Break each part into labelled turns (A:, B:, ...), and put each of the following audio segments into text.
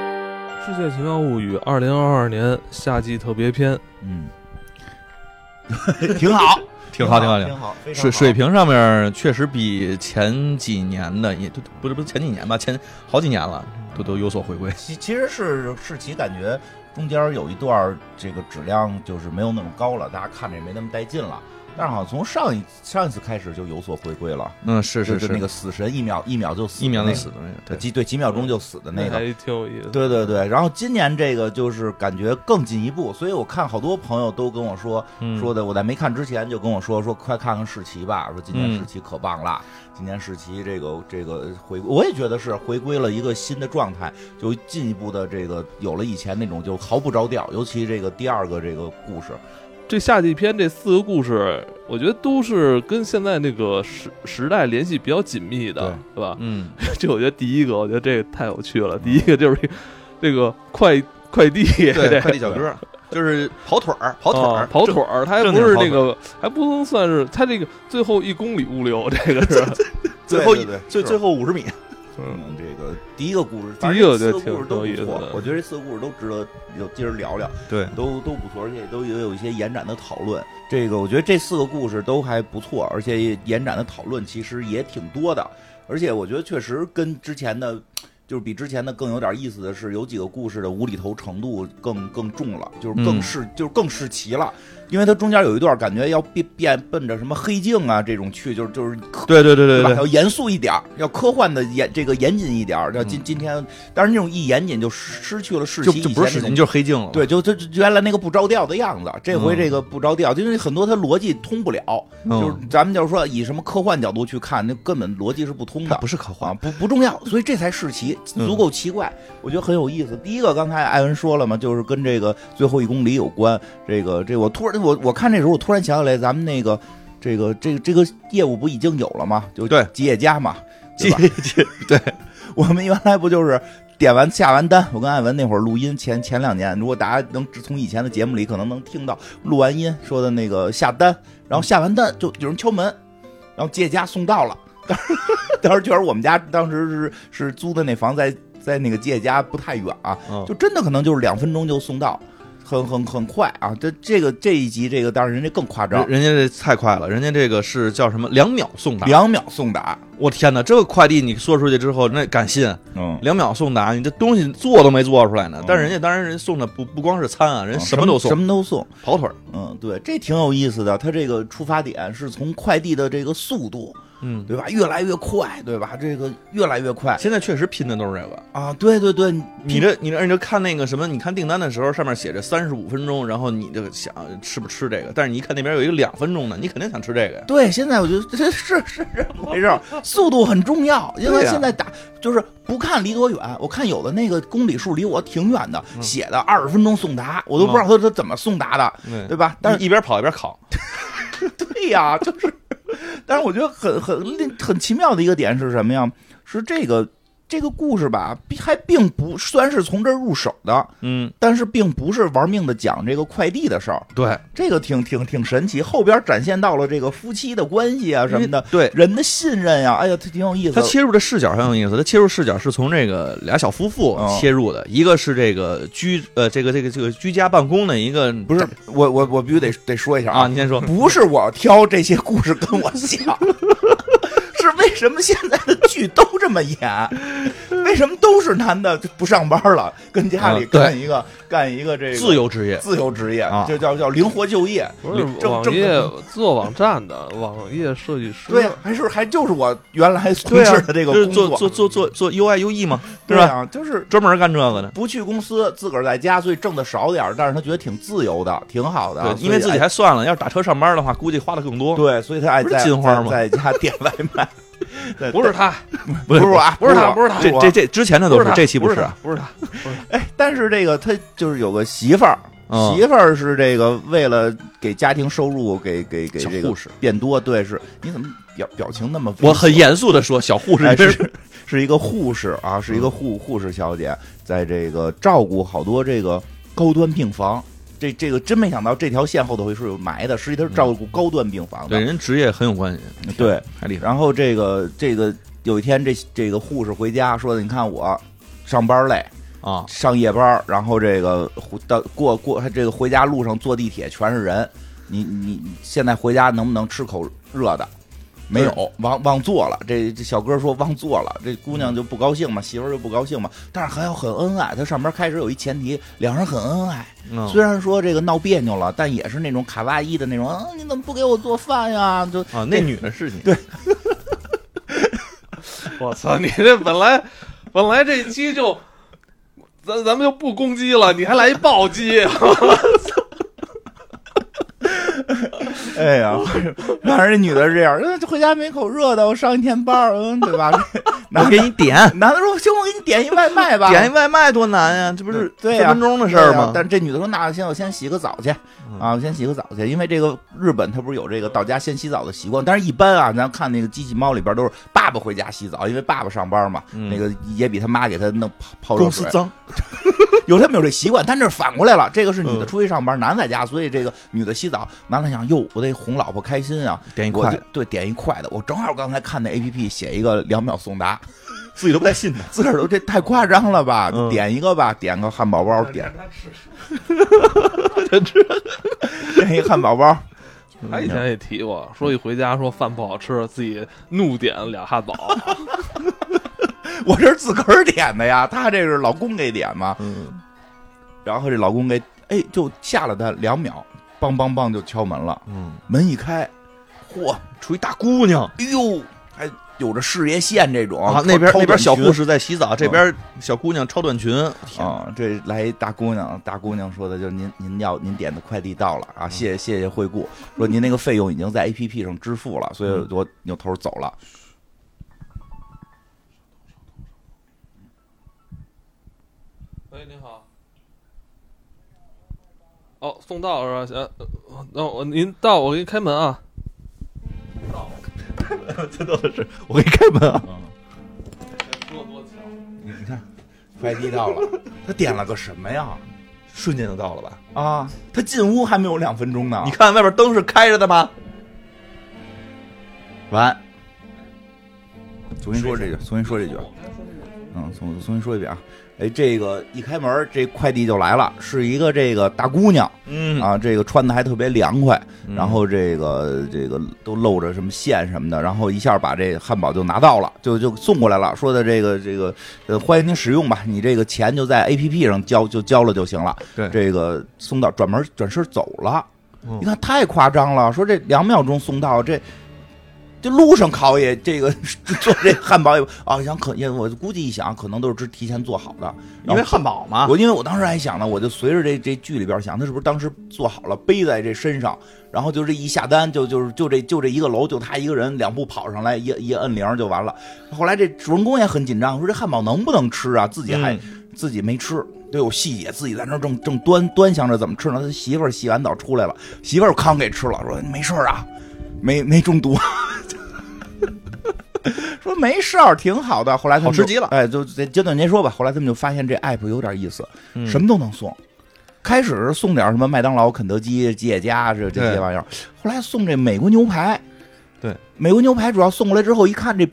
A: 《世界奇妙物语》二零二二年夏季特别篇，
B: 嗯，挺好，挺好，挺好，挺
C: 挺
B: 好。
C: 好，非常
B: 水水
C: 好
B: 平上面确实比前几年的也都不是不是前几年吧，前好几年了，都都有所回归。
C: 其其实是是其感觉中间有一段儿这个质量就是没有那么高了，大家看着也没那么带劲了。但是好像从上一上一次开始就有所回归了，
B: 嗯，是
C: 就是
B: 是，
C: 那个死神一秒一秒就死
B: 一秒
C: 那
B: 内
C: 个
B: 死的那个，对，
C: 几对几秒钟就死的那个，
A: 还挺有意思。
C: 对对对。然后今年这个就是感觉更进一步，所以我看好多朋友都跟我说
B: 嗯
C: 说的，我在没看之前就跟我说说快看看世奇吧，说今年
B: 嗯
C: 世奇可棒啦，今年世奇这个这个回归，我也觉得是回归了一个新的状态，就进一步的这个有了以前那种就毫不着调，尤其这个第二个这个故事，
A: 这夏季篇这四个故事，我觉得都是跟现在那个时时代联系比较紧密的，对吧？
B: 嗯，
A: 这我觉得第一个，我觉得这个太有趣了。第一个就是这这个快快递，
B: 对，快递小哥就是跑腿儿，跑腿儿
A: 啊，跑腿儿，他还
B: 正
A: 不是
B: 经跑
A: 那个，还不能算是他这个最后一公里物流，这个 是
B: 最后一
C: 对对对
B: 最
C: 是
B: 最后五十米，
A: 嗯，
C: 嗯， 这个第一个故事，
A: 第一个
C: 反正
A: 就
C: 这四个故事
A: 挺
C: 都
A: 有意
C: 不
A: 思
C: 错
A: 的，
C: 我觉得这四个故事都值得有今儿聊聊。
B: 对，
C: 都都不错，而且都也有一些延展的讨论。这个我觉得这四个故事都还不错，而且延展的讨论其实也挺多的。而且我觉得确实跟之前的，就是比之前的更有点意思的是，有几个故事的无厘头程度更更重了，就是更
B: 嗯
C: 是、就是更是奇了。因为它中间有一段感觉要变变奔着什么黑镜啊这种去，就是就是科
B: 对对对
C: 对
B: 对
C: 吧？
B: 对，
C: 要严肃一点儿，要科幻的严这个严谨一点儿。要今
B: 嗯
C: 今天，但是那种一严谨就失失去了世
B: 就
C: 袭
B: 就
C: 以
B: 不是
C: 前
B: 使
C: 那
B: 劲，
C: 种
B: 就是黑镜了。
C: 对，就就就原来那个不着调的样子，这回
B: 嗯
C: 这个不着调，因为很多它逻辑通不了，
B: 嗯，
C: 就是咱们就是说以什么科幻角度去看，那根本逻辑是不通
B: 它
C: 的
B: 不。是科幻
C: 啊，， 不不重要，所以这才是奇，
B: 嗯
C: 足够奇怪，我觉得很有意思。第一个，刚才艾文说了嘛，就是跟这个最后一公里有关。这个，这我突然，我我看这时候，我突然想起来，咱们那个，这个，这个，这个业务不已经有了吗？就
B: 对
C: 吉野家嘛，对
B: 记
C: 吧
B: 记对，
C: 我们原来不就是点完下完单，我跟艾文那会儿录音前前两年，如果大家能从以前的节目里可能能听到录完音说的那个下单，然后下完单就有人敲门，然后借家送到了。 当时当时觉得我们家当时是是租的那房在在那个借家不太远啊，
B: 嗯
C: 就真的可能就是两分钟就送到，很很很快啊。这这个这一集这个当然人家更夸张
B: 人，人家这太快了，人家这个是叫什么？两秒送达！
C: 两秒送达，
B: 我天哪，这个快递你说出去之后，那敢信？
C: 嗯，
B: 两秒送达，你这东西做都没做出来呢
C: 嗯。
B: 但人家当然人送的不不光是餐啊，人
C: 啊
B: 什么都送，
C: 什么都送。
B: 跑腿儿。
C: 嗯，对，这挺有意思的。它这个出发点是从快递的这个速度，
B: 嗯，
C: 对吧？越来越快，对吧？这个越来越快
B: 现在确实拼的都是这个。
C: 啊！对对对，
B: 你这你这你就看那个什么，你看订单的时候上面写着三十五分钟，然后你就想吃不吃这个，但是你一看那边有一个两分钟的，你肯定想吃这个呀。
C: 对，现在我觉得这是是这么回事儿，速度很重要，因为
B: 对呀
C: 现在打、就是不看离多远，我看有的那个公里数离我挺远的，
B: 嗯
C: 写的二十分钟送达，我都不知道他他怎么送达的，
B: 对
C: 对吧？但
B: 但
C: 是
B: 是一边跑一边烤，
C: 对呀、就是，但是我觉得很很令很奇妙的一个点是什么呀？是这个这个故事吧，并还并不虽然是从这儿入手的，
B: 嗯，
C: 但是并不是玩命的讲这个快递的事儿，
B: 对，
C: 这个挺挺挺神奇。后边展现到了这个夫妻的关系啊什么的，
B: 对。
C: 人的信任呀、哎呀，它挺有意思
B: 他
C: 的。
B: 切入的视角很有意思，他切入视角是从这个俩小夫妇
C: 嗯
B: 切入的，一个是这个居呃这个这个这个居家办公的一个
C: 不是我我我必须得得说一下
B: 啊，你先说，
C: 不是我挑这些故事跟我讲，是为什么现在的剧都这么演？为什么都是男的就不上班了，跟家里
B: 嗯对
C: 干一个、干一个这个
B: 自由职业，
C: 自由职业，
B: 啊
C: 就叫叫灵活就业，
A: 不是
C: 正
A: 网
C: 正
A: 页做网站的网页设计师，
C: 对呀、还是还就是我原来从
B: 嗯对啊
C: 事，的这个
B: 就是
C: 工
B: 做
C: 作，
B: 做做做做 UI UE 嘛，
C: 对
B: 是吧？
C: 啊，就是。
B: 专门干这个的，
C: 不去公司，自个儿在家，所以挣的少点儿，但是他觉得挺自由的，挺好的。
B: 对，
C: 所以
B: 因为自己
C: 哎
B: 还算了，要是打车上班的话，估计花的更多。
C: 对，所以他爱
B: 不是
C: 在
B: 金花吗
C: 在在家点外卖。 对
A: 不是他，
B: 不
C: 不是我啊，
A: 不是他，
C: 我
A: 不是他，
B: 这这这之前的
A: 不
B: 都
A: 是
B: 是
A: 他，，
B: 这期
A: 不
B: 是
A: 他
B: 啊，，
A: 不是他，
C: 哎，但是这个他就是有个媳妇儿，
B: 嗯
C: 媳妇儿是这个为了给家庭收入给给给
B: 小
C: 这个
B: 护士。
C: 变多，对，是你怎么表表情那么猥琐？
B: 我很严肃的说，小护士
C: 哎
B: 这
C: 是是一个护士啊，是一
B: 嗯
C: 个护护士小姐，在这个照顾好多这个高端病房。这这个真没想到，这条线后头是有埋的，实际她是照顾高端病房的
B: 对。人职业很有关系，
C: 对，
B: 太厉害。
C: 然后这个这个有一天这这个护士回家说的，你看我上班累，
B: 啊，
C: 上夜班儿，然后这个回到过过这个回家路上坐地铁全是人，你你你现在回家能不能吃口热的？没有，忘忘做了。这这小哥说忘做了，这姑娘就不高兴嘛，媳妇儿就不高兴嘛。但是还要很恩爱，他上边开始有一前提，两人很恩爱。
B: 嗯
C: 虽然说这个闹别扭了，但也是那种卡哇伊的那种，啊，你怎么不给我做饭呀？就
B: 啊，那
C: 这
B: 女的是你，
A: 我 操，你这本来本来这期就咱咱们就不攻击了，你还来一暴击，
C: 哎 呀，反正这女的是这样，嗯，回家没口热的，我上一天班儿，嗯，对吧？ 男
B: 我
C: 的
B: 给你 点
C: 男的说行，我给你点一外卖 吧，
B: 点一外卖多难呀，这不是
C: 啊对
B: 四
C: 呀
B: 分钟的事
C: 对
B: 儿
C: 呀
B: 吗？
C: 但这女的说：“那先我先洗个澡去
B: 嗯
C: 啊，我先洗个澡去，因为这个日本它不是有这个到家先洗澡的习惯，但是一般啊，咱看那个机器猫里边都是爸爸回家洗澡，因为爸爸上班嘛，
B: 嗯
C: 那个也比他妈给他弄泡泡热
B: 公司
C: 水，
B: 脏，
C: 有他们有这习惯，但这是反过来了，这个是女的
B: 嗯
C: 出去上班，男在家，所以这个女的洗澡，男的想哟，我得哄老婆开心啊，
B: 点一
C: 我
B: 块
C: 就对点一块的，我正好刚才看那 A P P 写一个两秒送达，
B: 自己都不带信的。
C: 自个儿都这太夸张了吧，
B: 嗯
C: 点一个吧，点个汉堡包，点
A: 他吃。
C: 点一个汉堡包。
A: 他以前也提过，说一回家说饭不好吃，自己怒点了俩汉堡，
C: 我这是自个儿点的呀，她这是老公给点嘛，
B: 嗯，
C: 然后这老公给哎就吓了她两秒，梆梆梆就敲门了，
B: 嗯，
C: 门一开，嚯，
B: 出一大姑娘
C: 哎呦，还有着事业线这种
B: 啊，那边那边小护
C: 士
B: 士在洗澡，
C: 嗯
B: 这边小姑娘超短裙，天
C: 啊，这来一大姑娘，大姑娘说的就是您您要您点的快递到了啊，谢谢谢谢惠顾，说您那个费用已经在 A P P 上支付了，所以我扭头走了。
A: 喂，您哎好。哦，送到了是吧？行，那我您到，我给您开门啊。
B: 这都是我给你开门啊！
A: 嗯多多巧，
C: 你看，快递到了，他点了个什么呀？
B: 瞬间就到了吧？
C: 啊，他进屋还没有两分钟呢。
B: 你看外边灯是开着的吗？完，
C: 重新说这句，重新说这句，嗯，重重新说一遍啊。哎，这个一开门，这快递就来了，是一个这个大姑娘
B: 嗯
C: 啊，这个穿的还特别凉快，
B: 嗯
C: 然后这个这个都露着什么线什么的，然后一下把这汉堡就拿到了，就就送过来了，说的这个这个呃，欢迎您使用吧，你这个钱就在 A P P 上交就交了就行了。
B: 对
C: 这个送到转门转身走了，
B: 嗯
C: 你看太夸张了，说这两秒钟送到这。这路上烤也这个 做这汉堡也啊，想可也我估计一想，可能都是之提前做好的，
B: 因为汉堡嘛，
C: 我因为我当时还想呢，我就随着这这剧里边想，他是不是当时做好了背在这身上，然后就这一下单，就就是就这就这一个楼，就他一个人两步跑上来，一一摁铃就完了。后来这主人公也很紧张，说这汉堡能不能吃啊？自己还、
B: 嗯
C: 自己没吃，都有细节，自己在那儿正正端端详着怎么吃呢。他媳妇儿洗完澡出来了，媳妇儿康给吃了，说没事儿啊，没没中毒。 说没事儿，挺好的。后来他们就
B: 好吃极了
C: 哎，就这简短截说吧。后来他们就发现这 app 有点意思，
B: 嗯
C: 什么都能送。开始送点什么麦当劳、肯德基、吉野家这这些
B: 对
C: 玩意儿，后来送这美国牛排。
B: 对，
C: 美国牛排主要送过来之后，一看这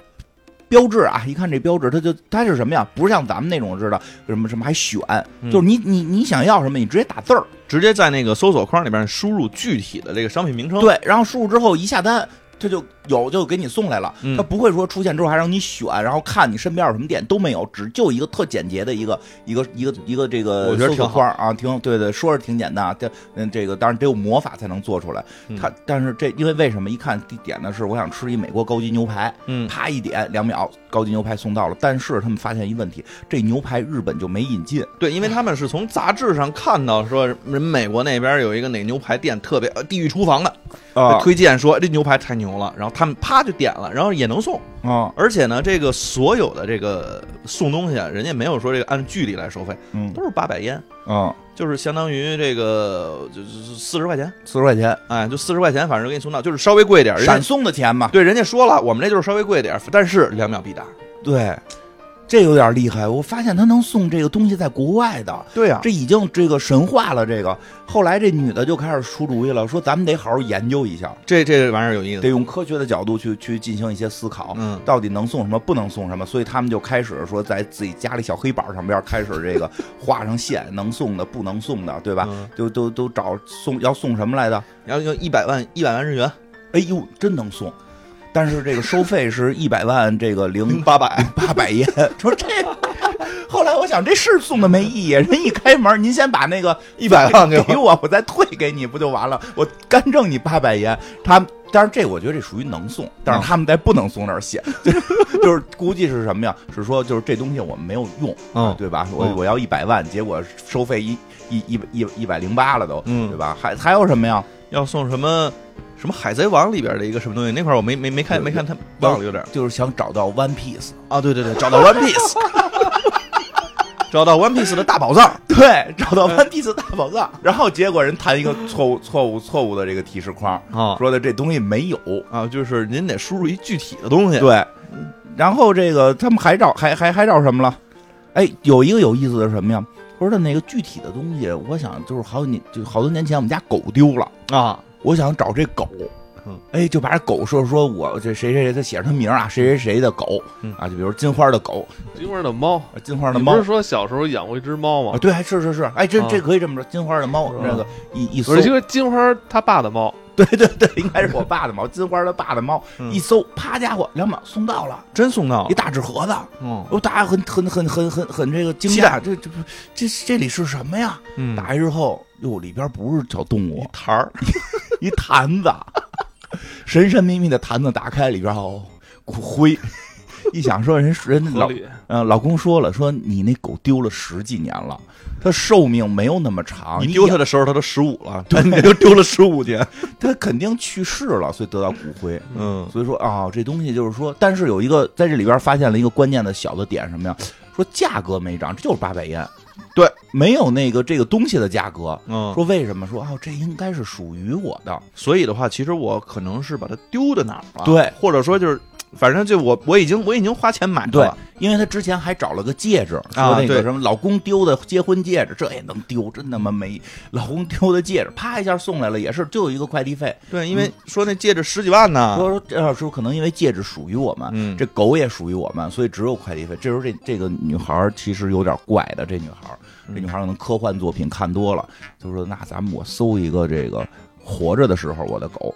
C: 标志啊，一看这标志，它就它是什么呀？不是像咱们那种似的什么什么还选，
B: 嗯
C: 就是你你你想要什么，你直接打字儿，
B: 直接在那个搜索框里边输入具体的这个商品名称。
C: 对，然后输入之后一下单，它就有就给你送来了，
B: 嗯
C: 它不会说出现之后还让你选，然后看你身边有什么店都没有，只就一个特简洁的一个一个一个一个这个
B: 我觉
C: 搜
B: 得
C: 索
B: 挺好
C: 框啊，挺对对，说是挺简单啊，这嗯这个当然得有魔法才能做出来，
B: 嗯
C: 它但是这因为为什么一看地点呢是我想吃一美国高级牛排，
B: 嗯，
C: 啪一点两秒高级牛排送到了，但是他们发现一问题，这牛排日本就没引进，
B: 对，因为他们是从杂志上看到说，人美国那边有一个哪牛排店特别呃地狱厨房的，
C: 啊
B: 推荐说这牛排太牛了，然后他们啪就点了，然后也能送，
C: 啊
B: 而且呢，这个所有的这个送东西啊，人家没有说这个按距离来收费，
C: 嗯
B: 都是八百烟，
C: 啊
B: 就是相当于这个就是四十块钱，
C: 四十块钱
B: 哎，就四十块钱，反正给你送到，就是稍微贵点儿，人
C: 闪
B: 家
C: 送的钱嘛，
B: 对人家说了，我们这就是稍微贵点儿，但是两秒必达。
C: 对，这有点厉害。我发现他能送这个东西在国外的，
B: 对呀、
C: 这已经这个神话了。这个后来这女的就开始出主意了，说咱们得好好研究一下，
B: 这这玩意儿有意思
C: 得。用科学的角度去去进行一些思考，
B: 嗯
C: 到底能送什么，不能送什么。所以他们就开始说，在自己家里小黑板上边开始这个画上线，能送的，不能送的，对吧？
B: 嗯
C: 就都都找送要送什么来的？
B: 然后就一百万一百万日元，
C: 哎呦，真能送！但是这个收费是一百万，这个零
B: 嗯八百，
C: 八百烟。 说这，后来我想这是送的没意义。人一开门，您先把那个
B: 一百万给
C: 给
B: 我。
C: 我，我再退给你，不就完了？我干挣你八百烟。他，但是这我觉得这属于能送，但
B: 嗯
C: 是他们在不能送那儿 写，就是就是估计是什么呀？是说就是这东西我们没有用，
B: 嗯
C: 对吧？我
B: 嗯
C: 我要一百万，结果收费一一一一一百零八了都，
B: 嗯
C: 对吧？还还有什么呀？
B: 要送什么什么《海贼王》里边的一个什么东西？那块儿我没没没看没看他忘了有点儿
C: 就是想找到 One Piece。
B: 啊，对对对，找到 One Piece，找到 One Piece 的大宝藏，
C: 对，找到 One Piece 大宝藏，嗯然后结果人弹一个错误、错误、错误的这个提示框，
B: 啊
C: 说的这东西没有。
B: 啊，就是您得输入一具体的东西，
C: 对，然后这个他们还找还还还找什么了？哎，有一个有意思的是什么呀？说的那个具体的东西，我想就是好几年，就好多年前我们家狗丢了，
B: 啊，
C: 我想找这狗
B: 嗯。
C: 哎，就把这狗说说我这谁谁谁，他写上他名儿啊，谁谁谁的狗
B: 嗯
C: 啊，就比如金花的狗，啊
A: 金花的猫，
C: 金花的
A: 你
C: 猫
A: 不是说小时候养过一只猫
C: 啊，
A: 吗？
C: 对，还是是是，哎，这这
A: 啊
C: 可以这么说，金花的猫
A: 是吧
C: 那个一一搜
A: 我，是因为金花他爸的猫，
C: 对对对，应该是我爸的猫，金花他爸的猫，
B: 嗯哦
C: 一搜，啪家伙，两秒送到了，
B: 真送到
C: 一
B: 了，
C: 大纸盒子，
B: 嗯
C: 哦，大家很很很很很很这个惊
B: 期
C: 讶，
B: 待
C: 这这不这这里是什么呀？
B: 嗯
C: 打开之后，哟，里边不是小动物，
B: 坛儿，
C: 一坛 子，神神秘秘的坛子打开，里边哦，骨 灰。一想说人人
A: 合
C: 老
A: 理。
C: 呃老公说了，说你那狗丢了十几年了，它寿命没有那么长，
B: 你
C: 你
B: 丢
C: 养
B: 它的时候它都十五了，
C: 对
B: 你就丢了十五年，
C: 它肯定去世了，所以得到骨灰。
B: 嗯
C: 所以说啊、这东西就是说，但是有一个在这里边发现了一个关键的小的点，什么呀？说价格没涨，这就是八百烟，
B: 对，
C: 没有那个这个东西的价格。
B: 嗯，
C: 说为什么？说哦，这应该是属于我的，
B: 所以的话，其实我可能是把它丢在哪儿了，
C: 对
B: 或者说就是，反正就我我已经我已经花钱买它
C: 对
B: 了，，
C: 啊因为他之前还找了个戒指，说
B: 啊
C: 那个
B: 对
C: 什么老公丢的结婚戒指，这也能丢，真他妈没老公丢的戒指，啪一下送来了，也是就一个快递费。
B: 对，因为说那戒指十几万呢，
C: 说说这老师可能因为戒指属于我们，
B: 啊嗯
C: 这狗也属于我们，所以只有快递费。这时候这这个女孩儿其实有点怪的，这女孩儿，
B: 嗯
C: 这女孩儿可能科幻作品看多了，就说那咱们我搜一个这个活着的时候我的 狗，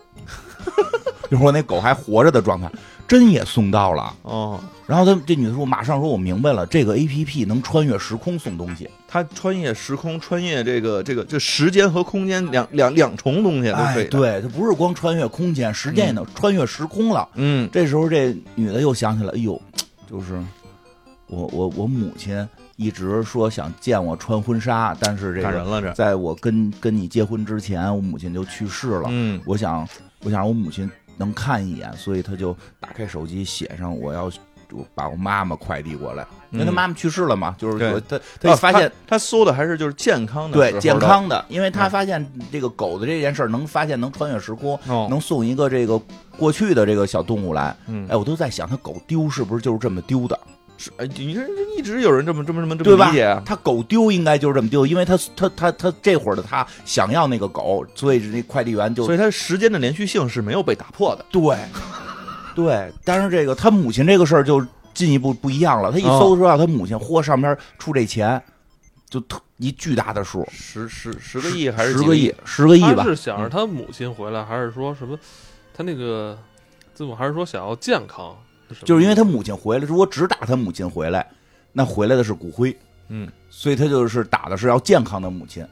C: 就是我那狗还活着的状态，真也送到了。
B: 哦，
C: 然后她这女的说，马上说我明白了，这个 A P P 能穿越时空送东西，
B: 它穿越时空，穿越这个这个这时间和空间两两两重东西都可
C: 哎，
B: 以的，
C: 对，它不是光穿越空间，时间也能穿越时空了。
B: 嗯，
C: 这时候这女的又想起来，哎呦，就是我我我母亲一直说想见我穿婚纱，但是这
B: 感人
C: 个
B: 了这，
C: 在我跟跟你结婚之前，我母亲就去世了。
B: 嗯
C: 我想我想让我母亲能看一眼，所以她就打开手机写上我要。我把我妈妈快递过来，因为她
B: 嗯
C: 妈妈去世了嘛，就是
B: 对
C: 说她她发现
B: 啊他他搜的还是就是健康的时候的，嗯
C: 对健康的，因为她发现这个狗的这件事儿能发现能穿越时空，
B: 哦，
C: 能送一个这个过去的这个小动物来，
B: 嗯
C: 哎，，我都在想，它狗丢是不是就是这么丢的，
B: 是哎，你这这一直有人这么这么这么这
C: 对
B: 么
C: 吧
B: 理解啊？？
C: 它狗丢应该就是这么丢，因为它它它它这会儿的它想要那个狗，所以那快递员就
B: 所以它时间的连续性是没有被打破的。
C: 对对，但是这个他母亲这个事儿就进一步不一样了，他一
B: 哦
C: 搜知道他母亲嚯上边出这钱，就特一巨大的数，
B: 十十十个亿还是
C: 十
B: 几
C: 个亿？，十个亿
A: 他
C: 哎吧
A: 是，想着他母亲回来，还是说什么？他那个字母还是说想要健康？什么
C: 就是因为他母亲回来，如果只打他母亲回来，那回来的是骨灰，
B: 嗯，
C: 所以他就是打的是要健康的母亲。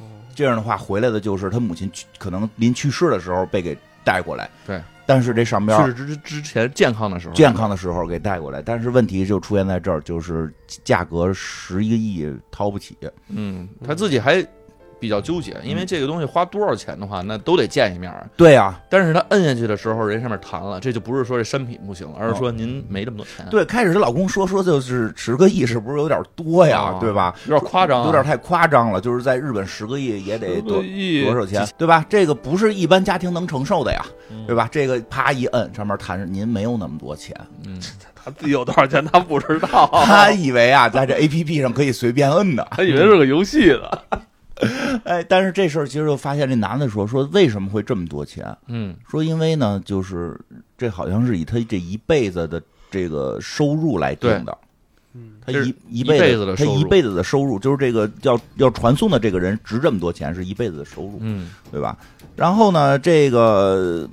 A: 哦
C: 这样的话，回来的就是他母亲去可能临去世的时候被给带过来。
B: 对，
C: 但是这上边
B: 去
C: 儿
B: 世之之前健康的时候，
C: 健康的时候给带过来，但是问题就出现在这儿，就是价格十一个亿掏不起。
B: 嗯，他自己还比较纠结，因为这个东西花多少钱的话，那都得见一面儿。
C: 对啊，
B: 但是他摁下去的时候，人上面谈了，这就不是说这商品不行了，而是说您没这么多钱，
C: 对，开始她老公说说就是十个亿是不是有点多呀
B: 啊，
C: 对吧？
B: 有点夸张啊，
C: 有点太夸张了，就是在日本十个亿也得
A: 十
C: 多
A: 个亿
C: 多少钱，对吧？这个不是一般
B: 嗯
C: 家庭能承受的呀，对吧？这个啪一摁，上面弹着您没有那么多钱，
B: 嗯，
A: 自己有多少钱他不知道，
B: 哦
C: 他以为啊，在这 A P P 上可以随便摁的，
A: 他以为是个游戏呢。
C: 哎，但是这事儿其实就发现这男的说说为什么会这么多钱？
B: 嗯
C: 说因为呢，就是这好像是以他这一辈子的这个收入来定的。
A: 嗯，
C: 他
B: 这是
C: 一一
B: 一辈
C: 辈
B: 子的
C: 他
B: 收入
C: 一辈子的收入就是这个要要传送的这个人值这么多钱是一辈子的收入，
B: 嗯
C: 对吧？然后呢，这个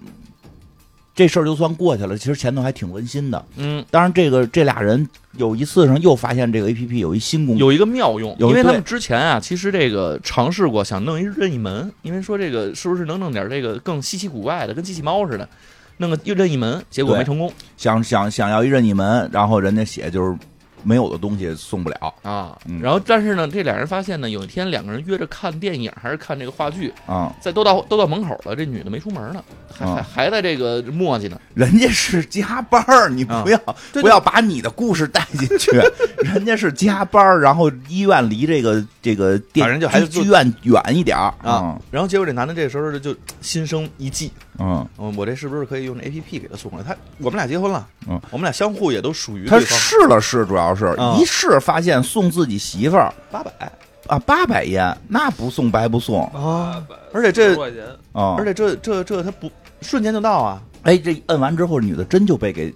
C: 这事儿就算过去了。其实前头还挺温馨的。
B: 嗯，
C: 当然，这个这俩人有一次上又发现这个 A P P 有一新功能，
B: 有一个妙用，
C: 有
B: 因为他
C: 对
B: 们之前啊，其实这个尝试过想弄一任意门，因为说这个是不是能弄点这个更稀奇古怪的，跟机器猫似的，弄个任意门，结果
C: 对
B: 没成功
C: 想想想要一任意门，然后人家写就是没有的东西送不了
B: 啊
C: 嗯。
B: 然后但是呢，这俩人发现呢，有一天两个人约着看电影还是看这个话剧，
C: 啊、
B: 在都到都到门口了，这女的没出门呢，还还
C: 啊
B: 还在这个磨叽呢。
C: 人家是加班儿，你
B: 啊
C: 不要、
B: 对
C: 不要把你的故事带进 去，人家是加班儿，然后医院离这个这个电
B: 反正就还是
C: 剧院远一点儿
B: 啊，然后结果这男的这时候就心生一计，
C: 嗯
B: 嗯，我这是不是可以用 A P P 给他送过来？他我们俩结婚了，
C: 嗯，
B: 我们俩相互也都属于
C: 嗯，他
B: 对方
C: 试了试，主要是、
B: 啊
C: 一试发现送自己媳妇儿
B: 八百
C: 啊八百烟，那不送白不送
B: 啊，而且这
A: 10块钱
C: 啊，
B: 而且这这这他不瞬间就到啊，
C: 哎，这摁完之后，女的真就被给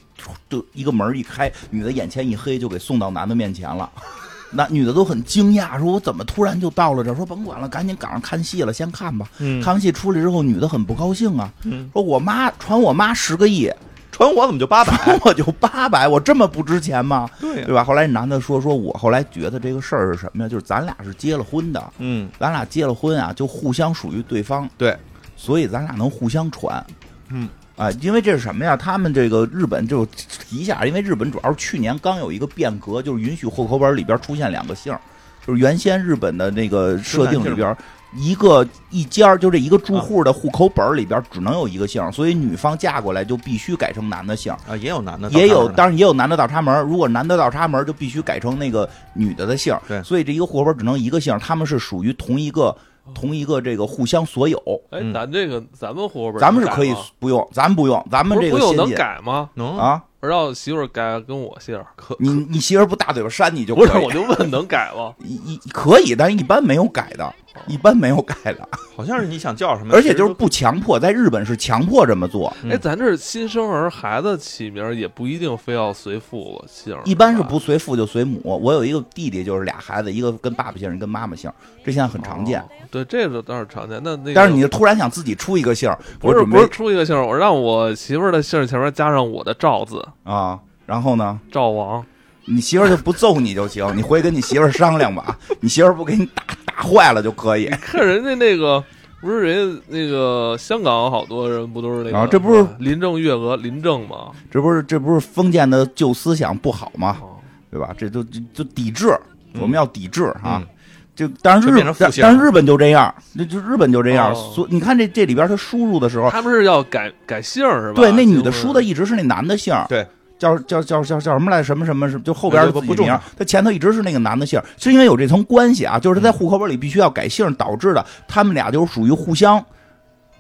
C: 就一个门一开，女的眼前一黑，就给送到男的面前了。 那女的都很惊讶，说：“我怎么突然就到了这儿？”说：“甭管了，赶紧赶上看戏了，先看吧。”
B: 嗯
C: 看完戏出来之后，女的很不高兴啊，
B: 嗯
C: 说：“我妈传我妈十个亿，
B: 传我怎么就八 百？
C: 传我就八百，我这么不值钱 吗？
B: 对啊呀
C: 对吧？”后来男的说：“说我后来觉得这个事儿是什么呀？就是咱俩是结了婚的，
B: 嗯，
C: 咱俩结了婚啊，就互相属于对方，
B: 对，
C: 所以咱俩能互相传。
B: 嗯，
C: 啊，因为这是什么呀？他们这个日本就提一下，因为日本主要是去年刚有一个变革，就是允许户口本里边出现两个姓儿，就是原先日本的那个设定里边。一个一家儿就这一个
B: 啊
C: 住户的户口本里边只能有一个姓儿，所以女方嫁过来就必须改成男的姓儿，
B: 啊，也有男的，
C: 也有
B: 当
C: 当然也有男的倒插门儿。如果男的倒插门儿，就必须改成那个女的的姓儿。
B: 对
C: 所以这一个户口本只能一个姓儿，他们是属于同一个同一个这个互相所有。
A: 哎
B: 嗯，
A: 咱这个咱们户口本
C: 咱们是
A: 能改
C: 可以
A: 吗
C: 不用，咱们不用，咱们
A: 不
C: 这
A: 是
C: 个
A: 不有
C: 先
A: 能
C: 进
A: 改吗？
B: 能，
C: 啊，
A: 我让媳妇儿改跟我姓儿，可
C: 你你媳妇儿不大嘴巴扇你就
A: 不
C: 可
A: 是我
C: 以，
A: 就问能改 吗？
C: 一一可以，但是一般没有改的，一般没有改的，
B: 好像是你想叫什
A: 嗯
B: 么，
C: 而且就
B: 其
C: 是
B: 实
C: 不强迫，在日本是强迫这么做，
B: 嗯
A: 哎，咱这新生儿孩子起名儿也不一定非要随父姓儿，
C: 一般是
A: 吧
C: 不随父就随母。我有一个弟弟，就是俩孩子，一个跟爸爸姓，一个跟妈妈姓，这现在很常见
A: 哦。对，这个倒是常见。那那个
C: 但是你突然想自己出一个姓，
A: 不是
C: 我准
A: 不
C: 备
A: 是出一个姓儿，我让我媳妇儿的姓儿前面加上我的赵字，
C: 啊，然后呢，
A: 赵王。
C: 你媳妇儿就不揍你就行， 你回去跟你媳妇儿商量吧，你媳妇儿不给你打打坏了就可以。
A: 看人家那个，不是人家那个香港好多人不都是那个？
C: 啊这不是
A: 林郑月娥林郑吗？
C: 这不是这不是封建的旧思想不好吗？
A: 哦
C: 对吧？这就就就抵制，
B: 嗯
C: 我们要抵制啊
B: 嗯！
C: 就当然
B: 这
C: 日
B: 变
C: 本，
B: 成复
C: 但
B: 兴了
C: 但日本就这样，那就日本就这样。
A: 哦
C: 所你看这这里边他输入的时候，
A: 他们是要改改姓儿是吧？
C: 对那女的
A: 就是
C: 输的一直是那男的姓儿，
B: 对
C: 叫叫叫叫叫什么来？什么什么什么？就后边
B: 对对
C: 自己
B: 不重
C: 名
B: 要
C: 儿，他前头一直是那个男的姓儿，是因为有这层关系啊，就是他在户口本里必须要改姓儿导致的，他们俩就是属于互相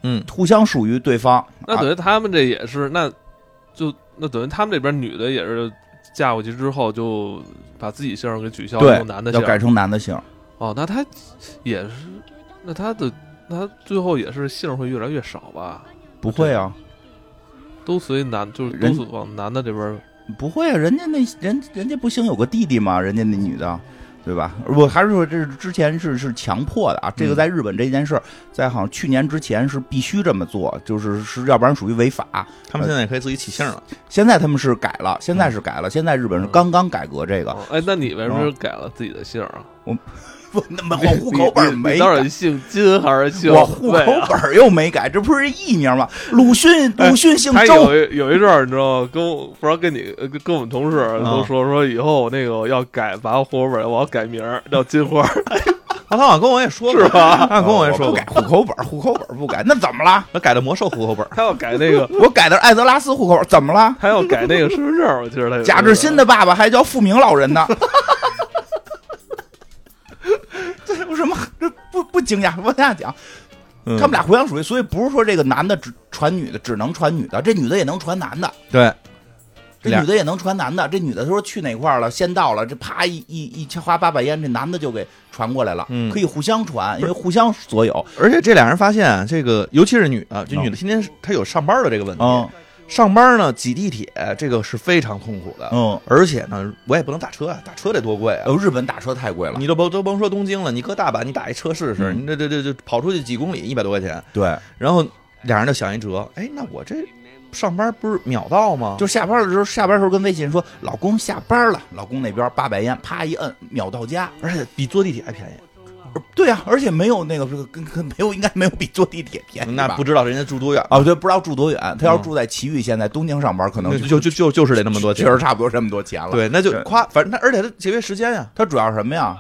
B: 嗯，
C: 互相属于对方。
A: 那
C: 啊
A: 等于他们这也是，那就那等于他们这边女的也是嫁过去之后就把自己姓儿给取消，
C: 对
A: 用男的姓
C: 要
A: 儿。
C: 改成男的姓儿，
A: 哦，那他也是，那他的那他最后也是姓儿会越来越少吧？
C: 不会啊。
A: 都随男，就是都
C: 人
A: 随往男的这边儿。
C: 不会啊，人家那人人家不兴有个弟弟吗？人家那女的，对吧？我还是说这是之前是是强迫的啊，这个在日本这件事儿，在好像去年之前是必须这么做，就是是要不然属于违法。
B: 他们现在也可以自己起 姓了，
C: 现在他们是改了，现在是改
A: 嗯
C: 了，现在日本是刚刚改革这个。
A: 哦哎，那你为什么改了自己的姓儿啊？
C: 不， 那么我户口
A: 你
C: 本
A: 你
C: 没
A: 你到底
C: 改。
A: 姓金还是姓
C: 我户
A: 魏
C: 口
A: 啊？
C: 本又没改，这不是艺名吗？鲁迅，
A: 哎
C: 鲁迅姓
A: 他
C: 周，
A: 有一有一阵儿，你知道吗？跟我不知道跟你呃跟跟我们同事
C: 嗯
A: 都说、说以后那个要改，把户口本我要改名儿叫金花儿，
B: 啊，他好像跟我也说过，
A: 是吧？
B: 他跟我也
C: 哦我
B: 说
C: 不
B: 过
C: 改，户口本，户口本不改，那怎么了？
B: 他改的魔兽户口本，
A: 他要改那个，
C: 我改的是艾泽拉斯户口本，怎么了？
A: 他要改那个身份证儿，我记得他有
C: 贾志新的爸爸还叫富明老人呢。 这有什么？这不不惊讶，往下讲，
B: 嗯
C: 他们俩互相属于，所以不是说这个男的只传女的，只能传女的，这女的也能传男的，
B: 对，
C: 这
B: 俩
C: 女的也能传男的，这女的她说去哪块儿了，先到了，这啪一一一千花八百烟，这男的就给传过来了，
B: 嗯
C: 可以互相传，因为互相所有，
B: 而且这俩人发现啊，这个尤其是女的，这女的天天是她有上班的这个问题，
C: 嗯
B: 上班呢挤地铁这个是非常痛苦的，
C: 嗯，
B: 而且呢我也不能打车啊，打车得多贵啊。
C: 呃，日本打车太贵了，
B: 你都甭都甭说东京了，你搁大阪，你打一车试试，
C: 嗯
B: 你这这这这跑出去几公里，一百多块钱。
C: 对，
B: 然后俩人就想一辙，哎，那我这上班不是秒到吗？
C: 就下班的时候，下班的时候跟微信说老公下班了，老公那边八百烟，啪一摁，秒到家。
B: 而且比坐地铁还便宜，
C: 而对啊，而且没有那个跟跟没有应该没有比坐地铁便宜
B: 那
C: 哎吧
B: 不知道人家住多远，
C: 啊，对，不知道住多远，他要是住在埼玉，现在东京上班可能
B: 那就就就就是得那么多
C: 确
B: 钱。
C: 实差不多这么多钱了。，
B: 对，那就
C: 对
B: 夸，反正他而且他节约时间呀。
C: 他主要是什么呀？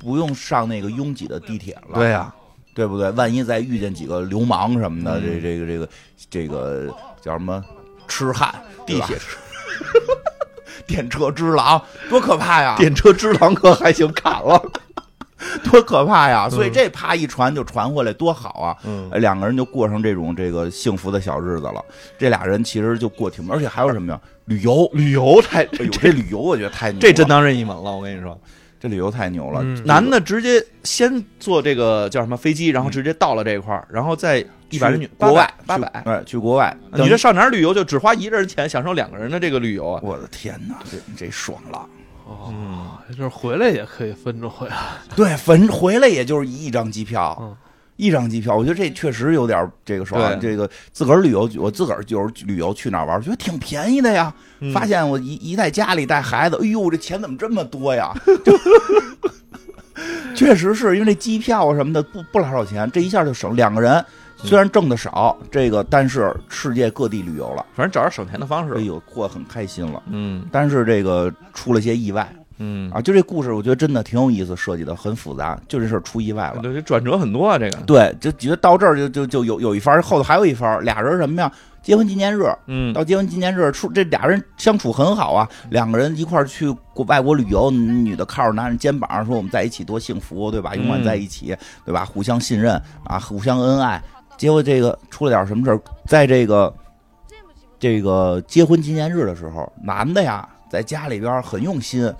C: 不用上那个拥挤的地铁了，
B: 呀，
C: 对不对？万一再遇见几个流氓什么的，
B: 嗯
C: 这这个这个这个叫什么痴汉，
B: 地
C: 对吧
B: 铁痴
C: 电车之狼，多可怕呀！
B: 电车之狼可还
C: 嗯
B: 行，砍了。
C: 多可怕呀！所以这啪一传就传回来，多好啊！
B: 嗯
C: 哎两个人就过上这种这个幸福的小日子了。这俩人其实就过挺，而且还有什么呀？旅游，
B: 旅游太
C: 哎呦，这旅游我觉得太牛了
B: 这真当任意门了，我跟你说，
C: 这旅游太牛了。
A: 嗯
B: 男的直接先坐这个叫什么飞机，然后直接到了这一块儿，然后再一百
C: 去
B: 人女
C: 国外
B: 八
C: 去
B: 百。啊
C: 哎，去国外，
B: 你这上哪儿旅游就只花一个人钱，享受两个人的这个旅游啊？
C: 我的天哪，这这爽了！
A: 哦，这回来也可以分着回来，
C: 对，反正回来也就是一张机票，
A: 嗯
C: 一张机票，我觉得这确实有点这个爽。啊
B: 对
C: 这个自个儿旅游，我自个儿就是旅游去哪儿玩，觉得挺便宜的呀。
B: 嗯
C: 发现我一一在家里带孩子，哎呦，这钱怎么这么多 呀？就确实是因为这机票啊什么的不不老少钱，这一下就省两个人。虽然挣的少，这个但是世界各地旅游了，
B: 反正找着省钱的方
C: 哎
B: 式。
C: 呦，过得很开心了。
B: 嗯
C: 但是这个出了些意外，
B: 嗯，
C: 啊，就这故事，我觉得真的挺有意思，设计的很复杂，就这事儿出意外了。
B: 对，这转折很多啊，这个。
C: 对，就觉得到这儿就就就有有一番儿，后头还有一番儿，俩人什么呀？结婚纪念日，
B: 嗯，
C: 到结婚纪念日出，这俩人相处很好啊，两个人一块儿去国外国旅游，女的靠着男人肩膀说我们在一起多幸福，对吧？
B: 嗯
C: 永远在一起，对吧？互相信任啊，互相恩爱。结果这个出了点什么事儿，在这个这个结婚纪念日的时候，男的呀在家里边儿很用心。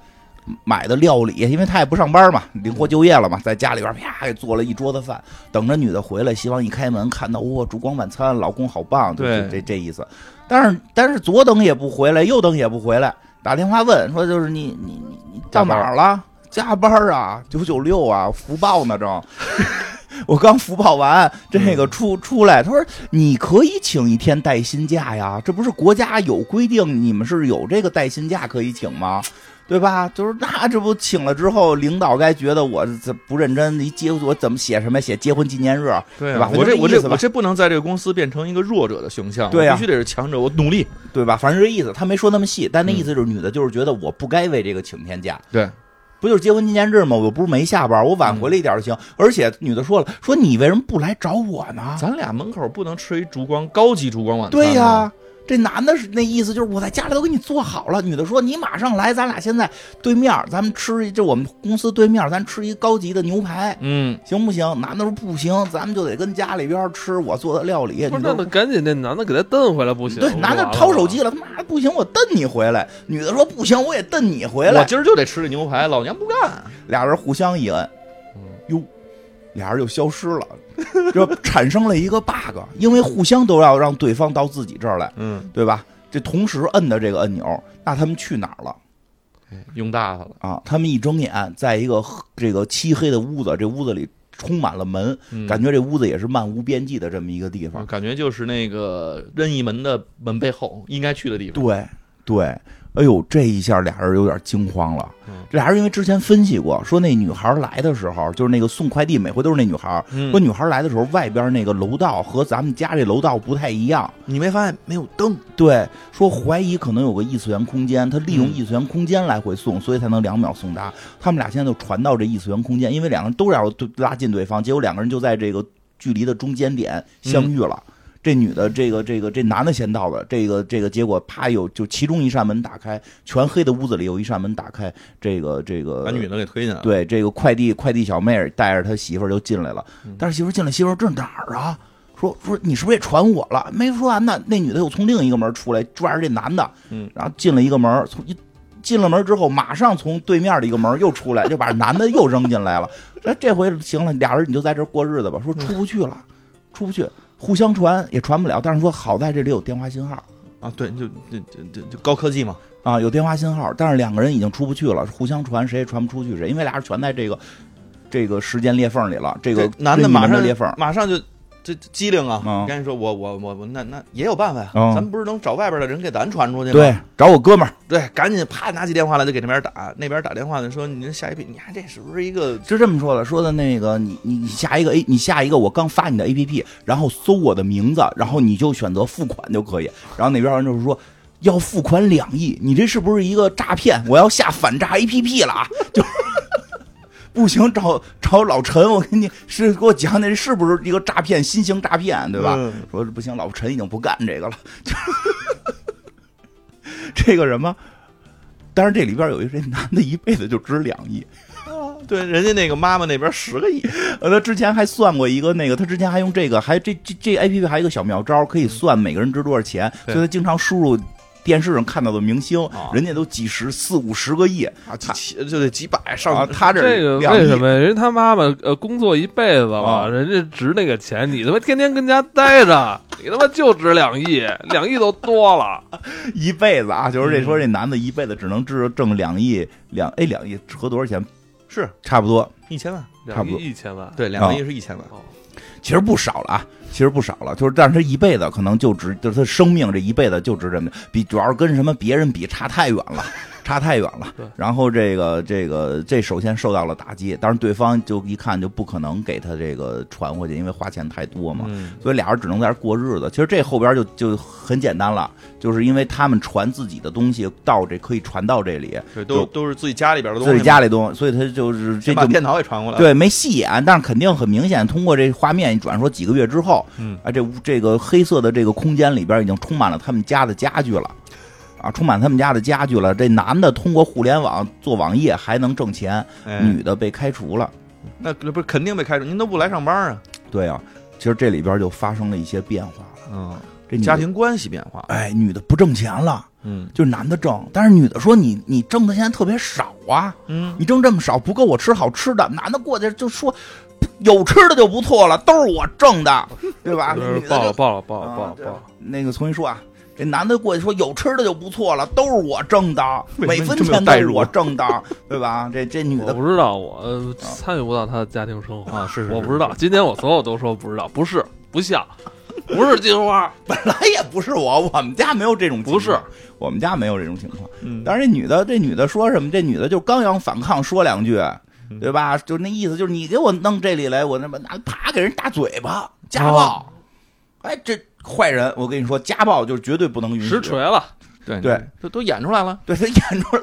C: 买的料理，因为他也不上班嘛，灵活就业了
B: 嗯
C: 嘛，在家里边儿啪给做了一桌子饭，等着女的回来。希望一开门看到哇，烛光晚餐，老公好棒，就
B: 对
C: 这这这意思。但是但是左等也不回来，右等也不回来，打电话问说就是你你你你到哪儿了？加班儿啊，九九六啊，福报呢正。 我刚福报完，这个出出来，他说你可以请一天带薪假呀，这不是国家有规定，你们是有这个带薪假可以请吗？对吧？就是那这不请了之后，领导该觉得我这不认真，一结我怎么写什么写结婚纪念日？
B: 对
C: 对吧
B: 啊，我
C: 反
B: 这
C: 正
B: 我
C: 这意
B: 这
C: 思吧
B: 我这不能在这个公司变成一个弱者的形象，
C: 对啊
B: 我必须得是强者，我努力。
C: 对吧？反正这意思，他没说那么细，但那意思就是女的，就是觉得我不该为这个请天假，
B: 对，
C: 不就是结婚纪念日吗？我不是没下班，我晚回来一点就行。
A: 嗯
C: 而且女的说了，说你为什么不来找我呢？
B: 咱俩门口不能吃一烛光高级烛光晚餐。啊
C: 对呀、，这男的是那意思就是我在家里都给你做好了。女的说你马上来，咱俩现在对面，咱们吃一，就我们公司对面，咱吃一高级的牛排。
B: 嗯，
C: 行不行？男的说不行，咱们就得跟家里边吃我做的料理。
A: 不是
C: 你
A: 那那
C: 都
A: 赶紧那男的给他蹬回来不行？啊
C: 对，男的掏手机了，他妈的不行，我蹬你回来。女的说不行，我也蹬你回
B: 我
C: 来。
B: 今儿就得吃这牛排，老娘不干。
C: 俩人互相一摁，
B: 嗯
C: 哟，俩人就消失了，就产生了一个 bug，因为互相都要让对方到自己这儿来，
B: 嗯，
C: 对吧？这同时摁的这个按钮，那他们去哪儿了
B: 用大发了。
C: 啊？他们一睁眼，在一个黑这个漆黑的屋子，这屋子里充满了门，
B: 嗯
C: 感觉这屋子也是漫无边际的这么一个地方
B: 我。感觉就是那个任意门的门背后应该去的地方。
C: 对对，哎呦，这一下俩人有点惊慌了。这俩人因为之前分析过，说那女孩来的时候，就是那个送快递，每回都是那女孩。
B: 嗯
C: 说女孩来的时候，外边那个楼道和咱们家这楼道不太一样。
B: 你没发现没有灯？
C: 对，说怀疑可能有个异次元空间，他利用
B: 嗯
C: 异次元空间来回送，所以才能两秒送达。他们俩现在就传到这异次元空间，因为两个人都要对拉近对方，结果两个人就在这个距离的中间点相遇了。
B: 嗯
C: 这女的，这个这个这男的先到的，这个这个结果啪有就其中一扇门打开，全黑的屋子里有一扇门打开，这个这个
B: 把女的给推进来。，
C: 对，这个快递快递小妹儿带着她媳妇儿就进来了
B: 嗯，
C: 但是媳妇儿进来，媳妇儿这哪儿啊？说说你是不是也传我了？没说完呢，那女的又从另一个门出来，抓着这男的，
B: 嗯，
C: 然后进了一个门，从一进了门之后，马上从对面的一个门又出来，就把男的又扔进来了。 说这回行了，俩人你就在这儿过日子吧。说出不去了，
B: 嗯
C: 出不去，互相传也传不了，但是说好在这里有电话信号。
B: 啊，对，就就就就就高科技嘛，
C: 啊，有电话信号，但是两个人已经出不去了，互相传，谁也传不出去谁，因为俩人全在这个这个时间裂缝里了。这个
B: 这男的
C: 这女
B: 马上
C: 裂缝，
B: 马上就这这机灵啊！
C: 嗯
B: 我跟你说，我我我我那那也有办法呀，
C: 嗯
B: 咱们不是能找外边的人给咱传出去吗？
C: 对，找我哥们儿，
B: 对，赶紧啪拿起电话来就给那边打，那边打电话的说你这下一批，你看这是不是一个
C: 是这么说的，说的那个你你你下一个 A，你下一个我刚发你的 A P P，然后搜我的名字，然后你就选择付款就可以。然后那边人就是说。要付款两亿，你这是不是一个诈骗？我要下反诈 A P P 了啊！ 就不行，找找老陈，我给你是给我讲讲这是不是一个诈骗，新型诈骗，对吧？
B: 嗯
C: 说不行，老陈已经不干这个了。 这个什么？但是这里边有一这男的，一辈子就值两亿。
B: 对，人家那个妈妈那边十个亿，
C: 呃，他之前还算过一个那个，他之前还用这个，还这这这 A P P 还有一个小妙招，可以算每个人值多少钱，
A: 嗯对
C: 所以他经常输入电视上看到的明星
B: 啊，
C: 人家都几十、四五十个亿
B: 啊，几千就得几百上
C: 啊，他这
A: 这个
C: 两亿
A: 为什么呀？人他妈妈呃工作一辈子
C: 啊
A: 了，人家值那个钱，你他妈天天跟家待着，你他妈就值两亿，两亿都多了。
C: 一辈子啊？
A: 嗯
C: 就是这说这男的一辈子只能挣挣两亿两哎两亿合多少钱？
B: 是
C: 差不多，
B: 一千万，
C: 差
A: 两亿
C: 不多
A: 一千万，
B: 对，两个亿是一千万，
A: 哦，
C: 其实不少了啊，其实不少了。就是，但是他一辈子可能就值，就是他生命这一辈子就值这么点，比主要是跟什么别人比差太远 了，差太远了
A: 对。
C: 然后这个这个这首先受到了打击，当然对方就一看就不可能给他这个传回去，因为花钱太多嘛。
B: 嗯，
C: 所以俩人只能在这儿过日子。其实这后边就就很简单了，就是因为他们传自己的东西到这可以传到这里，
B: 对，都
C: 就
B: 都是自己家里边的东
C: 自
B: 西嘛，
C: 己家里东西，所以他就是这就
B: 先把电脑也传过来，，
C: 对，没戏演，但是肯定很明显，通过这画面一转说，几个月之后，
B: 嗯，
C: 啊，这屋这个黑色的这个空间里边已经充满了他们家的家具了，啊，充满他们家的家具了。这男的通过互联网做网页还能挣钱，
B: 哎，
C: 女的被开除了。
B: 那不是肯定被开除，您都不来上班啊，
C: 对啊，其实这里边就发生了一些变化了。
B: 嗯，
C: 这女的
B: 家，庭关系变化，
C: 哎，女的不挣钱了，
B: 嗯
C: 就是男的挣，但是女的说你你挣的现在特别少啊，
B: 嗯，
C: 你挣这么少不够我吃好吃的。男的过去就说。有吃的就不错了，都是我挣的，对吧？
A: 就是
C: 女的
A: 爆
C: 就
A: 了爆了爆了
C: 啊
A: 爆了
C: 对
A: 爆了！
C: 那个重新说啊，这男的过去说有吃的就不错了，都是我挣的，
B: 为
C: 每
B: 什么
C: 分
B: 你这么有
C: 钱都
B: 代
C: 是
B: 入
C: 我挣的，对吧？这这女
A: 啊我
C: 的
A: 不知道，我呃参与不到他的家庭生活
B: 啊是是
A: 我不知道。今天我所有都说不知道，不是，不像，不是金花，
C: 本来也不是我，我们家没有这种情况
A: 不是，
C: 我们家没有这种情况。
B: 嗯
C: 但是这女的，这女的说什么？这女的就刚想反抗，说两句，
A: 嗯
C: 对吧？就那意思，就是你给我弄这里来，我他妈拿啪给人大嘴巴，
A: 哦
C: 家暴。哎，这坏人，我跟你说，家暴就是绝对不能允许。
A: 实锤了。
B: 对
C: 对，
B: 都都演出来了，
C: 对他演出来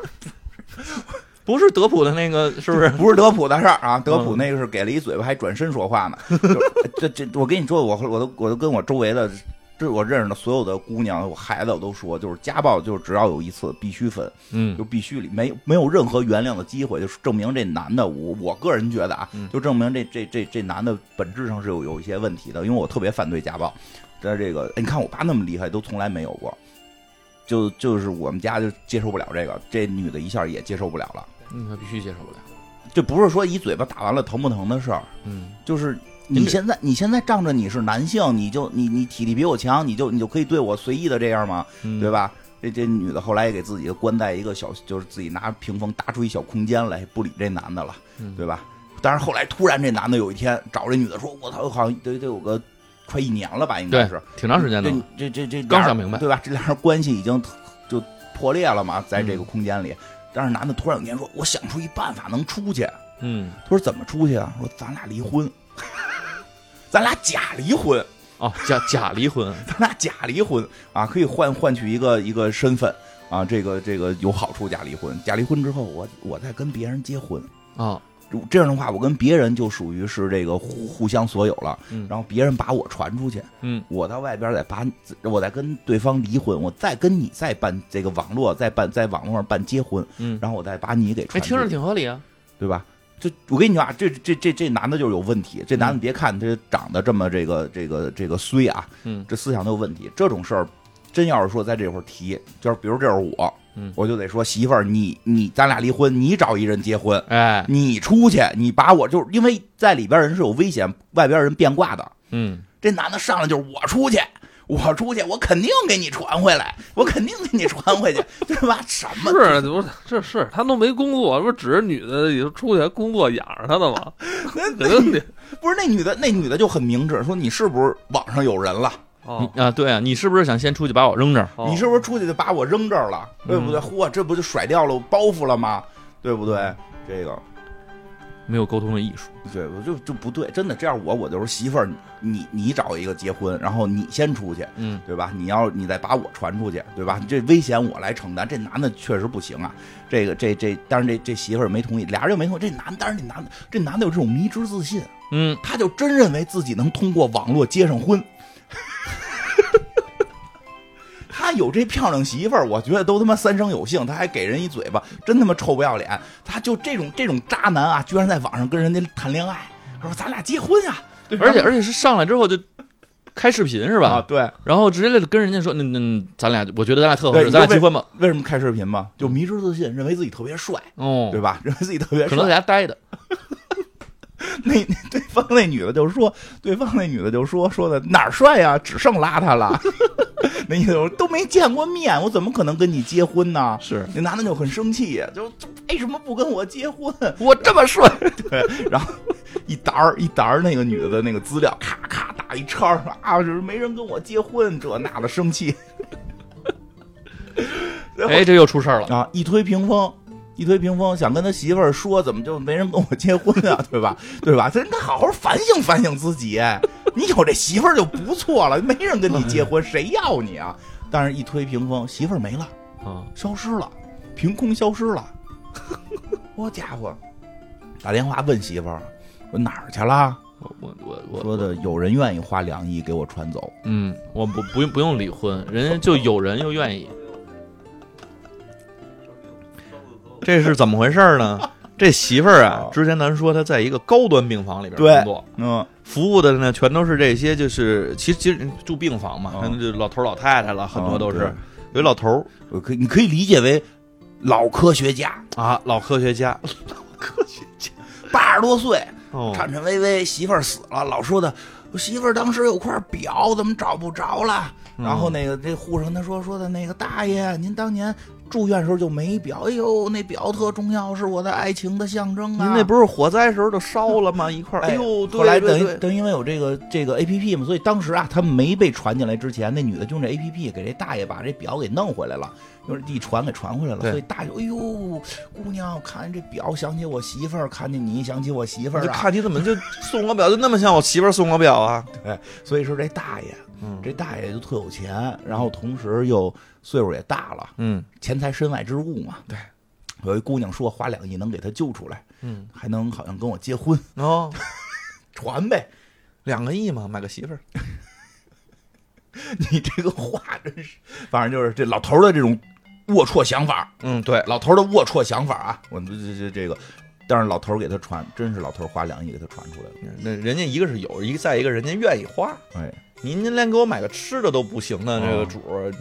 B: 不是德普的那个，是不 是？
C: 不是德普的事儿啊，德
A: 嗯
C: 普那个是给了一嘴巴，还转身说话呢。就这这，我跟你说，我我都我都跟我周围的，这我认识的所有的姑娘、我孩子，我都说，就是家暴，就是只要有一次必须分，
B: 嗯
C: 就必须离没有没有任何原谅的机会，就是证明这男的，我我个人觉得啊
B: 嗯，
C: 就证明这这这这男的本质上是有有一些问题的，因为我特别反对家暴。但这个，哎你看我爸那么厉害，都从来没有过，就就是我们家就接受不了这个，这女的一下也接受不了了。
B: 嗯，他必须接受不了，
C: 这不是说一嘴巴打完了疼不疼的事儿，
B: 嗯。
C: 就是
B: 真
C: 你
B: 是
C: 现在你现在仗着你是男性，你就你你体力比我强，你就你就可以对我随意的这样吗？
B: 嗯
C: 对？吧？这这女的后来也给自己关在一个小，就是自己拿屏风搭出一小空间来，不理这男的了，
B: 嗯
C: 对吧？但是后来突然这男的有一天找这女的说：“我操，好像得得有个快一年了吧，应该
B: 对
C: 是，
B: 挺长时间的了。
C: 这这这这俩
B: 刚
C: 人
B: 想明白
C: 对吧？这俩人关系已经就破裂了嘛，在
B: 嗯
C: 这个空间里。但是男的突然有一天说：“我想出一办法能出去。”
B: 嗯，
C: 他说怎么出去啊？说咱俩离婚， 咱俩假离婚，
B: 哦，假假离婚，
C: 咱俩假离婚啊，可以换换取一个一个身份啊，这个这个有好处。假离婚，假离婚之后，我我再跟别人结婚，
B: 啊，
C: 如这样的话，我跟别人就属于是这个互互相所有了。
B: 嗯
C: 然后别人把我传出去，
B: 嗯，
C: 我到外边再把我再跟对方离婚，我再跟你再办这个网络再办在网络上办结婚，
B: 嗯，
C: 然后我再把你给传
B: 哎，
C: 出
B: 听
C: 去，
B: 着挺合理啊。
C: 对吧？这我跟你说啊，这这这这男的就是有问题。这男的别看他长得这么这个这个这个衰啊，
B: 嗯，
C: 这思想都有问题。这种事儿，真要是说在这会儿提，就是比如这是我，
B: 嗯
C: 我就得说媳妇儿，你你咱俩离婚，你找一人结婚，
B: 哎，
C: 你出去，你把我就是因为在里边人是有危险，外边人变卦的。
B: 嗯，
C: 这男的上来就是我出去，我出去，我肯定给你传回来，我肯定给你传回去， 对吧？什么？
B: 啊
A: 是，不是这是他都没工作，不是指着女的也出去还工作养着他呢吗？
C: 那
A: 可能
C: 那
A: 得
C: 不是那女的，那女的就很明智，说你是不是网上有人了？
A: 哦
B: 你，啊，对啊，你是不是想先出去把我扔这儿？
A: 哦
C: 你是不是出去就把我扔这儿了？对不对？嚯，这不就甩掉了我包袱了吗？对不对？这个，
B: 没有沟通的艺术，
C: 对，我就就不对，真的这样我我就是媳妇儿，你你找一个结婚，然后你先出去，
B: 嗯，
C: 对吧？你要你再把我传出去，对吧？这危险我来承担。这男的确实不行啊，这个这这，但是这这媳妇儿没同意，俩人就没同意。这男，但是这男的，这男的有这种迷之自信，
B: 嗯，
C: 他就真认为自己能通过网络结上婚。 他有这漂亮媳妇儿，我觉得都他妈三生有幸，他还给人一嘴巴，真他妈臭不要脸！他就这种这种渣男啊，居然在网上跟人家谈恋爱，说咱俩结婚啊，对吧
B: 而且而且是上来之后就开视频是
C: 啊，
B: 吧？
C: 对，
B: 然后直接就跟人家说，那那咱俩，我觉得咱俩特合
C: 对
B: 适，咱俩结婚吧。
C: 为什么开视频嘛？就迷之自信，认为自己特别帅，
B: 哦，
C: 对吧？认为自己特别
B: 可能
C: 帅。
B: 在家待的，
C: 那那对方那女的就说，对方那女的就说说的哪儿帅呀、只剩邋遢了。 那意思就是都没见过面，我怎么可能跟你结婚呢？
B: 是
C: 那男的就很生气，就就为什么不跟我结婚？
B: 我这么帅，
C: 然后一沓儿一沓儿那个女的的那个资料，咔咔打一叉儿啊，就是没人跟我结婚，这那的生气。然后
B: 哎，这又出事儿了。
C: 啊，一推屏风，一推屏风，想跟他媳妇儿说，怎么就没人跟我结婚啊？ 对吧？对吧？他应该好好反省反省自己。哎你有这媳妇儿就不错了，没人跟你结婚，谁要你啊？但是，一推屏风，媳妇儿没了，
A: 哦
B: 啊，
C: 消失了，凭空消失了。我家伙，打电话问媳妇儿，说哪儿去了？
B: 我我我我，
C: 说的有人愿意花两亿给我传走。
B: 嗯，我不不用不用离婚，人家就有人又愿意， 这是怎么回事呢？这媳妇儿啊
C: 啊，
B: 之前咱说她在一个高端病房里边
C: 对
B: 工作，
C: 嗯
B: 服务的呢全都是这些，就是其实其实住病房嘛，
C: 嗯
B: 可能就老头儿老太太了，很多都是
C: 嗯
B: 有一老头儿
C: 我可以你可以理解为老科学家，
B: 啊，老科学家，
C: 八十多岁，
B: 哦
C: 颤颤巍巍，媳妇儿死了，老说的，我媳妇儿当时有块表，怎么找不着了？然后那个这护士跟他说说的那个大爷，您当年住院时候就没表，哎呦，那表特重要，是我的爱情的象征啊。
B: 您那不是火灾时候就烧了吗？一块儿，
C: 哎
B: 呦，对
C: 后来
B: 对
C: 等于
B: 对，
C: 等于因为有这个这个 A P P 嘛，所以当时啊，他没被传进来之前，那女的就用这 A P P 给这大爷把这表给弄回来了，用一传给传回来了。
B: 对
C: 所以大爷，哎呦，姑娘，看这表，想起我媳妇儿，看见你，想起我媳妇
B: 我
C: 儿
B: 就
C: 啊。
B: 看你怎么就送我表，就那么像我媳妇儿送我表啊？
C: 所以说这大爷，
B: 嗯
C: 这大爷就特有钱，然后同时又岁数也大了，
B: 嗯，
C: 钱财身外之物嘛。
B: 对，
C: 有一姑娘说花两亿能给他救出来，
B: 嗯，
C: 还能好像跟我结婚，
B: 哦，
C: 传呗。
B: 两个亿嘛，买个媳妇儿，
C: 你这个话真是，反正就是这老头儿的这种龌龊想法，
B: 嗯，对，
C: 老头儿的龌龊想法啊，我们这这这个，但是老头儿给他传，真是老头儿花两亿给他传出来了。
B: 那人家一个是有，一个再一个人家愿意花，
C: 哎，
B: 您您连给我买个吃的都不行呢，这个主儿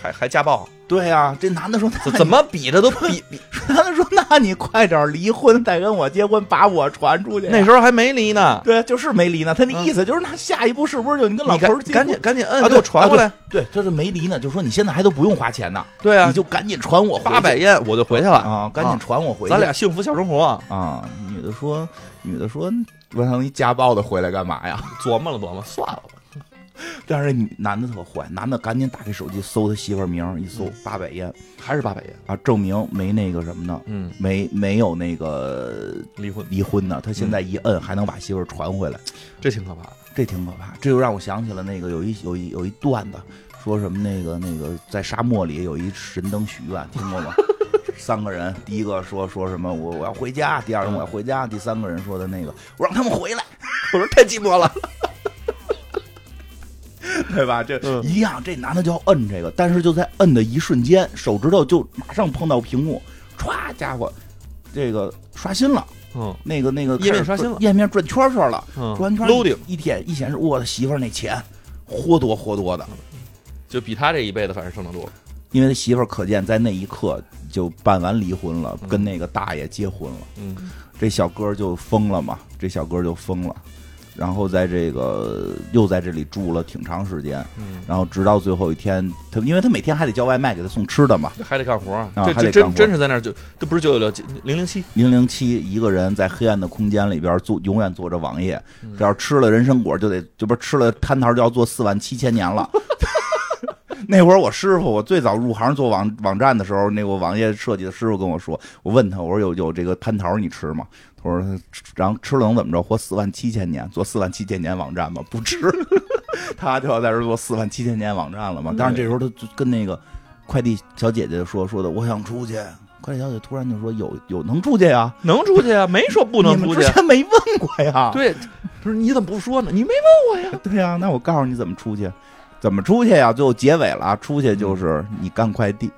B: 还还家暴，
C: 对呀、这男的说那
B: 怎怎么比的都比比，
C: 男的说，那你 快点儿离婚，再跟我结婚，把我传出去呀。
B: 那时候还没离呢，
C: 对，就是没离呢。他那
B: 嗯
C: 意思就是，那下一步是不是就你跟老
B: 你
C: 头儿
B: 赶
C: 结
B: 赶
C: 婚
B: 紧赶紧摁
C: 啊
B: 给我
C: 对
B: 传过来，
C: 对，这是没离呢，就说你现在还都不用花钱呢，
B: 对啊
C: 你，就赶紧传我回去
B: 八百宴我就回去了，
C: 啊，赶紧传我回去。
B: 咱俩幸福小生活，
C: 啊，女的说，女的说，我想你家暴的回来干嘛呀？
B: 琢磨了琢磨，算了吧，
C: 但是女男的特坏，男的赶紧打开手机搜他媳妇儿名儿，一搜八百烟
B: 还是八百宴，
C: 啊，证明没那个什么呢，
B: 嗯，
C: 没没有那个
B: 离婚
C: 离婚呢。他现在一摁还能把媳妇儿传回来，
B: 这挺可怕 的，
C: 这挺可怕。这就让我想起了那个有一有一有一段子，说什么那个那个在沙漠里有一神灯许愿，听过吗？ 三个人，第一个说说什么我我要回家，第
B: 嗯
C: 二个我要回家，第三个人说的那个我让他们回来，我说太寂寞了。对吧？这
B: 嗯
C: 一样，这男的就要摁这个，但是就在摁的一瞬间，手指头就马上碰到屏幕，歘，家伙，这个刷新了，
B: 嗯
C: 那个那个
B: 页面
C: 开始
B: 刷新了
C: 页面转圈圈了，
B: 嗯
C: 转完圈
B: loading
C: 一舔一显示，我的媳妇儿那钱豁多豁多的，
B: 就比他这一辈子反正挣得多。
C: 因为他媳妇儿可见在那一刻就办完离婚了，
B: 嗯
C: 跟那个大爷结婚了。
B: 嗯，
C: 这小哥就疯了嘛，这小哥就疯了，然后在这个又在这里住了挺长时间，
B: 嗯，
C: 然后直到最后一天，他因为他每天还得叫外卖给他送吃的嘛，
B: 还得干活儿，
C: 啊
B: 这
C: 还得
B: 这
C: 干
B: 真
C: 活
B: 真是在那儿就这不是九九六零零七，
C: 零零七一个人在黑暗的空间里边做，永远做着网页，只要吃了人参果就得，这不是吃了蟠桃就要做四万七千年了。 那会儿我师傅，我最早入行做网网站的时候，那个网页设计的师傅跟我说，我问他，我说有有这个蟠桃你吃吗？他说，然后吃了能怎么着？活四万七千年，做四万七千年网站吗？不吃， 他就要在这儿做四万七千年网站了嘛。当然这时候他就跟那个快递小姐姐说说的，我想出去。快递小姐突然就说有有能出去呀？
B: 能出去啊？没说不能
C: 你
B: 出
C: 们
B: 去
C: 之。前没问过呀？
B: 对，他说你怎么啊不说呢？你没
C: 对呀、那我告诉你怎么出去，怎么出去呀、最后结尾了啊，出去就是你干快递。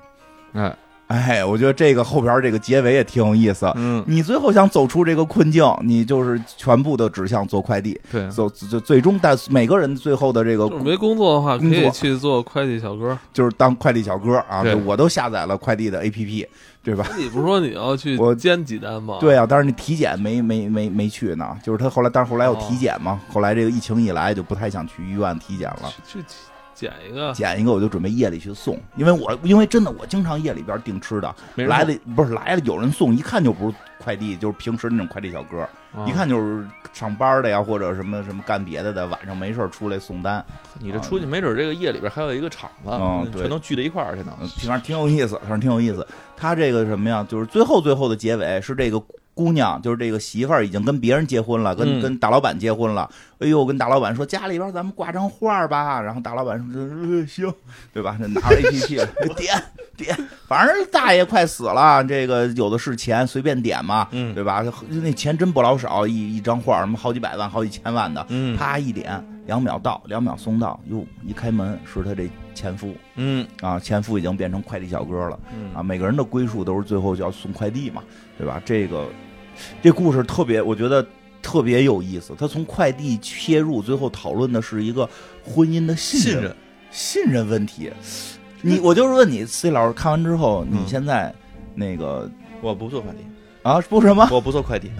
B: 问。嗯哎，
C: 哎，我觉得这个后边这个结尾也挺有意思。
B: 嗯，
C: 你最后想走出这个困境，你就是全部都指向做快递，
B: 对，
C: 走就最终但每个人最后的这个
A: 就是没工作的话，可
C: 工作
A: 以去做快递小哥。
C: 就是当快递小哥啊，
B: 对
C: 就我都下载了快递的 APP，对吧？
A: 你不是说你要去
C: 我
A: 煎几单吗？
C: 对啊，但是那体检没没没没去呢，就是他后来，但是后来有
A: 哦
C: 体检嘛，后来这个疫情一来就不太想去医院体检了。
A: 去，去捡一 个。
C: 捡一个我就准备夜里去送，因为我因为真的我经常夜里边订吃的，
B: 没人
C: 来了不是来了有人送，一看就不是快递，就是平时那种快递小哥，
B: 啊
C: 一看就是上班的呀或者什么什么干别的的，晚上没事儿出来送单，
B: 你这出去没准这个夜里边还有一个场子，
C: 嗯对
B: 全都聚在一块儿去呢。
C: 嗯，反正挺有意思，反正挺有意思。他这个什么呀，就是最后最后的结尾是这个姑娘，就是这个媳妇儿已经跟别人结婚了，跟、
B: 嗯
C: 跟大老板结婚了。哎呦，跟大老板说家里边咱们挂张画儿吧，然后大老板说、呃、行，对吧？这拿着 APP 了点点，反正大爷快死了，这个有的是钱，随便点嘛，
B: 嗯
C: 对吧？那钱真不老少，一一张画儿什么好几百万、好几千万的，
B: 嗯
C: 啪一点，两秒到，两秒松到，哟，一开门是他这前夫。
B: 嗯
C: 啊，前夫已经变成快递小哥了啊，
B: 嗯，
C: 每个人的归宿都是最后就要送快递嘛，对吧？这个这故事特别，我觉得特别有意思。他从快递切入，最后讨论的是一个婚姻的信
B: 信
C: 任
B: 任。
C: 信任问题。你我就是问你，C 老师看完之后，你
B: 嗯
C: 现在那个
B: 我不做快递，
C: 啊，不是什么？
B: 我不做快递。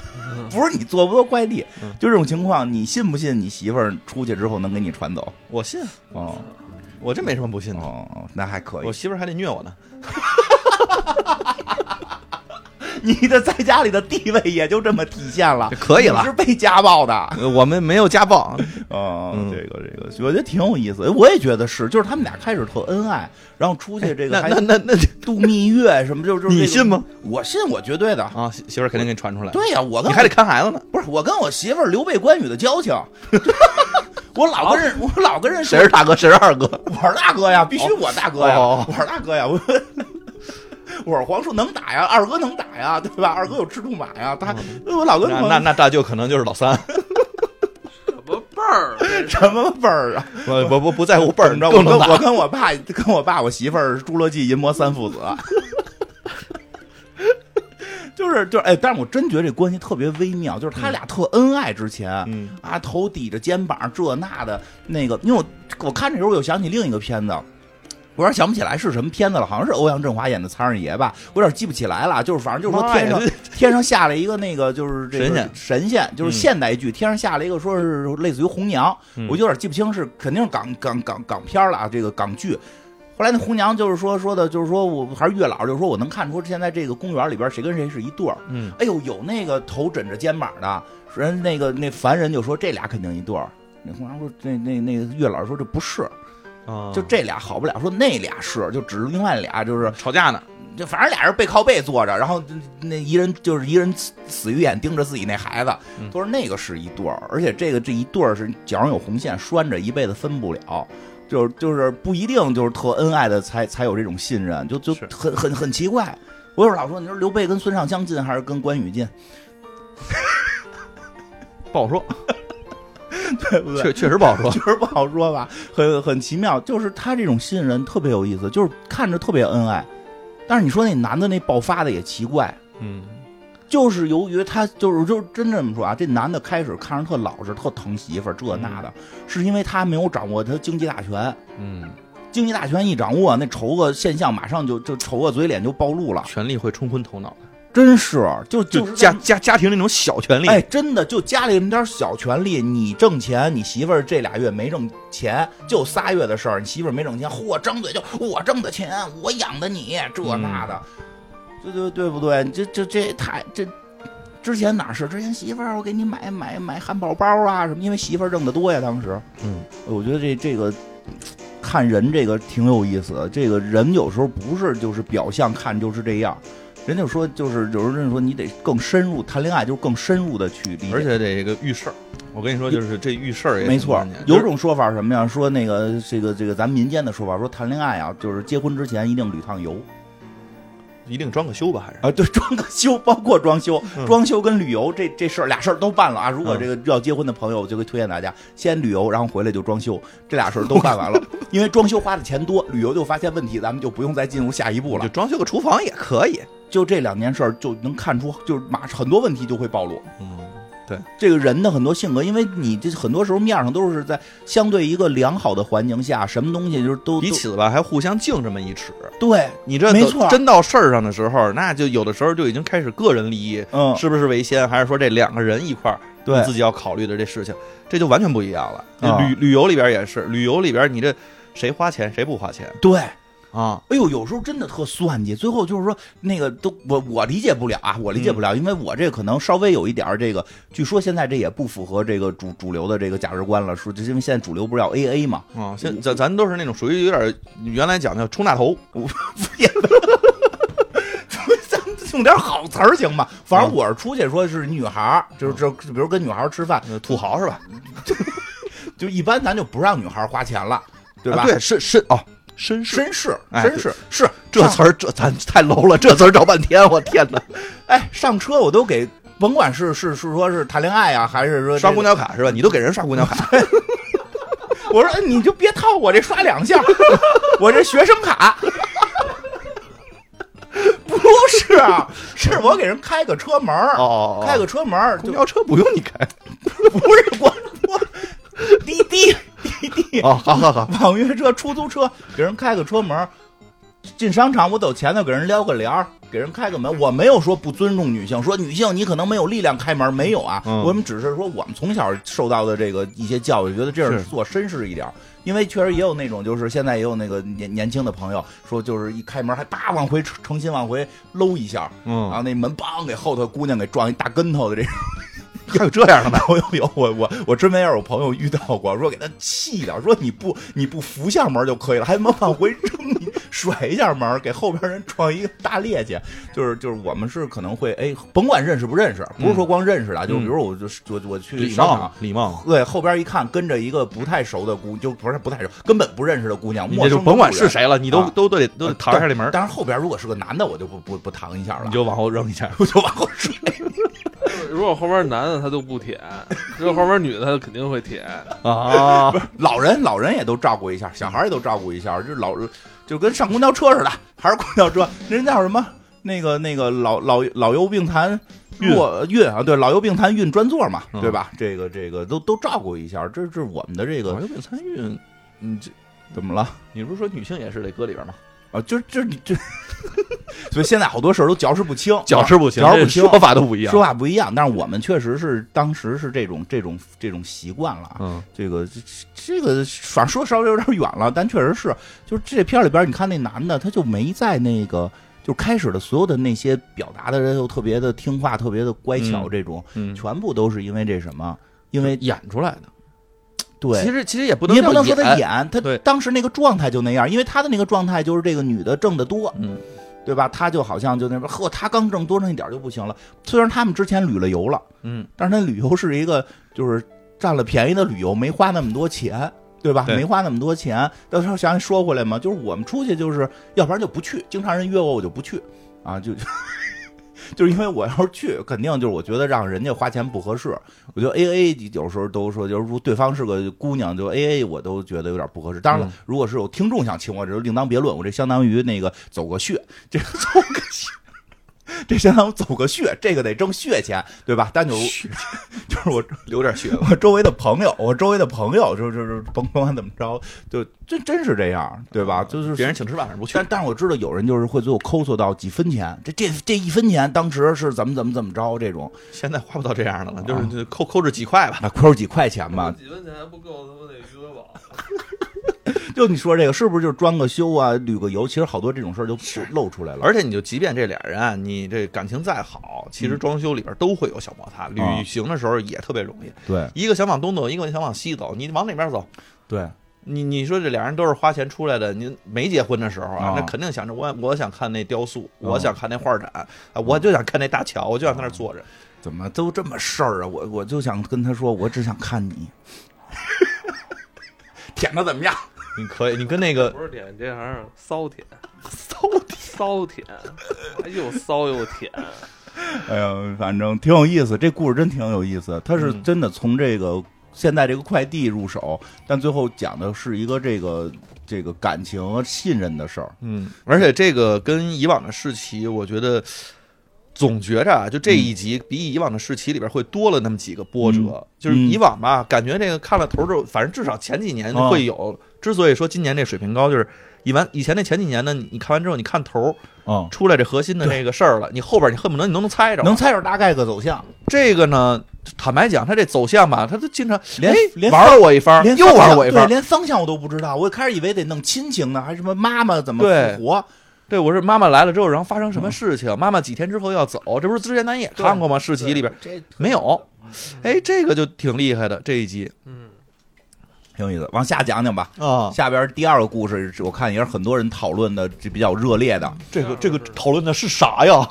C: 不是你做不做快递
B: 嗯，
C: 就这种情况，你信不信你媳妇儿出去之后能给你传走？
B: 我信，
C: 哦
B: 我这没什么不信的。
C: 哦，那还可以
B: 我。媳妇儿还得虐我呢。
C: 你的在家里的地位也就这么体现 了，
B: 可以了
C: 你是被家暴的啊、
B: 呃我们没有家 暴，
C: 哦
B: 嗯
C: 这个这个，我觉得挺有意思，我也觉得是，就是他们俩开始特恩爱，然后出去这个
B: 那
C: 还
B: 那那那
C: 度蜜月什么，就是就是、
B: 你信吗？
C: 我信，我绝对的。
B: 啊，媳媳妇儿肯定给你传出来。
C: 对呀、我跟
B: 你还得看孩子呢。
C: 不是我跟我媳妇儿刘备关羽的交情， 我老跟人我老跟人说
B: 谁是大哥，谁是二哥？
C: 我是大哥呀，必须我大哥呀，
B: 哦
C: 我是大哥呀，我我是皇叔能打呀，二哥能打呀，对吧？二哥有赤兔马呀，他、我老跟
B: 那
C: 我
B: 那那大舅可能就是老三，
A: 什么辈儿？啊
C: 什么辈儿啊？
B: 我我不 不在乎辈儿，你知 道
C: 我
B: 我
C: 跟
B: 能
C: 我
B: 打。
C: 跟我爸跟我爸我媳妇儿是侏罗纪银魔三父子， 就是就是哎，但是我真觉得这关系特别微妙，就是他俩特恩爱之前，
B: 嗯
C: 啊头抵着肩膀这那的那个，因为我我看这时候我又想起另一个片子。我有点想不起来是什么片子了，好像是欧阳震华演的《苍蝇爷》吧，我有点记不起来了。就是反正就是说
B: 妈呀
C: 天上
B: 这
C: 天上下了一个那个就是这个
B: 神仙
C: 神仙，就是
B: 嗯
C: 现代剧，天上下了一个说是类似于红娘，
B: 嗯
C: 我就有点记不清是肯定是港港港港片儿了啊，这个港剧。后来那红娘就是说说的，就是说我还是月老，就是说我能看出现在这个公园里边谁跟谁是一对儿。
B: 嗯，
C: 哎呦，有那个头枕着肩膀的人，那个那凡人就说这俩肯定一对儿。那红娘说那那那个月老说这不是，
B: 啊
C: 就这俩好不了，说那俩是，就指另外俩就是
B: 吵架呢。
C: 就反正俩人背靠背坐着，然后那一人就是一人死死鱼眼盯着自己那孩子
B: 嗯，
C: 他说那个是一对儿，而且这个这一对儿是脚上有红线拴着，一辈子分不了。就是就是不一定就是特恩爱的才才有这种信任，就就是很很很奇怪。我有时候老说，你说刘备跟孙尚香近还是跟关羽近，
B: 不好说，
C: 对不对？
B: 确确实不好说。
C: 确实不好说吧，很很奇妙。就是他这种信任特别有意思，就是看着特别恩爱，但是你说那男的那爆发的也奇怪，
B: 嗯，
C: 就是由于他就是就是真这么说啊，这男的开始看着特老实，特疼媳妇儿，这那的，是因为他没有掌握他经济大权。
B: 嗯，
C: 经济大权一掌握，那丑恶现象马上就就丑恶嘴脸就暴露了，
B: 权力会冲昏头脑的，
C: 真是就就是
B: 家
C: 在
B: 家家庭那种小权力，
C: 哎，真的就家里那点小权利，你挣钱，你媳妇儿这俩月没挣钱，就仨月的事儿，你媳妇儿没挣钱，嚯，张嘴就我挣的钱，我养的你，这那的，对对对不对？这这这太这。之前哪是？之前媳妇儿，我给你买买买汉堡包啊什么，因为媳妇儿挣得多呀。当时，
B: 嗯，
C: 我觉得这这个看人这个挺有意思的。这个人有时候不是就是表象看就是这样，人就说就是有人说你得更深入谈恋爱，就是更深入的去理解。
B: 而且这个遇事儿，我跟你说，就是这遇事儿也挺
C: 没错
B: 关键，
C: 有
B: 就是
C: 种说法是什么呀？说那个这个这个咱们民间的说法，说谈恋爱啊，就是结婚之前一定旅趟游
B: 一定装个修吧，还是
C: 啊，对，装个修，包括装修、
B: 嗯
C: 装修跟旅游这这事儿俩事儿都办了啊。如果
B: 嗯
C: 这个要结婚的朋友，我就会推荐大家先旅游，然后回来就装修，这俩事儿都办 完了。因为装修花的钱多，旅游就发现问题，咱们就不用再进入下一步
B: 你就
C: 了。
B: 装修个厨房也可以。
C: 就这两件事儿就能看出，就是马很多问题就会暴露。
B: 嗯，
C: 这个人的很多性格，因为你这很多时候面上都是在相对一个良好的环境下，什么东西就是都
B: 彼
C: 都
B: 此吧还互相敬这么一尺，
C: 对，
B: 你这
C: 没
B: 都
C: 错
B: 真到事儿上的时候，那就有的时候就已经开始个人利益
C: 嗯，
B: 是不是为先，还是说这两个人一块儿
C: 对
B: 你自己要考虑的这事情，这就完全不一样了。
C: 啊
B: 旅旅游里边也是，旅游里边你这谁花钱谁不花钱
C: 对。
B: 啊？
C: 哎呦，有时候真的特算计，最后就是说那个都我我理解不了啊，我理解不了，因为我这可能稍微有一点儿这个，据说现在这也不符合这个主主流的这个价值观了，说就是因为现在主流不是要 A A 嘛，
B: 啊，现咱咱都是那种属于有点原来讲叫冲大头，
C: 咱们用点好词儿行吗？反正我是出去说是女孩儿，就是这，比如跟女孩儿吃饭，
B: 呃土豪是吧？
C: 嗯就一般咱就不让女孩儿花钱了，对吧？
B: 啊对，绅绅哦，绅士，
C: 绅士，
B: 哎
C: 绅士是
B: 这
C: 上
B: 词儿这咱太 low 了，这词儿找半天，我天哪！
C: 哎，上车我都给，甭管是是是说是谈恋爱啊，还是说
B: 刷
C: 这个
B: 公交卡是吧？你都给人刷公交卡，
C: 我说哎你就别套我这刷两下， 我这学生卡。不是啊，是我给人开个车门儿，
B: 哦哦哦
C: 开个车门儿
B: 公
C: 就
B: 交车不用你开。
C: 不是我我滴滴滴滴
B: 哦，好好好，
C: 网约车、出租车给人开个车门儿，进商场我走前头给人撩个帘儿，给人开个门。我没有说不尊重女性，说女性你可能没有力量开门，没有啊。
B: 嗯
C: 我们只是说我们从小受到的这个一些教育，觉得这样
B: 是
C: 做绅士一点儿。因为确实也有那种，就是现在也有那个年年轻的朋友说，就是一开门还叭往回诚心往回搂一下，然后
B: 嗯，
C: 那门梆给后头姑娘给撞一大跟头的这种。
B: 还有这样的呢？
C: 有有有，我我我身边要有朋友遇到过，说给他气的，说你不你不扶下门就可以了，还他妈往回扔，你甩一下门，给后边人撞一个大趔趄。就是就是，我们是可能会哎，甭管认识不认识，不是说光认识的，就比如我就我我去
B: 礼
C: 商场
B: 貌，，嗯礼貌，
C: 对后边一看跟着一个不太熟的姑，就不是不太熟，根本不认识的姑娘，
B: 你
C: 陌
B: 这
C: 生的
B: 就甭管
C: 路
B: 是
C: 人，
B: 谁了，你都
C: 啊
B: 都得都得
C: 当
B: 搪下这门儿，
C: 当然后边如果是个男的，我就不不不搪一下了
B: 你，就往后扔一下。
C: 我就往后甩。
A: 如果后边男的他就不舔，如果后边女的他就肯定会舔。
B: 啊，
C: 老人老人也都照顾一
B: 嗯
C: 下，小孩也都照顾一下，就是老就跟上公交车似的，还是公交车，人叫什么？那个那个老老老幼病残
B: 运
C: 弱运啊，对，老幼病残孕专座嘛，
B: 嗯
C: 对吧？这个这个都都照顾一下，这这是我们的这
B: 我
C: 个
B: 又没参与，你这
C: 怎么了
B: 你不是说女性也是得搁里边吗？
C: 啊？就是就是 你这，所以现在好多事儿都嚼事不 清，
B: 脚吃不行，
C: 嚼
B: 这
C: 不清，
B: 说法都不一样
C: 说。话不一样。但是我们确实是当时是这种这种这种习惯了啊，
B: 嗯，
C: 这个这这个反正说稍微有点远了，但确实是，就是这片儿里边儿，你看那男的他就没在那个，就开始的所有的那些表达的人又特别的听话，特别的乖巧，
B: 嗯
C: 这种、
B: 嗯
C: 全部都是因为这什么？因为
B: 演出来的。其
C: 对，
B: 实其实也不
C: 你
B: 能
C: 也不能说
B: 叫哎
C: 他演，他
B: 对
C: 当时那个状态就那样，因为他的那个状态就是这个女的挣得多，
B: 嗯，
C: 对吧？他就好像就那边，呵，他刚挣多挣一点儿就不行了。虽然他们之前旅了游了，
B: 嗯，
C: 但是他旅游是一个就是占了便宜的旅游，没花那么多钱，对吧？
B: 对
C: 没花那么多钱。到时候想想说回来嘛，就是我们出去就是要不然就不去，经常人约我我就不去啊，就 就是因为我要是去，肯定就是我觉得让人家花钱不合适。我觉得 A A 有时候都说，就是如果对方是个姑娘，就 A A 我都觉得有点不合适。当然了
B: 嗯，
C: 如果是有听众想请我，这就另当别论。我这相当于那个走个穴，这走个穴。这相当于走个穴，这个得挣血钱，对吧？但就是就是 我
B: 流点血吧。
C: 我周围的朋友，我周围的朋友，就就是甭管怎么着，就真真是这样，对吧？就是
B: 嗯别人请吃饭，我去
C: 但。但是我知道有人就是会最后抠搜到几分钱，这这这一分钱当时是怎么怎么怎么着这种，
B: 现在花不到这样的了，
C: 啊
B: 就是就抠抠着几块吧。
C: 那抠几块钱吧。
A: 几分钱还不够他妈那余额宝。
C: 就你说这个是不是就装个修啊、旅个游？其实好多这种事儿就露出来了。
B: 而且你就即便这俩人啊，你这感情再好，其实装修里边都会有小摩擦，
C: 嗯啊
B: 旅行的时候也特别容易，
C: 对
B: 一个想往东走，一个想往西走，你往哪边走？
C: 对，
B: 你你说这俩人都是花钱出来的，你没结婚的时候啊
C: 啊，
B: 那肯定想着我我想看那雕塑，
C: 啊
B: 我想看那画展啊，我就想看那大桥，我就想在那儿坐着。
C: 怎么都这么事儿啊？我我就想跟他说，我只想看你，舔的怎么样？
B: 你可以，你跟那个
A: 不是舔，这行是骚 舔，骚舔，骚舔，又骚又舔。
C: 哎呀，反正挺有意思，这故事真挺有意思。他是
B: 嗯
C: 真的从这个现在这个快递入手，但最后讲的是一个这个这个感情和信任的事儿。
B: 嗯，而且这个跟以往的世奇，我觉得总觉着啊，就这一集比以往的世奇里边会多了那么几个波折。
C: 嗯
B: 就是以往吧，感觉这个看了头儿之后，反正至少前几年
C: 啊
B: 会有。之所以说今年这水平高，就是以完以前那前几年呢，你你看完之后，你看头儿
C: 嗯，
B: 出来这核心的那个事儿了，你后边你恨不得你都能猜着。
C: 能猜着大概个走向，
B: 这个呢，坦白讲，他这走向吧，他都经常
C: 连
B: 哎
C: 连
B: 玩了我一番，
C: 连
B: 又玩了我一
C: 对，
B: 番。
C: 连方向我都不知道。我开始以为得弄亲情呢，还什么妈妈怎么
B: 对
C: 复活？
B: 对，我是妈妈来了之后，然后发生什么事情？妈妈几天之后要走，这不是之前咱也看过吗？世奇里边
C: 这
B: 没有。哎，这个就挺厉害的这一集
A: 嗯，
C: 挺有意思。往下讲讲吧。
B: 啊，
C: 下边第二个故事，我看也是很多人讨论的，这比较热烈的。
B: 这个这个讨论的是啥呀？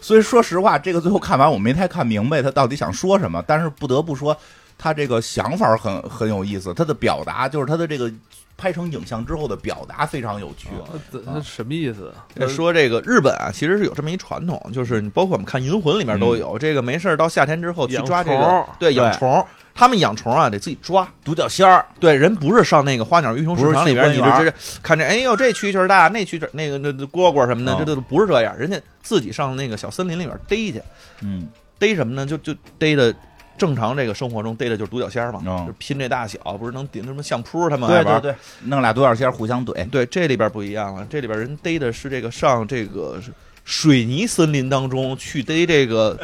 C: 所以说实话，这个最后看完我没太看明白他到底想说什么，但是不得不说，他这个想法很很有意思，他的表达就是他的这个拍成影像之后的表达非常有趣。
A: 那怎那什么意思？啊
B: 呃说啊这个日本啊，其实是有这么一传统，就是你包括我们看《银魂》里面都有这个，没事儿到夏天之后去
A: 养
B: 抓这
A: 虫
B: 个，对，嗯养
C: 对
B: 虫。他们养虫啊，得自己抓，
C: 独角仙儿，
B: 对，人不是上那个花鸟鱼虫
C: 不
B: 市
C: 是
B: 场
C: 去
B: 里边，
C: 公
B: 你
C: 园
B: 就直接看这，哎呦，这蛐蛐儿大，那蛐蛐儿那个那那蝈蝈什么的，
C: 嗯
B: 这都不是这样，人家自己上那个小森林里边逮去，
C: 嗯，
B: 逮什么呢？就就逮的。正常这个生活中逮的就是独角仙儿嘛，
C: 嗯
B: 就是拼这大小，不是能顶什么相扑他们爱
C: 对
B: 玩
C: 对
B: 儿。
C: 对，弄俩独角仙儿互相怼，
B: 对这里边不一样了，这里边人逮的是这个上这个水泥森林当中去逮这个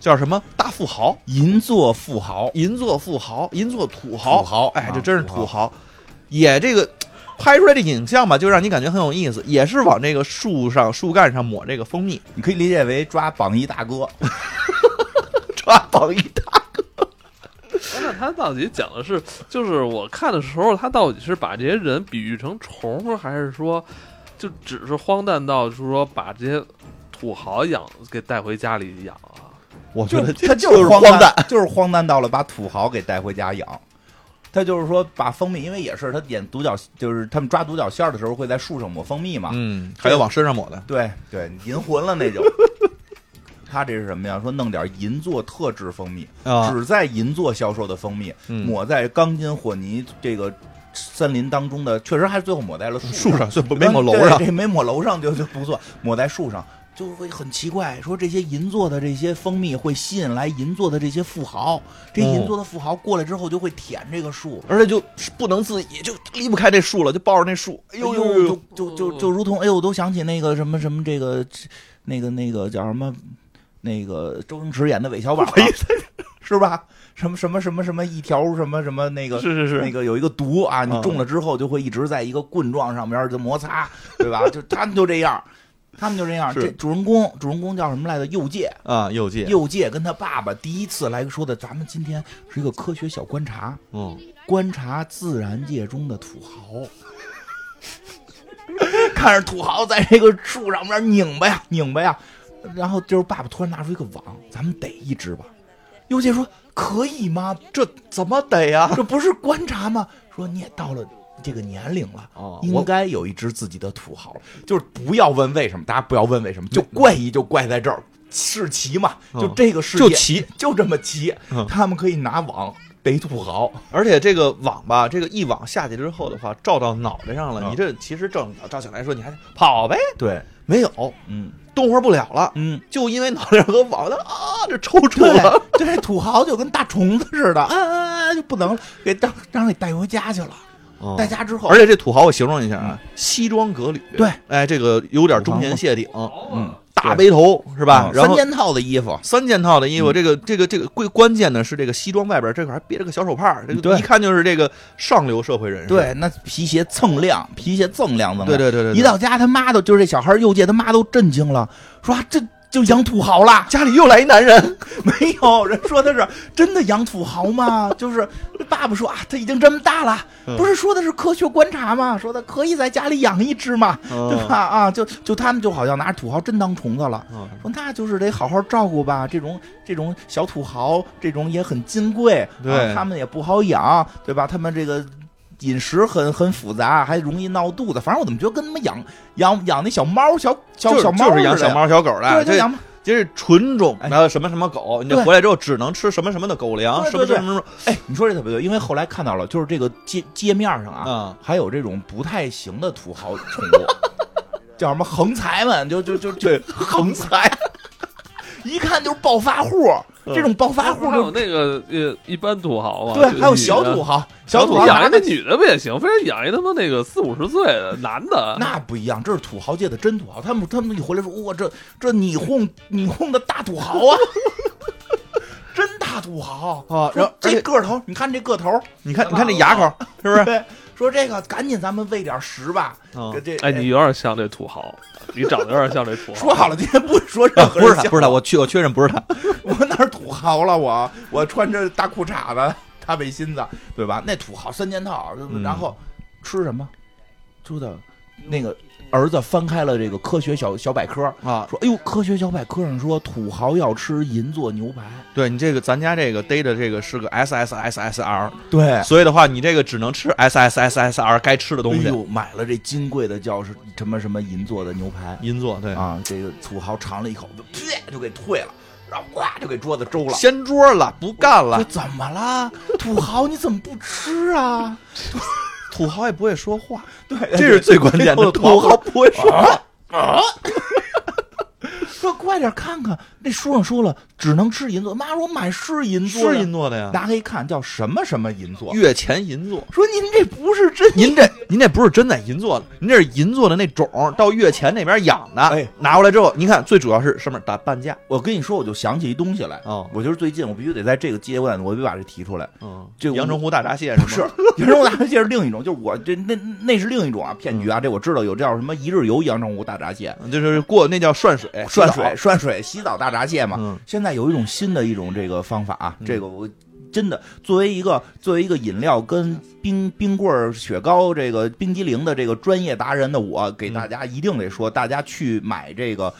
B: 叫什么大富豪、
C: 银座富豪，
B: 银座富豪、银座土豪。
C: 土豪，
B: 哎，这
C: 啊
B: 真是土，豪，也这个拍出来这影像吧，就让你感觉很有意思，也是往这个树上树干上抹这个蜂蜜，
C: 你可以理解为抓榜一大哥，
B: 抓榜一大。
A: 哎那他到底讲的是，就是我看的时候，他到底是把这些人比喻成虫，还是说，就只是荒诞到就是说把这些土豪养给带回家里养啊？
B: 我觉
C: 就
B: 得
C: 他
B: 就
C: 就是
B: 荒
C: 诞，，就是荒诞到了把土豪给带回家养。他就是说把蜂蜜，因为也是他演独角，就是他们抓独角仙儿的时候会在树上抹蜂蜜嘛。
B: 嗯，还有往身上抹的，
C: 对对，银魂了 那就。他这是什么呀？说弄点银座特制蜂蜜，
B: 啊
C: 只在银座销售的蜂蜜，
B: 嗯
C: 抹在钢筋混凝这个森林当中的，确实还是最后抹在了树
B: 树上，所以没抹楼
C: 对
B: 上。
C: 这没抹楼上就就不错，抹在树上就会很奇怪。说这些银座的这些蜂蜜会吸引来银座的这些富豪，这
B: 哦
C: 银座的富豪过来之后就会舔这个树，
B: 而且就是不能自己，就离不开这树了，就抱着那树，
C: 哎
B: 哎呦
C: 呦
B: 呦
C: 呦
B: 呦，，
C: 就就就就如同哎呦，我都想起那个什么什么这个那个那个叫什么那个周星驰演的韦小宝 了，是吧？什么什么什么什么一条什么什么那个
B: 是是是
C: 那个有一个毒啊，
B: 嗯
C: 你中了之后就会一直在一个棍状上面就摩 擦，对吧？就他们就这样，他们就这样。
B: 是
C: 这主人公主人公叫什么来着？右介，
B: 啊，右界，
C: 右介跟他爸爸第一次来说的，咱们今天是一个科学小观察，
B: 嗯，
C: 观察自然界中的土豪， 看着土豪在这个树上面拧巴呀拧巴呀，然后就是爸爸突然拿出一个网，咱们逮一只吧。优介说：“可以吗？这
B: 怎么逮呀？
C: 这不是观察吗？”说你也到了这个年龄了，
B: 哦我
C: 应该有一只自己的土豪了。就是不要问为什么，大家不要问为什么，就怪异就怪在这儿，是奇嘛，就
B: 嗯
C: 这个世界
B: 就骑，
C: 就这么奇
B: 嗯，
C: 他们可以拿网逮土豪，
B: 而且这个网吧，这个一网下去之后的话，照到脑袋上了，
C: 嗯
B: 你这其实正照想来说，你还是跑呗，
C: 对，
B: 没有
C: 嗯
B: 动活不了了，
C: 嗯，
B: 就因为脑袋上和网的啊，这抽搐
C: 对
B: 了。，
C: 这土豪就跟大虫子似的，啊啊啊，就不能给张张给带回家去了。
B: 嗯
C: 带家之后，
B: 而且这土豪，我形容一下啊，西装革履，
C: 对，
B: 哎，这个有点中年谢顶，
C: 嗯，
B: 大背头是吧？
C: 嗯
B: 然
C: 三
B: 后
C: 件套的衣服，
B: 三件套的衣服，
C: 嗯
B: 这个这个这个最关键的是这个西装外边这块还别着个小手帕儿，这个
C: 对
B: 一看就是这个上流社会人士。
C: 对，那皮鞋锃亮，皮鞋锃亮锃亮。
B: 对对对对，对。
C: 一到家他妈的，就是这小孩右界他妈都震惊了，说、啊、这就养土豪啦
B: 家里又来一男人，
C: 没有人说他是真的养土豪吗？就是爸爸说啊，他已经这么大了，
B: 嗯
C: 不是说的是科学观察吗？说他可以在家里养一只嘛，
B: 哦
C: 对吧？啊，就就他们就好像拿土豪真当虫子了。
B: 嗯？
C: 说那就是得好好照顾吧，这种这种小土豪，这种也很金贵，
B: 对
C: 啊，他们也不好养，对吧？他们这个饮食很很复杂，还容易闹肚子。反正我怎么觉得跟他们养养养那小猫、小小
B: 就是
C: 小猫
B: 就是哎养
C: 似的
B: 小，猫小狗的，啊哎
C: 对，就
B: 这
C: 养猫。
B: 这是纯种的什么什么狗，你这
C: 对
B: 回来之后只能吃什么什么的狗粮，
C: 对
B: 什么
C: 对
B: 什
C: 对
B: 么什么
C: 哎，你说这特别对，因为后来看到了，就是这个街街面上啊，
B: 啊，
C: 还有这种不太行的土豪宠 物，叫什么横财们，就就就就横财，一看就是暴发户。
B: 嗯
C: 这种暴发户
A: 还
C: 就
A: 有那个呃，一般土豪嘛，
C: 对，
A: 就
C: 还有
A: 女
C: 小
A: 的
C: 土豪，
A: 小
C: 土豪
A: 养
C: 拿
A: 一那
C: 着
A: 女的不也行？非得养一他妈那个四五十岁的男的，
C: 那不一样，这是土豪界的真土豪。他们他们一回来说，哇，这这你哄你哄的大土豪啊， 真大土豪
B: 啊然后
C: 说
B: 而
C: 这
B: 且
C: 个头，你看这个头，啊
B: 你看你看这牙口是不是？
C: 对，说这个赶紧咱们喂点食吧。
B: 嗯
C: 这这
A: 哎，你有点像这土豪，你长得有点像这土豪。
C: 说好了今天不说
B: 啊
C: 任何
B: 不
C: 人
B: 是他，
C: 笑
B: 不是他，我确我确认不是 他。
C: 我哪儿土豪了我？我穿着大裤衩子、大背心子，对吧？那土豪三件套，
B: 嗯
C: 然后吃什么？知道那个儿子翻开了这个科学小小百科，
B: 啊，
C: 说：“哎呦，科学小百科上说土豪要吃银座牛排。
B: 对你这个咱家这个逮着这个是个 S S S S R，”
C: 对。
B: 所以的话你这个只能吃 S S S S R 该吃的东
C: 哎
B: 西。
C: 呦，买了这金贵的叫是什么什么银座的牛排
B: 银座对，
C: 啊！这个土豪尝了一口，就啪就给退了，然后呱就给桌子周了。
B: 掀桌了，不干
C: 这
B: 了。
C: 怎么了？土豪你怎么不吃啊？
B: 土豪也不会说话，
C: 对，
B: 这是最关键的。啊土豪不会说话，
C: 啊说快点看看，那书上说了只能吃银座。妈说我买是银座的，
B: 是银座的呀，
C: 打开一看叫什么什么银座，
B: 月前银座。
C: 说您这不是真
B: 您这您这不是真在银座的，您这是银座的那种到月前那边养的，
C: 哎
B: 拿过来之后，您看最主要是上面打半价，
C: 我跟你说，我就想起一东西来
B: 哦
C: 我就是最近我必须得在这个阶段，我必须把这提出来。
B: 嗯，
C: 这
B: 阳澄湖大闸蟹
C: 不
B: 是
C: 是
B: 吗，
C: 阳澄湖大闸蟹是另一种，就是我这那那是另一种啊骗局啊，这我知道有叫什么一日游阳澄湖大闸蟹，
B: 嗯就是过那叫涮水，
C: 涮
B: 洗澡
C: 水涮水洗澡大闸蟹嘛。
B: 嗯
C: 现在有一种新的一种这个方法啊，这个我。真的，作为一个作为一个饮料跟冰冰棍儿、雪糕、这个冰激凌的这个专业达人的我，给
B: 嗯
C: 大家一定得说，大家去买这个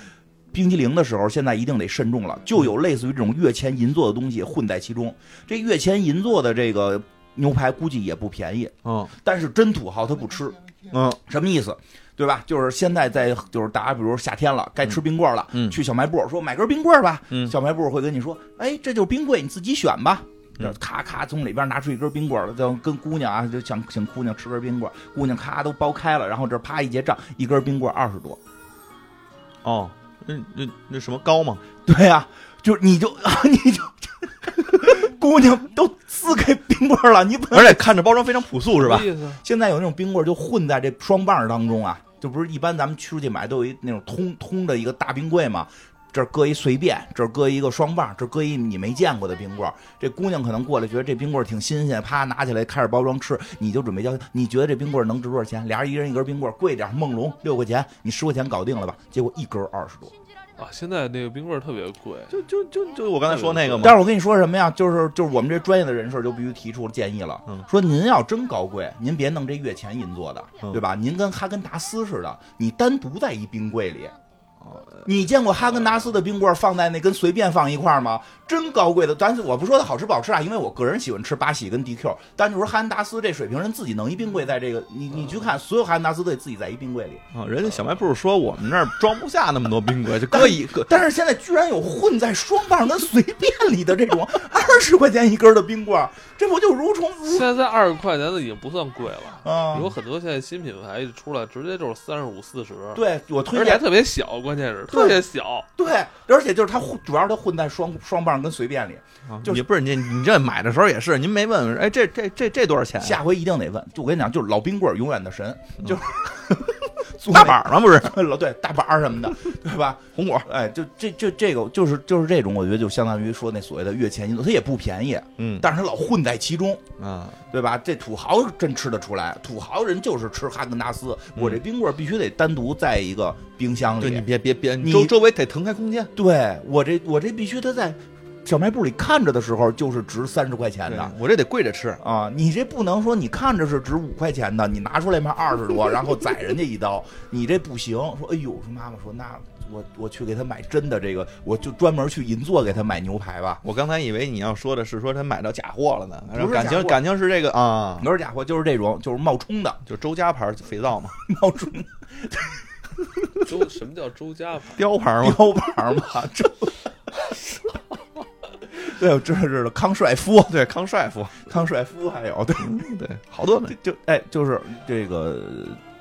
C: 冰激凌的时候，现在一定得慎重了。就
B: 嗯
C: 有类似于这种月前银座的东西混在其中，这月前银座的这个牛排估计也不便宜，
B: 嗯
C: 但是真土豪他不吃，
B: 嗯，
C: 什么意思？对吧？就是现在在，就是大家比如夏天了，该吃冰棍了，
B: 嗯
C: 去小卖部说买根冰棍吧，
B: 嗯
C: 小卖部会跟你说，哎，这就是冰柜，你自己选吧。
B: 嗯
C: 这咔咔从里边拿出一根冰棍儿，就跟姑娘啊，就想请姑娘吃根冰棍儿，姑娘咔都剥开了，然后这啪一结账，一根冰棍二十多。
B: 哦，那那那什么高 吗？
C: 对呀、就是你就 你就，姑娘都撕开冰棍儿了，你不能
B: 而且看着包装非常朴素是吧
A: 什？么意思
C: 现在有那种冰棍儿就混在这双棒儿当中啊，就不是一般咱们出去买都有一那种通通的一个大冰柜嘛，这儿搁一随便，这儿搁一个双棒儿，这儿搁一你没见过的冰棍儿。这姑娘可能过来觉得这冰棍儿挺新鲜，啪拿起来开始包装吃，你就准备交，你觉得这冰棍儿能值多少钱？俩人一人一根冰棍儿，贵点儿梦龙六块钱，你十块钱搞定了吧？结果一根二十多。
A: 啊？现在那个冰棍儿特别贵，
B: 就就就就我刚才说那个嘛，
C: 但是我跟你说什么呀？就是就是我们这专业的人士就必须提出建议了，
B: 嗯
C: 说您要真高贵，您别弄这月前银做的，
B: 嗯
C: 对吧？您跟哈根达斯似的，你单独在一冰柜里，你见过哈根达斯的冰棍儿放在那跟随便放一块儿吗？真高贵的，但是我不说它好吃不好吃啊，因为我个人喜欢吃巴西跟 DQ，但就是说哈根达斯这水平，人自己弄一冰柜在这个，你你去看，所有哈根达斯都得自己在一冰柜里。
B: 啊，人家小卖部说我们那儿装不下那么多冰柜，就搁一个。
C: 但是现在居然有混在双棒跟随便里的这 种二十块钱一根儿的冰棍儿，这不就如虫如
A: 现在在二十块钱的已经不算贵了，
C: 啊
A: 有？很多现在新品牌一出来，直接就是三十五、四十，
C: 对我推
A: 而且还
C: 荐，
A: 特别小，关键是
C: 对
A: 特别小。
C: 对，而且就是它混，主要是它混在双双棒跟随便里，
B: 啊
C: 就是
B: 也不是你你这买的时候也是，您没问问，哎，这这这这多少钱啊？
C: 下回一定得问。就我跟你讲，就是老冰棍儿永远的神，就是 做那
B: 大板儿吗？不是，
C: 老对大板儿什么的，对吧？
B: 红果。
C: 哎，就这这这个就是就是这种，我觉得就相当于说那所谓的月钱因素，它也不便宜，
B: 嗯
C: 但是它老混在其中，
B: 啊，
C: 对吧？这土豪真吃得出来，土豪人就是吃哈根达斯，我这冰棍儿必须得单独在一个冰箱
B: 嗯对你
C: 里，
B: 别别别，
C: 你
B: 周周围得腾开空间。
C: 对我这我这必须它在小卖部里看着的时候就是值三十块钱
B: 对
C: 的。
B: 我这得跪着吃。
C: 啊，你这不能说你看着是值五块钱的，你拿出来卖二十多，然后宰人家一刀，你这不行。说，哎呦，说妈妈说，那我我去给他买真的这个，我就专门去银座给他买牛排吧。
B: 我刚才以为你要说的是说他买到假货了呢，
C: 是
B: 然后感
C: 假
B: 情
C: 货
B: 感情是这个啊，
C: 哪儿家伙就是这种，就是冒充的，
B: 就周家牌肥皂嘛，
C: 冒充
A: 周什么叫周家牌？
B: 雕牌嘛，
C: 标牌 嘛，这。对，我知道知道，康帅夫，
B: 对，康帅傅，
C: 康帅夫还有对，
B: 嗯对，好多呢。
C: 就哎，就是这个，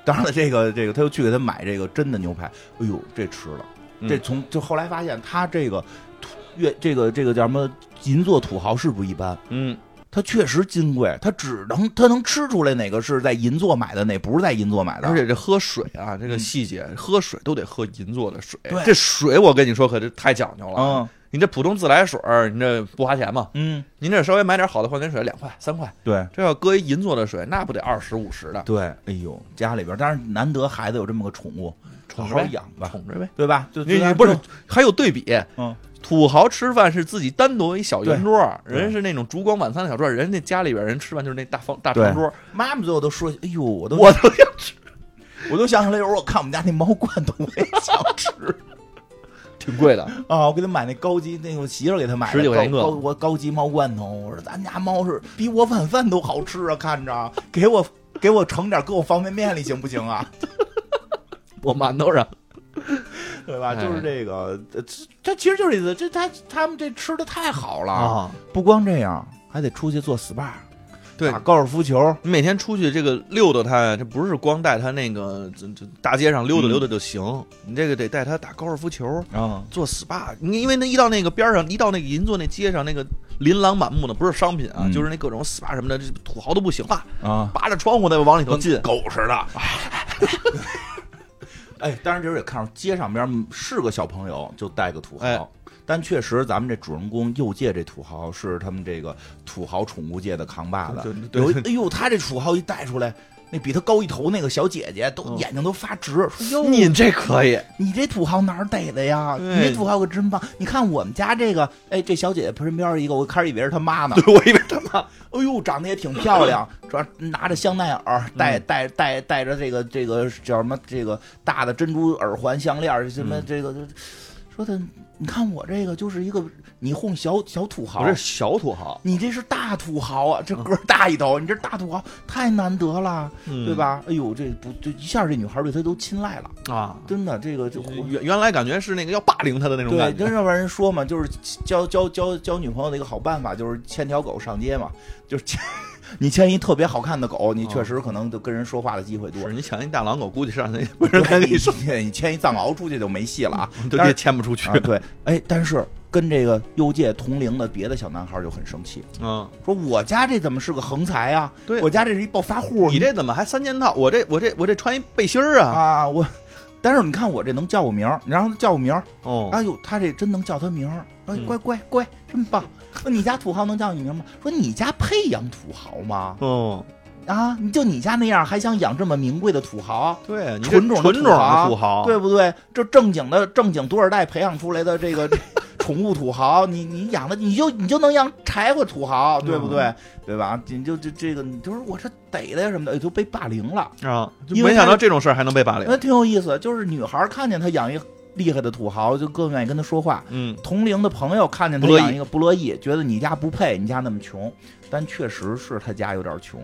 C: 当然了，这个这个，他又去给他买这个真的牛排，哎呦，这吃了，
B: 嗯
C: 这从就后来发现他这个土越这个这个叫什么银座土豪是不一般，
B: 嗯，
C: 他确实金贵，他只能他能吃出来哪个是在银座买的，哪不是在银座买的，
B: 而且这喝水啊，这个细节，喝水都得喝银座的水
C: 嗯对。
B: 这水我跟你说可是太讲究了。
C: 嗯，
B: 你这普通自来水儿，你这不花钱嘛？
C: 嗯，
B: 您这稍微买点好的矿泉水，两块三块，
C: 对。
B: 这要搁一银座的水，那不得二十五十的，
C: 对，哎呦，家里边儿当然难得孩子有这么个宠物，
B: 宠着
C: 好好
B: 呗
C: 养吧，
B: 宠着呗。
C: 对吧？就
B: 你
C: 就
B: 你不是
C: 就
B: 还有对比？
C: 嗯，
B: 土豪吃饭是自己单独一小圆桌儿，
C: 对对
B: 人是那种烛光晚餐的小桌儿，人家家里边人吃饭就是那大方大
C: 对
B: 长桌儿，
C: 妈妈最后都说，哎呦，我都
B: 我都要
C: 我都想起来，有时候我看我们家那猫罐头，我也 想吃
B: 挺贵的，
C: 啊，我给他买那高级，那个我媳妇儿给他买的
B: 19块钱一
C: 高高
B: 个
C: 我高级猫罐头，我说咱家猫是比我晚饭都好吃啊，看着给我给我盛点，搁我方便面里行不行啊？
B: 我馒头上。
C: 对吧？
B: 哎
C: 就是这个，呃这这其实就是这意思，这他他们这吃的太好了，
B: 啊，
C: 不光这样，还得出去做 SPA，
B: 对
C: 打高尔夫球，
B: 你每天出去这个溜达它，这不是光带它那个这这大街上溜达溜达就行，
C: 嗯
B: 你这个得带它打高尔夫球，
C: 啊，
B: 做 SPA。你因为那一到那个边儿上，一到那个银座那街上，那个琳琅满目的不是商品啊，
C: 嗯
B: 就是那各种 SPA 什么的，这土豪都不行了，
C: 啊，
B: 扒着窗户再往里
C: 嗯
B: 头进。
C: 狗似的。 哎，当然这时候也看着街上边是个小朋友，就带个土豪。
B: 哎
C: 但确实，咱们这主人公右介这土豪是他们这个土豪宠物界的扛把子
B: 对。对
C: 有一，哎呦，他这土豪一带出来，那比他高一头那个小姐姐都、
B: 嗯
C: 眼睛都发直，说哟，
B: 你这可以，
C: 你这土豪哪儿逮的呀？
B: 对
C: 你这土豪可真棒！你看我们家这个，哎，这小姐姐旁边一个，我开始以为是他妈呢。
B: 对 我以为他妈
C: 哎呦，长得也挺漂亮，主要拿着香奈儿，
B: 嗯
C: 戴戴戴戴着这个这个叫什么这个大的珍珠耳环、项链，什么
B: 嗯
C: 这个，说的，你看我这个就是一个你哄小小土豪
B: 我，这小土豪，
C: 你这是大土豪啊，这个儿大一头，你这大土豪太难得了，对
B: 对？
C: 吧？哎呦，这不这一下这女孩对他都青睐了，
B: 啊，
C: 真的，这个这
B: 原原来感觉是那个要霸凌他的那种
C: 对，
B: 感
C: 就
B: 觉。
C: 要不然人说嘛，就是交交交交女朋友的一个好办法，就是牵条狗上街嘛，就是牵 你牵一特别好看的狗，你确实可能就跟人说话的机会多
B: 是。你抢一大狼狗，估计是让人不是
C: 对
B: 跟你说，
C: 你你牵一藏獒出去就没戏了 啊！
B: 对
C: 但是
B: 也牵不出去
C: 啊。对，哎，但是跟这个右界同龄的别的小男孩就很生气，
B: 嗯，
C: 说我家这怎么是个横财啊？
B: 对
C: 我家这是一暴发户，
B: 你这怎么还三件套？我这我这我这穿一背心儿啊？
C: 啊我。但是你看我这能叫我名儿，你让他叫我名儿，
B: 哦，
C: 哎呦，他这真能叫他名儿，哎，
B: 嗯
C: 乖乖乖，真棒！说你家土豪能叫你名吗？说你家配养土豪吗？
B: 哦，
C: 啊，你就你家那样还想养这么名贵的土豪，
B: 对，你这
C: 纯种的
B: 纯种
C: 土豪啊
B: 的土豪，
C: 对不对？这正经的正经多少代培养出来的这个 宠物土豪，你你养的你就你就能养柴火土豪，
B: 嗯
C: 对不对？对吧？你就这这个，你就是我这逮的呀什么的，哎都被霸凌了。哎
B: 啊，就
C: 因为
B: 没想
C: 他
B: 到这种事儿还能被霸凌
C: 那。挺有意思，就是女孩看见他养一厉害的土豪就更愿意跟他说话。
B: 嗯，
C: 同龄的朋友看见他
B: 不乐意
C: 养一个不乐意，觉得你家不配，你家那么穷，但确实是他家有点穷。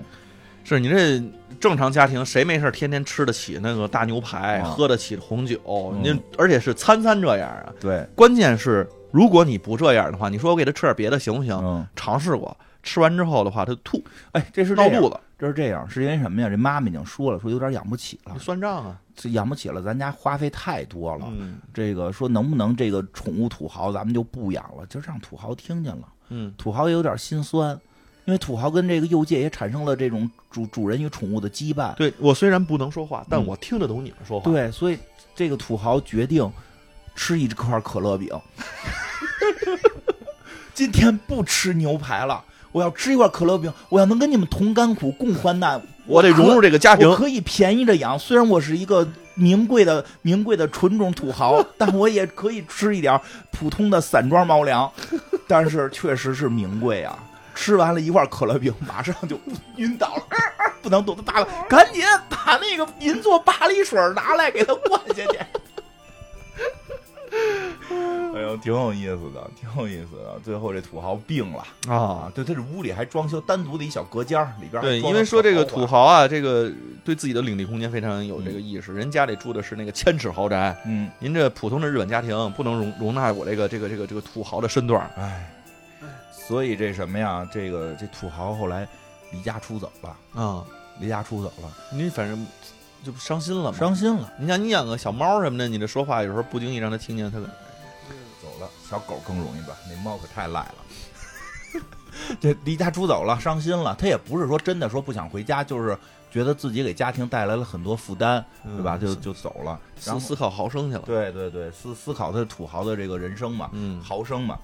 B: 是你这正常家庭谁没事儿天天吃得起那个大牛排，
C: 啊
B: 喝得起红酒？
C: 嗯
B: 您、而且是餐餐这样啊。
C: 对，
B: 关键是如果你不这样的话，你说我给他吃点别的行不行？
C: 嗯，
B: 尝试过，吃完之后的话，他吐
C: 哎，这是这
B: 闹
C: 样
B: 肚子，
C: 这是这样，是因为什么呀？这妈妈已经说了，说有点养不起了
B: 你，算账啊。
C: 这养不起了，咱家花费太多了。
B: 嗯
C: 这个说能不能这个宠物土豪咱们就不养了，就让土豪听见了，
B: 嗯，
C: 土豪也有点心酸，因为土豪跟这个幼界也产生了这种主主人与宠物的羁绊。
B: 对我虽然不能说话，但
C: 嗯
B: 我听得懂你们说话。
C: 对，所以这个土豪决定吃一块可乐饼。 今天不吃牛排了，我要吃一块可乐饼。我要能跟你们同甘苦、共患难，
B: 我得
C: 可
B: 融入这个家庭
C: 我。可以便宜着养。虽然我是一个名贵的名贵的纯种土 豪，但我也可以吃一点普通的散装猫 粮。但是确实是名贵啊！吃完了一块可乐饼，马上就晕倒了， 不能动。他爸爸赶紧把那个银座巴黎水拿来给他灌下去。哎呦，挺有意思的，挺有意思的。最后这土豪病了
B: 啊
C: 啊，，对，他这屋里还装修单独的一小隔间儿，里边儿还
B: 对，
C: 装
B: 因为
C: 了
B: 说这个
C: 豪华
B: 土豪啊，这个对自己的领地空间非常有这个意识。人家里住的是那个千尺豪宅，
C: 嗯，
B: 您这普通的日本家庭不能容容纳我这个这个这个这个土豪的身段儿。
C: 哎，所以这什么呀？这个这土豪后来离家出走了，
B: 啊！
C: 离家出走了，
B: 您反正就不伤心了嘛。
C: 伤心了，
B: 你像你养个小猫什么的，你这说话有时候不经意让它听见，它可
C: 走了。小狗更容易吧？那猫可太赖了。 这离家出走了，伤心了。他也不是说真的说不想回家，就是觉得自己给家庭带来了很多负担，
B: 嗯
C: 对吧？就就走了。嗯然
B: 思
C: 后
B: 思考豪生去了。
C: 对对对，思思考他土豪的这个人生嘛，
B: 嗯，
C: 豪生嘛。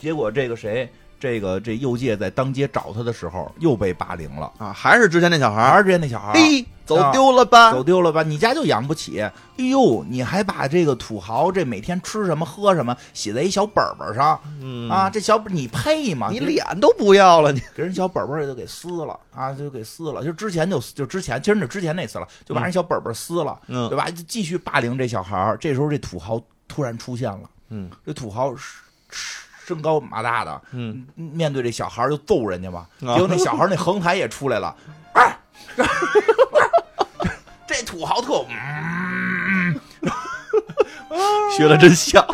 C: 结果这个谁，这个这右介在当街找他的时候，又被霸凌了。
B: 啊，还是之前那小孩
C: 还
B: 儿，
C: 是之前那小孩儿，
B: 嘿，啊走丢了吧？
C: 走丢了吧？你家就养不起。哎呦，你还把这个土豪这每天吃什么喝什么写在一小本本上、
B: 嗯
C: 啊？，这小本你配吗？
B: 你
C: 给
B: 脸都不要 了，你
C: 给人小本本也就给撕了啊，就给撕了。就之前就就之前，其实就之前那次了，就把人小本本撕了，
B: 嗯
C: 对吧？就继续霸凌这小孩儿。这时候这土豪突然出现了，
B: 嗯
C: 这土豪是是身高马大的，
B: 嗯，
C: 面对这小孩儿就揍人家嘛，
B: 啊
C: 结果那小孩儿那横财也出 来了，啊， 这土豪特务，嗯
B: 学的真像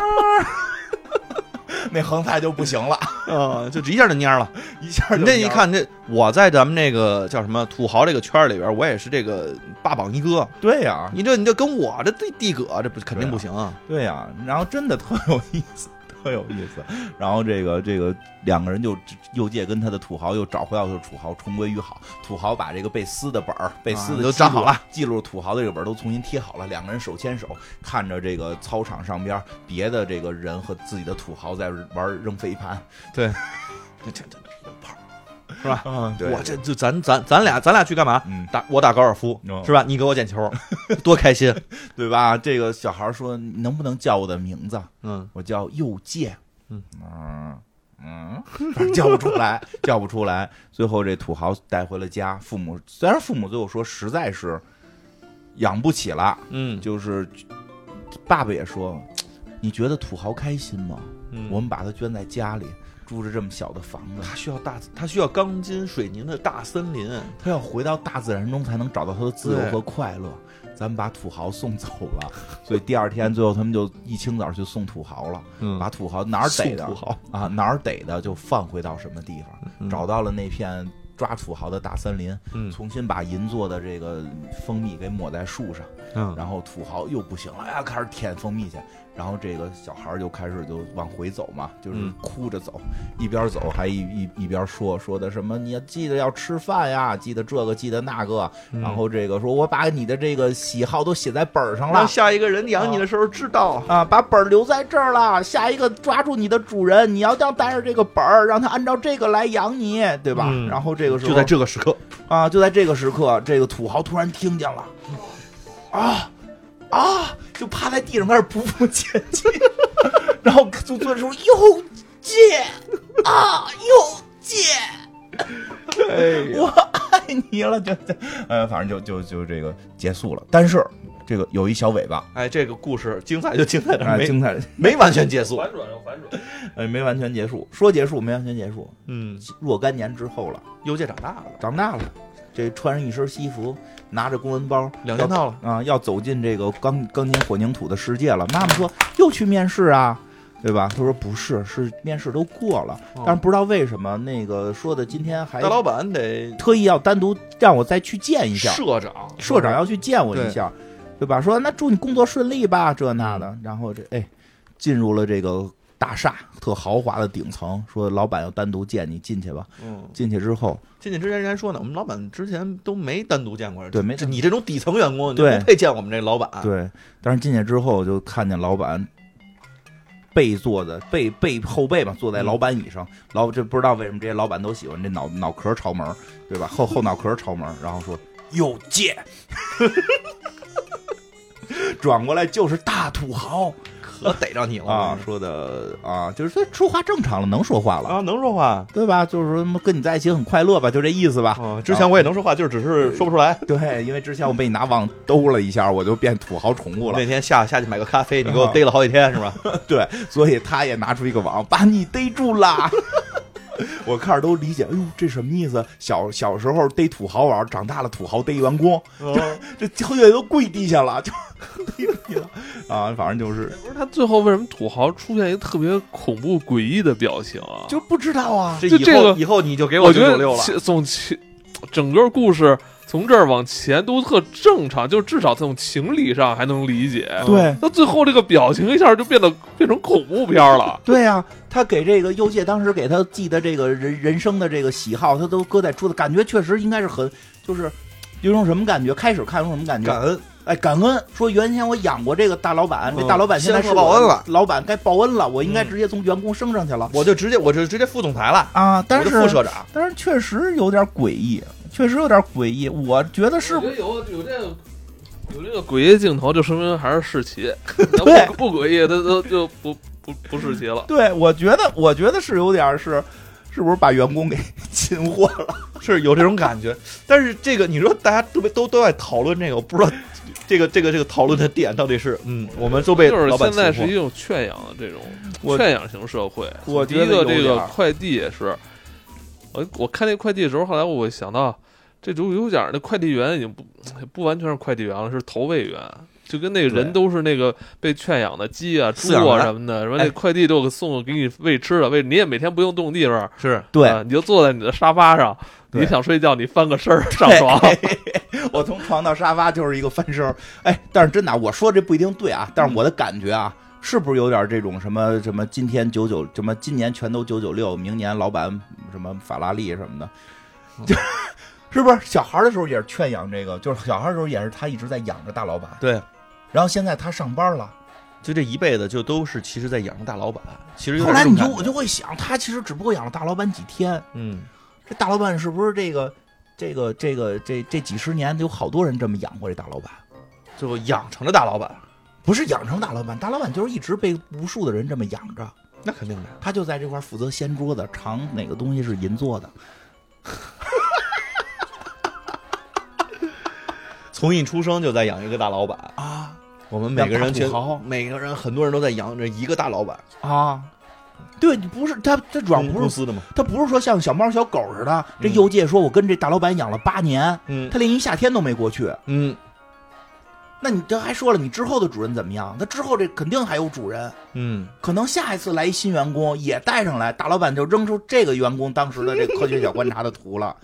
C: 那横财就不行了，
B: 啊，就一下就蔫儿了。
C: 一下就
B: 你这一
C: 蔫儿，
B: 看，这我在咱们那个叫什么土豪这个圈儿里边儿，我也是这个霸榜一哥。
C: 对啊呀、
B: 你这你这跟我这地地葛，这不肯定不行 啊！
C: 对呀、然后真的特有意思， 特有意思，然后这个这个两个人就右介跟他的土豪又找回到就是土豪重归于好，土豪把这个被撕的本儿、被撕的
B: 啊都
C: 记录
B: 粘好了，
C: 记录土豪的这个本儿都重新贴好了，两个人手牵手看着这个操场上边儿别的这个人和自己的土豪在玩扔飞盘，
B: 这这这这炮是
C: 啊
B: 吧？、
C: 对，
B: 我这就咱咱咱俩咱俩去干嘛？
C: 嗯，
B: 打我打高尔夫
C: 嗯
B: 是吧？你给我捡 球，多开心！
C: 对吧？这个小孩儿说你能不能叫我的名字？
B: 嗯，
C: 我叫右介，
B: 嗯
C: 嗯嗯，反正叫不出来， 叫不出来。最后这土豪带回了家，父母虽然父母最后说实在是养不起了，
B: 嗯，
C: 就是爸爸也说，你觉得土豪开心吗？
B: 嗯
C: 我们把他圈在家里，住着这么小的房子，
B: 他需要大，他需要钢筋水泥的大森林。
C: 他要回到大自然中才能找到他的自由
B: 对
C: 和快乐。咱们把土豪送走了， 所以第二天最后他们就一清早去送土豪了，
B: 嗯
C: 把土豪哪儿逮的
B: 送土豪
C: 啊哪儿逮的就放回到什么地方，
B: 嗯
C: 找到了那片抓土豪的大森林，
B: 嗯
C: 重新把银做的这个蜂蜜给抹在树上，
B: 嗯
C: 然后土豪又不行了，哎呀，开始舔蜂蜜去，然后这个小孩儿就开始就往回走嘛，就是
B: 嗯
C: 哭着走，一边走还一一一边说说的什么，你要记得要吃饭呀，记得这个，记得那个，
B: 嗯
C: 然后这个说我把你的这个喜好都写在本儿上了
B: 让。下一个人养你的时候知道。
C: 啊，把本儿留在这儿了。下一个抓住你的主人，你要要带着这个本儿，让他按照这个来养你，对吧？
B: 嗯
C: 然后这个时候
B: 就在这个时刻，
C: 啊，就在这个时刻，这个土豪突然听见了，啊啊，就趴在地上开始匍匐前进， 然后就做的时候又 见啊又见，
B: 哎
C: 我爱你。迷了，就就呃，反正就就就这个结束了。但是这个有一小尾巴，
B: 哎，这个故事精彩就哎精彩
C: 啊，
B: 在这，没
C: 精彩，
B: 没完全结束。
A: 反转又反转，
C: 呃，没完全结束，说结束没完全结束，
B: 嗯，
C: 若干年之后了，
B: 优介长大了，
C: 长大了，这穿上一身西服，拿着公文包，
B: 两件套了，
C: 啊，要走进这个钢钢筋混凝土的世界了。妈妈说又去面试啊，对吧？他说不是，是面试都过了，
B: 哦
C: 但是不知道为什么那个说的今天还
B: 大老板得
C: 特意要单独让我再去见一下，
B: 社长，
C: 社长要去见我一下，对吧？说那祝你工作顺利吧，这那的。然后这哎，进入了这个大厦特豪华的顶层，说老板要单独见你，进去吧。
B: 嗯，
C: 进去之后，
B: 进去之前人还说呢，我们老板之前都没单独见过人，
C: 对没
B: 这你这种底层员工，你
C: 对
B: 不配见我们这老板。
C: 对，但是进去之后就看见老板背坐的背背后背嘛，坐在老板椅上。老这不知道为什么这些老板都喜欢这脑脑壳朝门儿，对吧？后后脑壳朝门儿，然后说又见， 转过来就是大土豪
B: 我逮着你了
C: 啊，说的啊，就是他说话正常了，能说话了，
B: 啊，能说话
C: 对吧？就是说什么跟你在一起很快乐吧，就这意思吧。
B: 啊，之前我也能说话，就是只是说不出来。
C: 对，因为之前我被你拿网兜了一下，我就变土豪宠物了
B: 那。天下下去买个咖啡，你给我逮了好几天是吧？
C: 对，所以他也拿出一个网，把你逮住啦。 我开始都理解，哎呦，这什么意思？小小时候逮土豪玩，长大了土豪逮员工，
B: 嗯
C: 这后来都跪地下了，就 逮住你了啊！反正就是
A: 不是他最后为什么土豪出现一个特别恐怖诡异的表情啊？
C: 就不知道啊，
B: 这
A: 就
B: 以
A: 这
B: 后
A: 个
B: 以后你就给
A: 我
B: 九
A: 觉
B: 九
A: 得
B: 六了。
A: 其总情整个故事从这儿往前都特正常，就至少从情理上还能理解。
B: 啊
C: 对。
A: 到最后这个表情一下就变得变成恐怖片了
C: 对呀、啊，他给这个优介当时给他记的这个人人生的这个喜好，他都搁在桌子，感觉确实应该是很就是。有种什么感觉？开始看有种什么感觉？
B: 感恩，
C: 哎，感恩说原先我养过这个大老板，这
B: 嗯
C: 大老板现在
B: 先
C: 是
B: 报
C: 我
B: 恩
C: 的
B: 了
C: 老板该报恩了，我应该
B: 嗯
C: 直接从员工升上去了、
B: 我就直接我就直接副总裁了，
C: 啊！但
B: 我就副社
C: 是
B: 长。
C: 但是确实有点诡异，确实有点诡异。我觉得是
A: 我觉得有有这个有这个诡异镜头，就说明还是世奇。
C: 对
A: 那不不诡异，他他就不不不世奇 了。
C: 对，我觉得我觉得是有点是，是不是把员工给 擒获了？
B: 是有这种感觉。但是这个，你说大家都被都都在讨论这个，我不知道这个这个这个讨论的点到底是，嗯，我们都被
A: 就是
B: 老板
A: 现在
B: 欺负
A: 是一种圈养的这种
C: 我
A: 圈养型社会。
C: 我
A: 第
C: 觉
A: 一个
C: 得
A: 呃
C: 有
A: 这
C: 点
A: 个
C: 儿
A: 快递也是，我我看那快递的时候，后来我想到，这就有点儿那快递员已经不不完全是快递员了，是投喂员，就跟那个人
C: 对
A: 都是那个被圈养的鸡啊、
B: 饲
A: 猪
B: 养
A: 啊
B: 员
A: 什么的，什么
B: 哎
A: 那快递都给送给你喂吃的，喂你也每天不用动地方，
B: 是
C: 对，
A: 啊你就坐在你的沙发上，
C: 对
A: 你想睡觉，你翻个身儿上 床，
C: 我从床到沙发就是一个翻身儿。哎，但是真的啊，我说这不一定对啊，但是我
B: 嗯
C: 的感觉啊，是不是有点这种什么什么今天九九什么今年全都九九六，明年老板什么法拉利什么的，
B: 嗯
C: 就是不是小孩儿的时候也是圈养这个，就是小孩儿的时候也是他一直在养着大老板，
B: 对，
C: 然后现在他上班了，
B: 就这一辈子就都是其实在养着大老板，其实有
C: 后
B: 点
C: 来
B: 这种
C: 你就
B: 感觉
C: 我就会想，他其实只不过养了大老板几天，
B: 嗯，
C: 这大老板是不是这个这个这个这这几十年有好多人这么养过这大老板？
B: 最后养成了大老板，
C: 不是养成大老板，大老板就是一直被无数的人这么养着，
B: 那肯定的。
C: 他就在这块儿负责掀桌子，尝哪个东西是银做的。
B: 从一出生就在养一个大老板啊，我们每个人
C: 养
B: 全
C: 大土豪
B: 每个人很多人都在养着一个大老板，
C: 啊，对，你不是他，他主要
B: 公
C: 不
B: 公
C: 是
B: 司的嘛，
C: 他不是说像小猫小狗似的。这
B: 嗯
C: 右界说，我跟这大老板养了八年，
B: 嗯
C: 他连一夏天都没过去。
B: 嗯
C: 那你这还说了，你之后的主人怎么样？他之后这肯定还有主人，
B: 嗯，
C: 可能下一次来一新员工也带上来，大老板就扔出这个员工当时的这科学小观察的图了，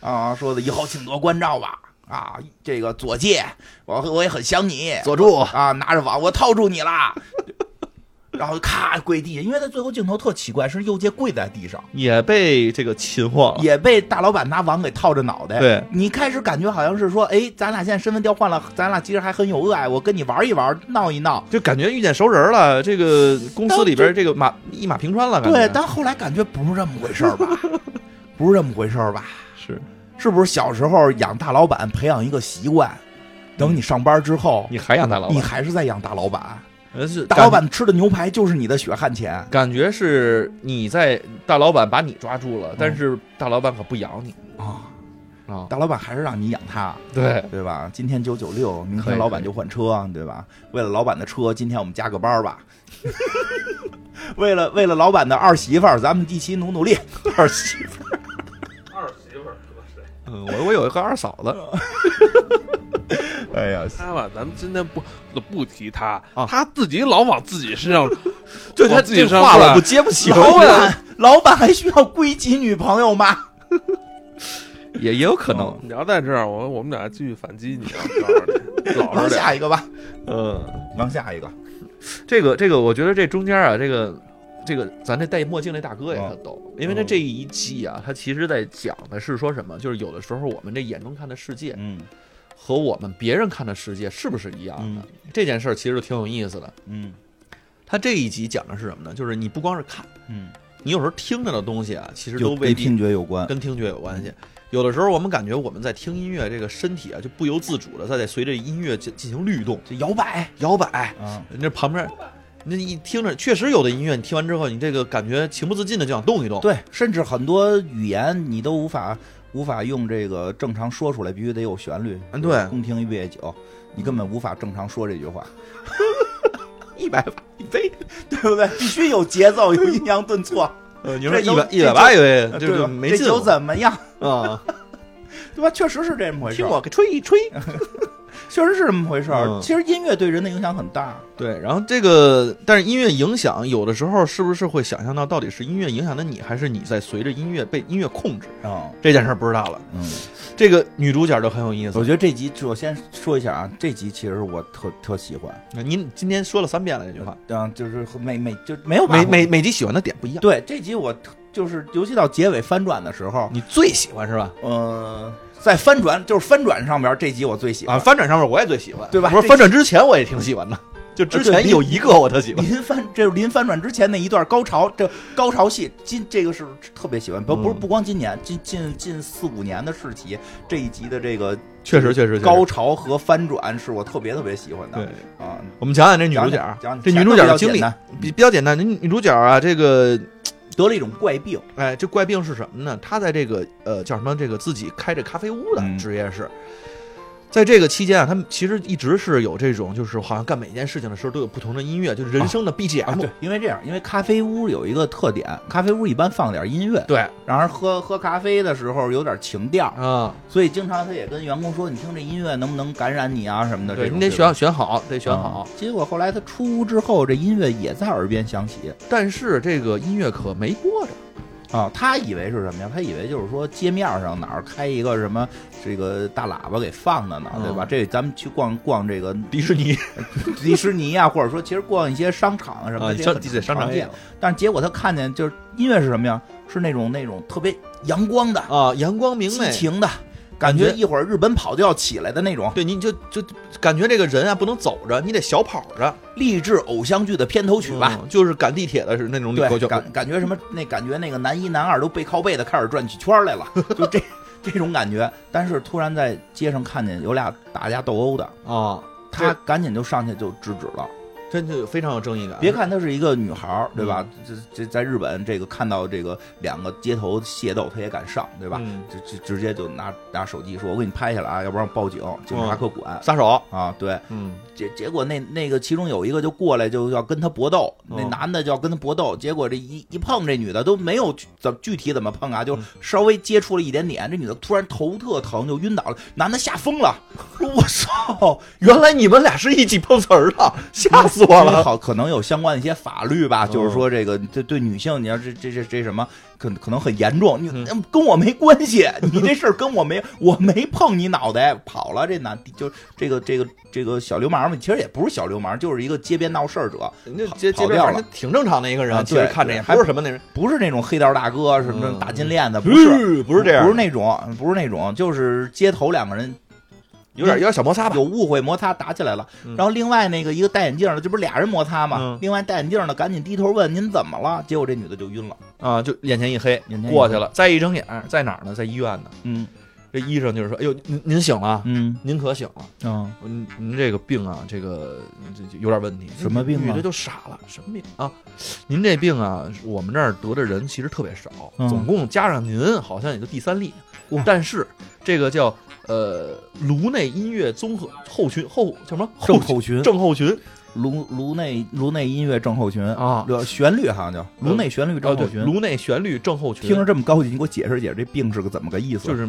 C: 啊，说的以后请多关照吧，啊，这个左介，我我也很想你，
B: 佐助
C: 啊，拿着网我套住你啦， 然后咔跪地，因为他最后镜头特奇怪，是右介跪在地上，
B: 也被这个擒获了，
C: 也被大老板拿网给套着脑袋。
B: 哦对
C: 你开始感觉好像是说，哎，咱俩现在身份调换了，咱俩其实还很有爱，我跟你玩一玩，闹一闹。
B: 就感觉遇见熟人了，这个公司里边这个马一马平川了，感觉
C: 对，但后来感觉不是这么回事儿 吧？不是这么回事儿吧？
B: 是
C: 是不是小时候养大老板，培养一个习惯，等你上班之后，
B: 你还养大老
C: 你
B: 板，
C: 还是在养大老板，
B: 呃是
C: 大老板吃的牛排就是你的血汗钱。
B: 感觉是你在大老板把你抓住了，但是大老板可不养你，
C: 嗯啊，
B: 啊，
C: 大老板还是让你养他，
B: 对，
C: 对吧？今天九九六，明
B: 可以
C: 天老板就换车，对吧？为了老板的车，今天我们加个班儿吧。 为了为了老板的二媳妇儿，咱们一起努努 力。二媳妇
A: 二媳妇儿是吧？谁？
B: 嗯，我我有一个二嫂子，
C: 儿，哎呀，
A: 他吧，咱们今天不不提他
B: 啊，，
A: 他自己老往自己身上
B: 对
A: 往
B: 他
A: 自己身上
B: 话
A: 灌
B: 我不接不起，
C: 老板，老板还需要归集女朋友吗？
B: 也也有可能，
A: 你要在这儿，我我们俩继续反击 你啊！告诉你老
C: 往
A: 实点，
C: 下一个吧，
B: 嗯，
C: 往下一个。
B: 这个这个，我觉得这中间啊，这个这个，咱这戴墨镜那大哥也很逗，因为他
A: 嗯
B: 这一季啊，他其实在讲的是说什么，就是有的时候我们这眼中看的世界
C: 嗯
B: 和我们别人看的世界是不是一样的，这件事儿其实挺有意思的。
C: 嗯
B: 他这一集讲的是什么呢？就是你不光是看，
C: 嗯，
B: 你有时候听着的东西啊，其实
C: 就
B: 都
C: 跟
B: 未必
C: 听觉有关。
B: 跟听觉有关系。
C: 嗯
B: 有的时候我们感觉我们在听音乐，这个身体啊就不由自主的在在随着音乐进进行律动、
C: 这摇摆
B: 摇摆。
C: 啊，
B: 那旁边，那你听着，确实有的音乐你听完之后，你这个感觉情不自禁的就想动一动。
C: 对，甚至很多语言你都无法无法用这个正常说出来，必须得有旋律。
B: 嗯对
C: 宫廷一杯酒，你根本无法正常说这句话，
B: 一百把一杯，
C: 对不对？必须有节奏，有抑扬顿挫，
B: 呃，你
C: 这
B: 说一
C: 都
B: 百
C: 这
B: 一百八一杯，
C: 对
B: 就
C: 吧
B: 就没
C: 这
B: 劲
C: 酒
B: 了
C: 怎么样？
B: 啊！
C: 对吧？确实是这么回事
B: 听
C: 儿，
B: 我给吹一吹。
C: 确实是这么回事儿。
B: 嗯
C: 其实音乐对人的影响很大，
B: 对，然后这个，但是音乐影响，有的时候是不是会想象到，到底是音乐影响的你，还是你在随着音乐被音乐控制？
C: 嗯
B: 这件事儿不知道了。
C: 嗯。
B: 这个女主角就很有意思
C: 我，觉得这集我先说一下啊，这集其实我特特喜欢，
B: 您今天说了三遍了这句话，
C: 嗯，就是每每就没有把
B: 每每每集喜欢的点不一样，
C: 对这集我特就是尤其到结尾翻转的时候，
B: 你最喜欢是吧？
C: 呃，在翻转就是翻转上边这集我最喜欢
B: 啊，。翻转上面我也最喜欢，
C: 对吧
B: 不是
C: 这
B: 翻转之前我也挺喜欢的，就之
C: 对
B: 前
C: 您
B: 有一个我特喜欢，
C: 临翻这临翻转之前那一段高潮，这高潮戏今这个是特别喜欢，不不是
B: 嗯
C: 不光今年，近近近四五年的世奇这一集的这个
B: 确实确实确实
C: 高潮和翻转是我特别特别喜欢的。
B: 对。
C: 啊，
B: 我们讲讲这女主
C: 讲
B: 角
C: 讲
B: 儿，
C: 讲
B: 这
C: 讲
B: 女主
C: 得
B: 角
C: 比
B: 的
C: 较
B: 经
C: 简
B: 历
C: 单
B: 比比较简单，这女主角啊，这个
C: 得了一种怪病，
B: 哎，这怪病是什么呢？她在这个呃叫什么这个自己开着咖啡屋的
C: 嗯
B: 职业是。在这个期间啊，他们其实一直是有这种，就是好像干每件事情的时候都有不同的音乐，就人生的 BGM，、
C: 啊，对，因为这样，因为咖啡屋有一个特点，咖啡屋一般放点音乐，
B: 对
C: 让人喝喝咖啡的时候有点情调，
B: 啊，
C: 所以经常他也跟员工说，你听这音乐能不能感染你啊什么的。
B: 对，
C: 这种
B: 你得
C: 事情
B: 选选好，得选好
C: 嗯。结果后来他出屋之后，这音乐也在耳边响起
B: 但是这个音乐可没播着，
C: 啊，他以为是什么呀？他以为就是说街面上哪儿开一个什么这个大喇叭给放着呢，对吧？
B: 嗯
C: 这咱们去逛逛这个
B: 迪士尼
C: 迪士尼啊，或者说其实逛一些商场啊什么的，
B: 啊，
C: 这
B: 商
C: 很
B: 对商场
C: 常见。但是结果他看见就是音乐是什么呀？是那种那种特别阳光的、
B: 啊，阳光明
C: 激
B: 媚，
C: 情的感
B: 感
C: 觉，
B: 觉
C: 一会儿日本跑就要起来的那种
B: 对，你就就感觉这个人啊不能走着，你得小跑着
C: 励志偶像剧的片头曲吧。
B: 嗯就是赶地铁的是那种
C: 对
B: 狗，就
C: 感感觉什么？那感觉那个男一男二都背靠背的开始转起圈儿来了，就这 这种感觉。但是突然在街上看见有俩打架斗殴的，
B: 啊，
C: 他
B: 这
C: 赶紧就上去就制止了。
B: 真就非常有正义感。
C: 别看她是一个女孩儿，对吧？这这在日本这个看到这个两个街头械斗，她也敢上，对
B: 对
C: 吧？？就直直接就拿拿手机说：“我给你拍下来啊，要不然我报警，警察可管。
B: 撒手，
C: 啊，对，
B: 嗯，
C: 结结果那那个其中有一个就过来就要跟他搏斗，
B: 嗯
C: 那男的就要跟他搏斗，结果这一一碰这女的都没有具怎么具体怎么碰啊，就
B: 嗯
C: 稍微接触了一点点，这女的突然头特疼就晕倒了，男的吓疯了，说我 操！
B: 原来你们俩是一起碰瓷儿 的，吓死我
C: 因为
B: 了。
C: 好可能有相关的一些法律吧，
B: 嗯
C: 就是说这个这对女性，你要这这这这什么，可可能很严重，你
B: 嗯
C: 嗯跟我没关系，你这事儿跟我没，我没碰你脑袋，跑了这男就这个这个这个小流氓嘛，其实也不是小流氓，就是一个街边闹事儿者，
B: 那
C: 跑
B: 街街
C: 跑
B: 边
C: 掉
B: 儿
C: 了
B: 挺正常的一个人
C: 啊，
B: 其实
C: 对
B: 看着也
C: 对
B: 不是什么那人，
C: 不是那种黑道大哥什么
B: 嗯
C: 打金链子，不是
B: 嗯 不是这样，
C: 不是那种不是那种，就是街头两个人
B: 有点有点小摩擦吧
C: 有？误会摩擦打起来了，
B: 嗯
C: 然后另外那个一个戴眼镜的，这不是俩人摩擦吗？
B: 嗯
C: 另外戴眼镜的赶紧低头问您怎么了，结果这女的就晕了。
B: 啊，就眼前一黑
C: 眼前一黑
B: 过去了，再一睁眼在哪儿呢？在医院呢。
C: 嗯，
B: 这医生就是说，哎呦，您您醒了，
C: 嗯
B: 您可醒了，
C: 嗯，
B: 您您这个病啊，这个这这有点问题，
C: 什么病啊
B: 女的就傻了，什么病啊？您这病啊，我们这儿得的人其实特别少，
C: 嗯
B: 总共加上您好像也就第三例
C: 哇，
B: 但是这个叫呃颅内音乐综合后群后叫什么
C: 症
B: 群
C: 候群，嗯
B: 症候群
C: 颅颅内颅内音乐症候群，
B: 啊，
C: 这旋律好像叫颅内旋律
B: 啊
C: 症
B: 对
C: 候，群。
B: 颅内旋律症候群
C: 听着这么高级，你给我解释解释这病是个怎么个意思？
B: 就是。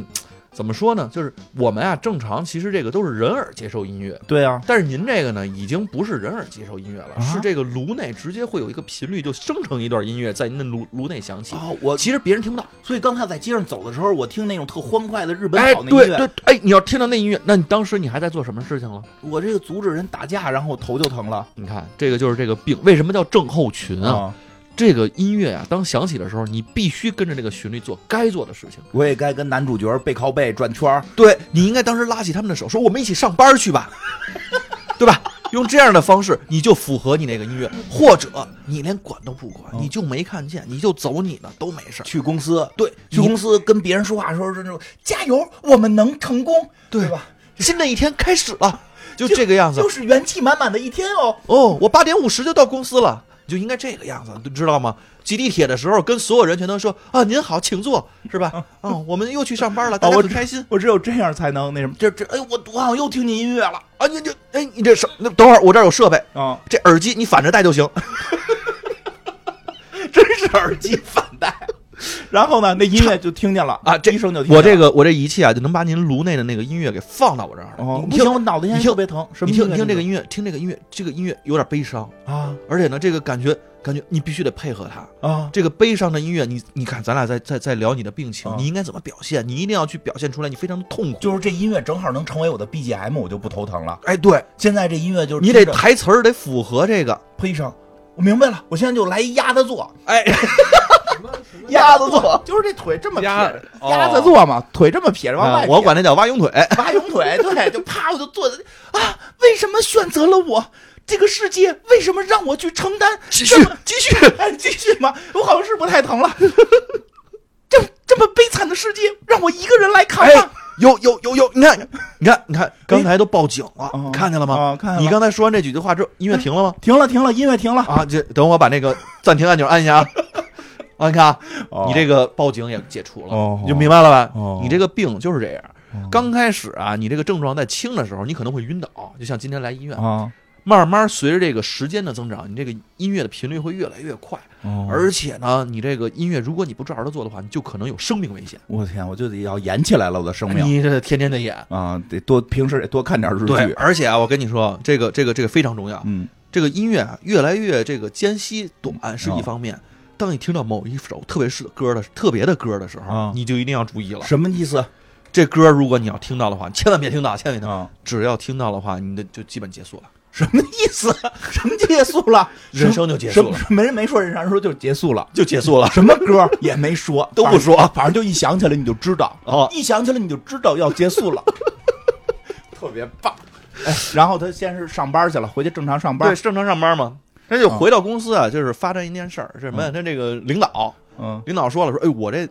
B: 怎么说呢？就是我们啊，正常其实这个都是人耳接受音乐，
C: 对啊，
B: 但是您这个呢，已经不是人耳接受音乐了，
C: 啊
B: 是这个颅内直接会有一个频率，就生成一段音乐在您的颅颅内响起。
C: 哦，我
B: 其实别人听不到，
C: 所以刚才在街上走的时候，我听那种特欢快的日本
B: 哎，
C: 好那音
B: 对
C: 乐，
B: 对，哎，你要听到那音乐，那你当时你还在做什么事情了？
C: 我这个阻止人打架，然后我头就疼了
B: 你看，这个就是这个病，为什么叫症候群啊？
C: 啊！
B: 这个音乐啊，当响起的时候，你必须跟着这个旋律做该做的事情。
C: 我也该跟男主角背靠背转圈儿，
B: 对你应该当时拉起他们的手，说我们一起上班去 吧，对吧？用这样的方式，你就符合你那个音乐，或者你连管都不管，
C: 嗯
B: 你就没看见，你就走你的，都没事儿。
C: 去公司，
B: 对，
C: 去
B: 你
C: 公司跟别人说话的时候是那种加油，我们能成功，对吧？
B: 新的一天开始 了，就这个样子
C: 又。是元气满满的一天哦。
B: 哦，我八点五十就到公司了，你就应该这个样子，你知道吗？挤地铁的时候，跟所有人全都说啊，您好，请坐，是吧？啊、我们又去上班了，大家
C: 哦我
B: 很开心。
C: 我只有这样才能那什么，这这哎，我我好像又听见音乐了
B: 啊，你这哎，你这什？那等会儿我这儿有设备，
C: 啊！
B: 这耳机你反着戴就行。
C: 真是 耳机反戴。然后呢，那音乐就听见了
B: 啊这
C: 医生就听见了
B: 我这个我这仪器啊，就能把您颅内的那个音乐给放到我这儿来。
C: 哦，
B: 你
C: 不
B: 听
C: 行，，我脑袋现在
B: 你听
C: 特别疼。什么
B: 你
C: 音乐
B: 听，你听这个
C: 是
B: 音乐，听这个音乐，这个音乐有点悲伤，
C: 啊
B: 而且呢，这个感觉感觉你必须得配合它。
C: 啊
B: 这个悲伤的音乐，你你看，咱俩在在在聊你的病情
C: 啊，
B: 你应该怎么表现？你一定要去表现出来，你非常的痛苦。
C: 就是这音乐正好能成为我的 BGM，我就不头疼了。
B: 哎，对
C: 现在这音乐就是
B: 你得
C: 听着
B: 台词儿得符合这个。
C: 呸声，我明白了，我现在就来一鸭子坐，
B: 哎，
C: 鸭子坐就是这腿这么撇
A: 鸭
C: 着，
A: 哦
C: 鸭子坐嘛，腿这么撇着往外
B: 啊
C: 撇，
B: 我管那叫蛙泳腿。
C: 蛙泳腿，对，就啪我就坐在啊，为什么选择了我？这个世界为什么让我去承担？
B: 继续
C: 这么
B: 继续，
C: 哎，继续嘛，我好像是不太疼了。 这这么悲惨的世界，让我一个人来
B: 哎
C: 扛吧。哎
B: 有有有有，你看，你看，你看，刚才都报警了，
C: 哦
B: 看见了吗？
C: 哦看见了嗯
B: 你刚才说完这几句话之后，音乐停了吗？
C: 停了，停了，音乐停了。
B: 啊，这等我把那个暂停按钮按一下啊。啊，你看啊，你这
C: 个
B: 个报警也解除了，
C: 哦
B: 你就明白了吧？
C: 哦
B: 你这个病就是这样。
C: 哦
B: 刚开始啊，你这个症状在轻的时候，你可能会晕倒，就像今天来医院。
C: 啊，
B: 慢慢随着这个时间的增长，你这个音乐的频率会越来越快，
C: 哦
B: 而且呢，你这个音乐如果你不照着它做的话，你就可能有生命危险。
C: 我天，我就得要演起来了，我的生命
B: 你这天天的演，
C: 啊，得多平时得多看点日
B: 对，
C: 剧。
B: 而且啊，我跟你说，这个这个这个非常重要。
C: 嗯，
B: 这个音乐啊，越来越这个间隙短是一方面。当你听到某一首特别是歌的特别的歌的时候，
C: 啊
B: 你就一定要注意了。
C: 什么意思
B: 这歌如果你要听到的话，千万别听到，千万别听到。
C: 啊？
B: 只要听到的话，你的就基本结束了，
C: 什么意思？ 什么结束了？
B: 人生就结束了
C: 什么，没人没说人生说就结束了。
B: 就结束了。
C: 什么歌也没说，
B: 都不说
C: 反正反正就一想起来你就知道，
B: 哦
C: 一想起来你就知道要结 束了，特别棒。哎，然后他先是上班去了，回去正常上班
B: 对，。正常上班嗯嘛。他就回到公司啊，就是发生一件事儿，是什么呀？他这个领导，
C: 嗯，
B: 领导说了，说，哎，我这，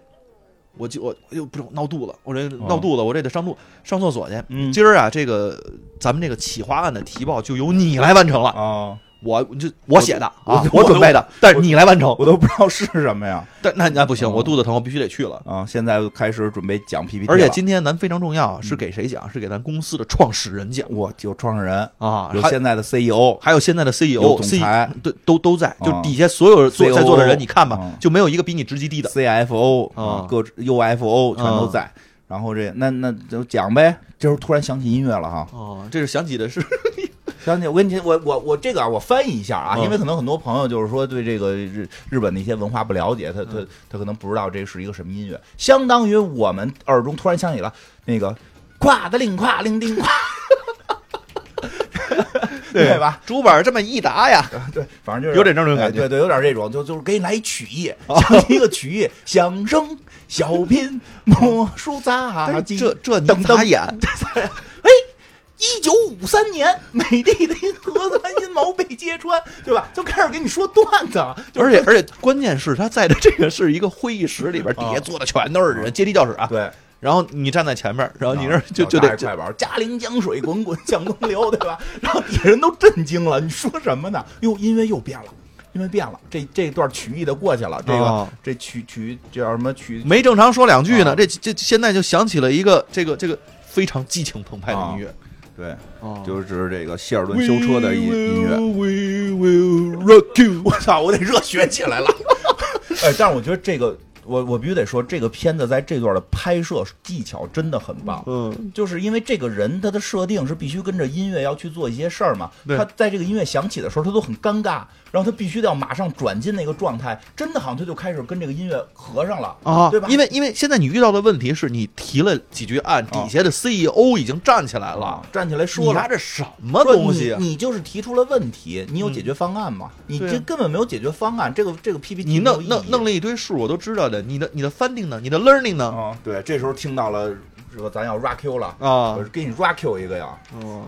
B: 我就我哎呦，不是我闹肚子，我这闹肚子，我这得上肚上厕所去。
C: 嗯
B: 今儿啊，这个咱们这个企划案的提报就由你来完成了，
C: 哦，
B: 我就我写的
C: 我
B: 啊，
C: 我
B: 我准备的，但是你来完成。
C: 我都不知道是什么呀。
B: 但那那不行，
C: 哦
B: 我肚子疼，我必须得去了。
C: 啊，现在开始准备讲 PPT，
B: 而且
C: 了
B: 今天咱非常重要，啊是给谁讲？是给咱公司的创始人讲
C: 我有创始人，
B: 啊，
C: 有
B: 还
C: 现在的 E CEO，
B: 还有现在的 E
C: 有
B: CEO、
C: 总裁
B: CEO 对都都在，就
C: 啊
B: 底下所有坐
C: COO
B: 在座的人，你看吧
C: 嗯，
B: 就没有一个比你职级低的。
C: CFO
B: 啊
C: 各 UFO 全都在。然后这那那就讲呗，这时候突然想起音乐了哈，
B: 哦，这是想起的 是
C: 想起我跟你我我我这个啊，我翻译一下啊，
B: 嗯
C: 因为可能很多朋友就是说对这个日日本的一些文化不了解，他他
B: 嗯
C: 他可能不知道这是一个什么音乐，相当于我们耳中突然响起了那个跨的令跨令 叮跨，对吧？？
B: 主板这么一打呀，
C: 对，反正就是
B: 有点这种感觉哦
C: 哎对对，有点这种，就就是给你来一曲艺，想一个曲艺，相声、小品、魔术、杂啊技，
B: 哎这这你
C: 等
B: 咋
C: 等
B: 演？
C: 哎，一九五三年，美帝的荷兰阴谋被揭穿，对吧？就开始给你说段子，就
B: 而且而且，关键是他在的这个是一个会议室里边，底下坐的全都是人，阶梯教室啊。啊
C: 对。
B: 然后你站在前面，然后你这就
C: 老
B: 就
C: 大
B: 得
C: 一快板，嘉陵江水滚滚向东流，对吧？然后底下人都震惊了，你说什么呢？哟，音乐又变了，音乐变了，这这段曲艺的过去了，这个、
B: 哦
C: 这曲曲这叫什么曲？
B: 没正常说两句呢，
C: 啊
B: 这这现在就想起了一个这个这个非常激情澎湃的音乐，
C: 对，
B: 哦
C: 就是这个希尔顿修车的音音乐。
B: We will rock you。
C: 我操，我得热血起来了。 哎，但是我觉得这个，我我必须得说，这个片子在这段的拍摄技巧真的很棒。
B: 嗯，
C: 就是因为这个人他的设定是必须跟着音乐要去做一些事儿嘛，
B: 对
C: 他在这个音乐响起的时候，他都很尴尬，然后他必须得要马上转进那个状态，真的好像他就开始跟这个音乐合上了
B: 啊，
C: 对吧？
B: 因为因为现在你遇到的问题是你提了几句案，底下的 CEO 已经站起来了
C: 啊，，站起来
B: 你
C: 说了
B: 拿，这什么
C: 说
B: 东西啊？嗯
C: 你你就是提出了问题，你有解决方案吗？你
B: 对啊
C: 这根本没有解决方案，这个这个 PPT
B: 你
C: 没有
B: 弄
C: 意义
B: 弄弄了一堆数，我都知道的。你的你的 funding 呢？你的 learning 呢？
C: 啊，对，这时候听到了说咱要 rock you 了，
B: 啊
C: 我，给你 rock you 一个呀，
B: 嗯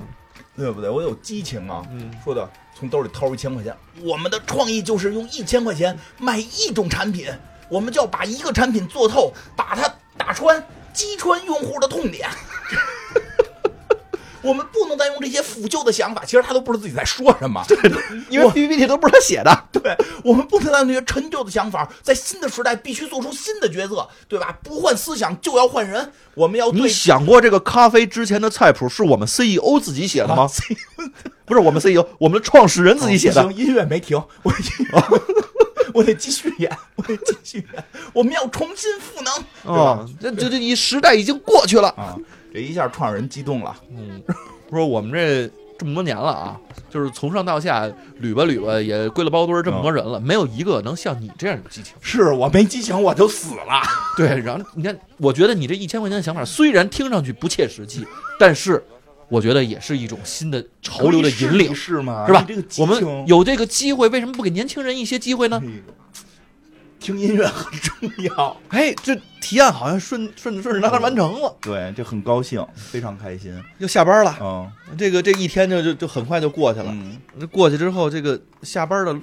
C: 对不对？我有激情啊，
B: 嗯
C: 说的从兜里掏出一千块钱，我们的创意就是用一千块钱买一种产品，我们就要把一个产品做透，把它打穿，击穿用户的痛点。 我们不能再用这些腐旧的想法，其实他都不知道自己在说什么。
B: 因为 PPT 都不是他写的。
C: 对我们不能让那些陈旧的想法，在新的时代必须做出新的抉择，对吧？不换思想就要换人，我们要
B: 你
C: 对
B: 想过这个咖啡之前的菜谱是我们 CEO 自己写的
C: 啊
B: 吗？ 不是我们 CEO，我们的创始人自己写
C: 哦
B: 的
C: 不。行音乐没停，我 我得继续演，我得继续演，我们要重新赋能，
B: 啊，这这这，你时代已经过去了。
C: 啊，这一下创始人激动了，
B: 不是我们这这么多年了啊，就是从上到下捋吧捋吧，也归了包堆儿这么多人了，没有一个能像你这样有激情。
C: 是我没激情我就死了，
B: 对，然后你看，我觉得你这一千块钱的想法虽然听上去不切实际，但是我觉得也是一种新的潮流的引领，
C: 是吗？
B: 是吧
C: 啊你这个？激
B: 我们
C: 情
B: 有这个机会，为什么不给年轻人一些机会呢
C: 哎？呦听音乐很重要，
B: 哎，这提案好像顺顺顺顺当当完成了，
C: 对，这很高兴，非常开心，
B: 就下班了。
C: 嗯
B: 这个这一天就就就很快就过去了。
C: 嗯，
B: 那过去之后，这个下班的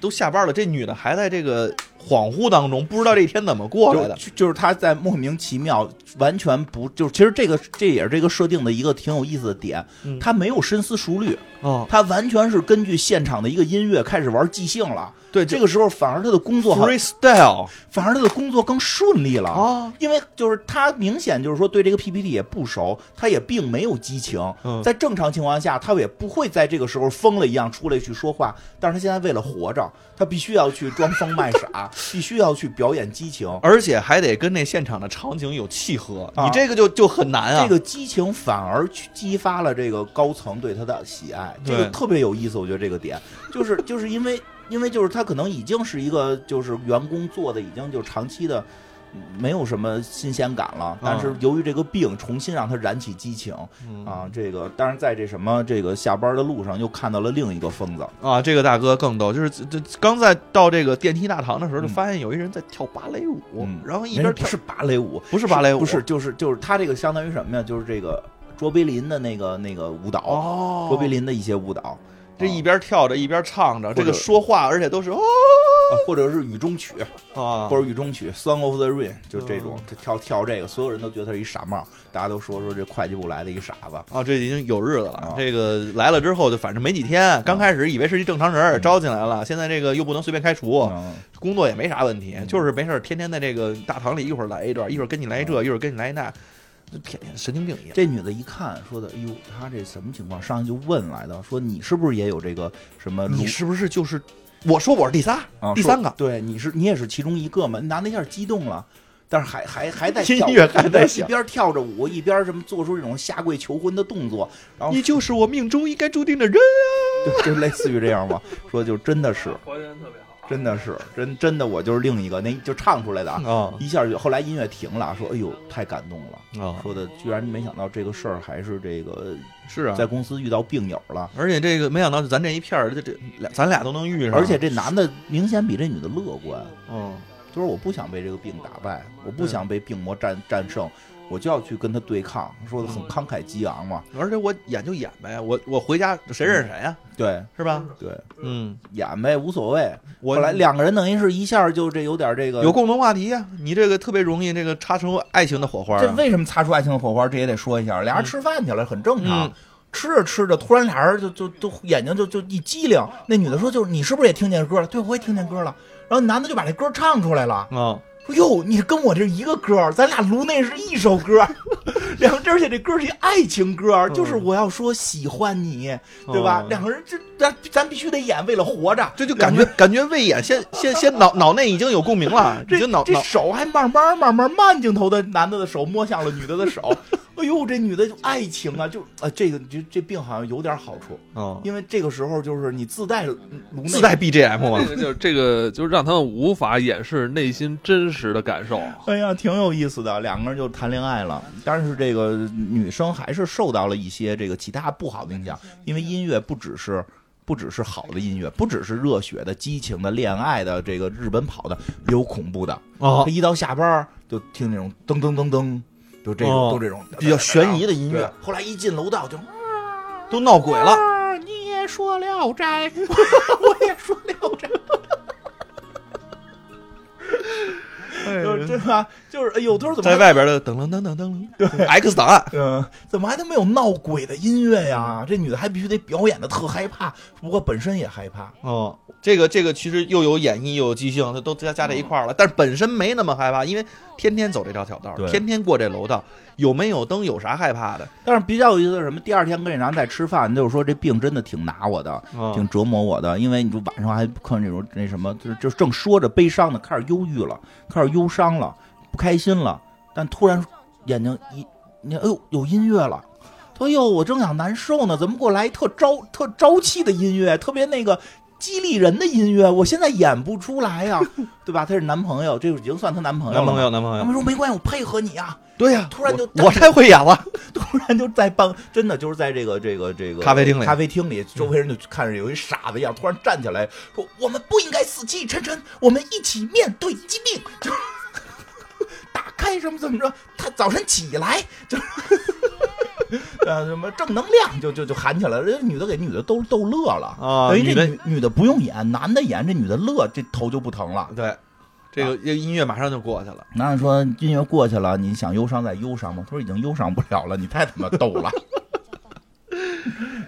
B: 都下班了，这女的还在这个恍惚当中，不知道这一天怎么过来
C: 就
B: 的。
C: 就就是他在莫名其妙，完全不就是其实这个这也是这个设定的一个挺有意思的点，
B: 嗯
C: 他没有深思熟虑，
B: 哦，
C: 他完全是根据现场的一个音乐开始玩即兴了。
B: 对
C: 这个时候反而他的工作好，
B: freestyle
C: 反而他的工作更顺利了
B: 啊。
C: 因为就是他明显就是说对这个 PPT 也不熟，他也并没有激情。
B: 嗯
C: 在正常情况下，他也不会在这个时候疯了一样出来去说话。但是他现在为了活着，他必须要去装疯卖 傻，必须要去表演激情。
B: 而且还得跟那现场的场景有契合，
C: 啊
B: 你这个就就很难啊。
C: 这个激情反而去激发了这个高层对他的喜爱，这个
B: 对
C: 特别有意思。我觉得这个点就是 就是因为因为就是他可能已经是一个就是员工做的已经就长期的。嗯没有什么新鲜感
B: 啊
C: 了，但是由于这个病，重新让他燃起激情、
B: 嗯
C: 啊！这个当然在这什么这个下班的路上，又看到了另一个疯子，
B: 啊，这个大哥更逗，就是这这刚在到这个电梯大堂的时候，就
C: 嗯
B: 发现有一人在跳芭蕾舞，
C: 嗯
B: 然后一
C: 人家
B: 边
C: 不
B: 跳
C: 是芭蕾舞，
B: 不是芭蕾舞，
C: 不是就是就是他这个相当于什么呀？就是这个卓别林的那个那个舞蹈，
B: 哦，
C: 卓别林的一些舞蹈，
B: 这一边跳着一边唱着，
C: 者
B: 这个说话，而且都是哦
C: 啊或者是雨中曲，
B: 啊，
C: 或者雨中曲《Song of the Rain》，就这种
B: 嗯，
C: 他跳跳这个，所有人都觉得他是一傻帽，大家都说说这会计部来的一傻子。
B: 啊，这已经有日子了。
C: 啊
B: 这个来了之后，就反正没几天，刚开始以为是一正常人儿，招进来了，现在这个又不能随便开除，
C: 嗯
B: 工作也没啥问题，就是没事儿天天在这个大堂里一会儿来一段，一会儿跟你来这，一会儿跟你来那，就天天神经病一样。
C: 嗯这女的一看，说的，哎呦，她这什么情况？上去就问来的，说你是不是也有这个什么
B: 你
C: 颅
B: 是不是就是？我说我是第三，
C: 啊
B: 第
C: 说
B: 三个。
C: 对，你是你也是其中一个嘛？你拿那下激动了，但是还还还在
B: 音
C: 跳
B: 乐还在
C: 一
B: 响
C: 边跳着舞，一边什么做出这种下跪求婚的动作，然后
B: 你就是我命中应该注定的人啊！
C: 就就类似于这样吧。说就真的是，
A: 还原特别好。啊
C: 真的是，真真的我就是另一个，那就唱出来的啊。
B: 啊
C: 一下就后来音乐停了，说哎呦太感动了，
B: 啊，
C: 说的居然没想到这个事儿还是这个
B: 是啊
C: 在，公司遇到病友了，
B: 而且这个没想到咱这一片儿，这这俩咱俩都能遇上，
C: 而且这男的明显比这女的乐观，
B: 嗯，
C: 就是我不想被这个病打败，我不想被病魔战战胜，我就要去跟他对抗，说的很
B: 嗯
C: 慷慨激昂嘛，
B: 而且我演就演呗，我我回家谁认识谁呀、
C: 对
B: 是吧？
C: 对，
B: 嗯，
C: 演呗，无所谓。
B: 我
C: 后来两个人等于是一下就这有点这个
B: 有共同话题呀、你这个特别容易这个擦出爱情的火花、
C: 这
B: 啊。
C: 为什么擦出爱情的火花？这也得说一下，俩人吃饭去了，很正常
B: 嗯。
C: 吃着吃着，突然俩人就就就眼睛就就一激灵。那女的说：“就是你是不是也听见歌了？”对，我也听见歌了。然后男的就把这歌唱出来了，
B: 啊、
C: 说：“哟，你跟我这一个歌，咱俩颅内是一首歌。” 然后，而且这歌是一爱情歌，就是我要说喜欢你，对吧？
B: 哦
C: 两个人这咱咱必须得演，为了活着。
B: 这就感觉感觉未演，先先先脑脑内已经有共鸣了，已
C: 这
B: 经脑
C: 这
B: 脑
C: 手还慢慢慢慢慢镜头的男的的手摸向了女的的 手，哎呦，这女的就爱情啊，就啊这个这这病好像有点好处，
B: 哦，
C: 因为这个时候就是你自带颅内
B: 自带 BGM
A: 这
B: 嘛。
A: 个就这个就让他们无法掩饰内心真实的感受。啊
C: 哎呀，挺有意思的，两个人就谈恋爱了。但是这个女生还是受到了一些这个其他不好的影响，因为音乐不只是不只是好的音乐，不只是热血的、激情的、恋爱的，这个日本跑的，有恐怖的。
B: 哦
C: 他，一到下班儿就听那种噔噔噔噔，就这种、
B: 哦
C: 都这种
B: 比较悬疑的音乐
C: 对后来一进楼道就
B: 都闹鬼了。
C: 啊，你也说聊斋， 我也说聊斋，就是对吧？就是哎呦，都是怎么
B: 哎在？外边的噔噔噔噔噔噔，X 档案
C: 嗯，怎么还他妈有闹鬼的音乐呀？这女的还必须得表演的特害怕，不过本身也害怕。
B: 哦，这个这个其实又有演绎又有即兴，它都加加在一块儿了。但是本身没那么害怕，因为天天走这条小道
C: 对，
B: 天天过这楼道，有没有灯有啥害怕的？
C: 但是比较有意思的是什么？第二天跟那男的在吃饭，就是说这病真的挺拿我的，
B: 哦
C: 挺折磨我的，因为你就晚上还看那种那什么，就是就正说着悲伤呢，开始忧郁了，开始忧伤了，不开心了，但突然眼睛一，你哎呦有音乐了。他说：“哟，我正想难受呢，怎么给我来一特朝特朝气的音乐，特别那个激励人的音乐？我现在演不出来 呀、对吧？她是男朋友，这已经算她男朋友
B: 男
C: 了。
B: 朋友，男朋
C: 他
B: 友
C: 们，说没关系，我配合你啊。
B: 对呀，
C: 突然就
B: 我我太会演了，
C: 突然就在办，真的就是在这个这个这个
B: 咖啡厅里嗯
C: 咖啡厅里，周围人就看着有一傻子一样，突然站起来说：“我们不应该死气沉沉，我们一起面对疾病。”就打开什么怎么着？他早晨起来就。呃，什么正能量就就就喊起来了，人家女的给女的都逗乐了
B: 啊
C: 等于
B: 女
C: 这
B: 的
C: 女女的不用演，男的演，这女的乐，这头就不疼了。
B: 对，这个这个音乐马上就过去了。
C: 男的说音乐过去了，你想忧伤再忧伤吗？他说已经忧伤不了了，你太他妈逗了。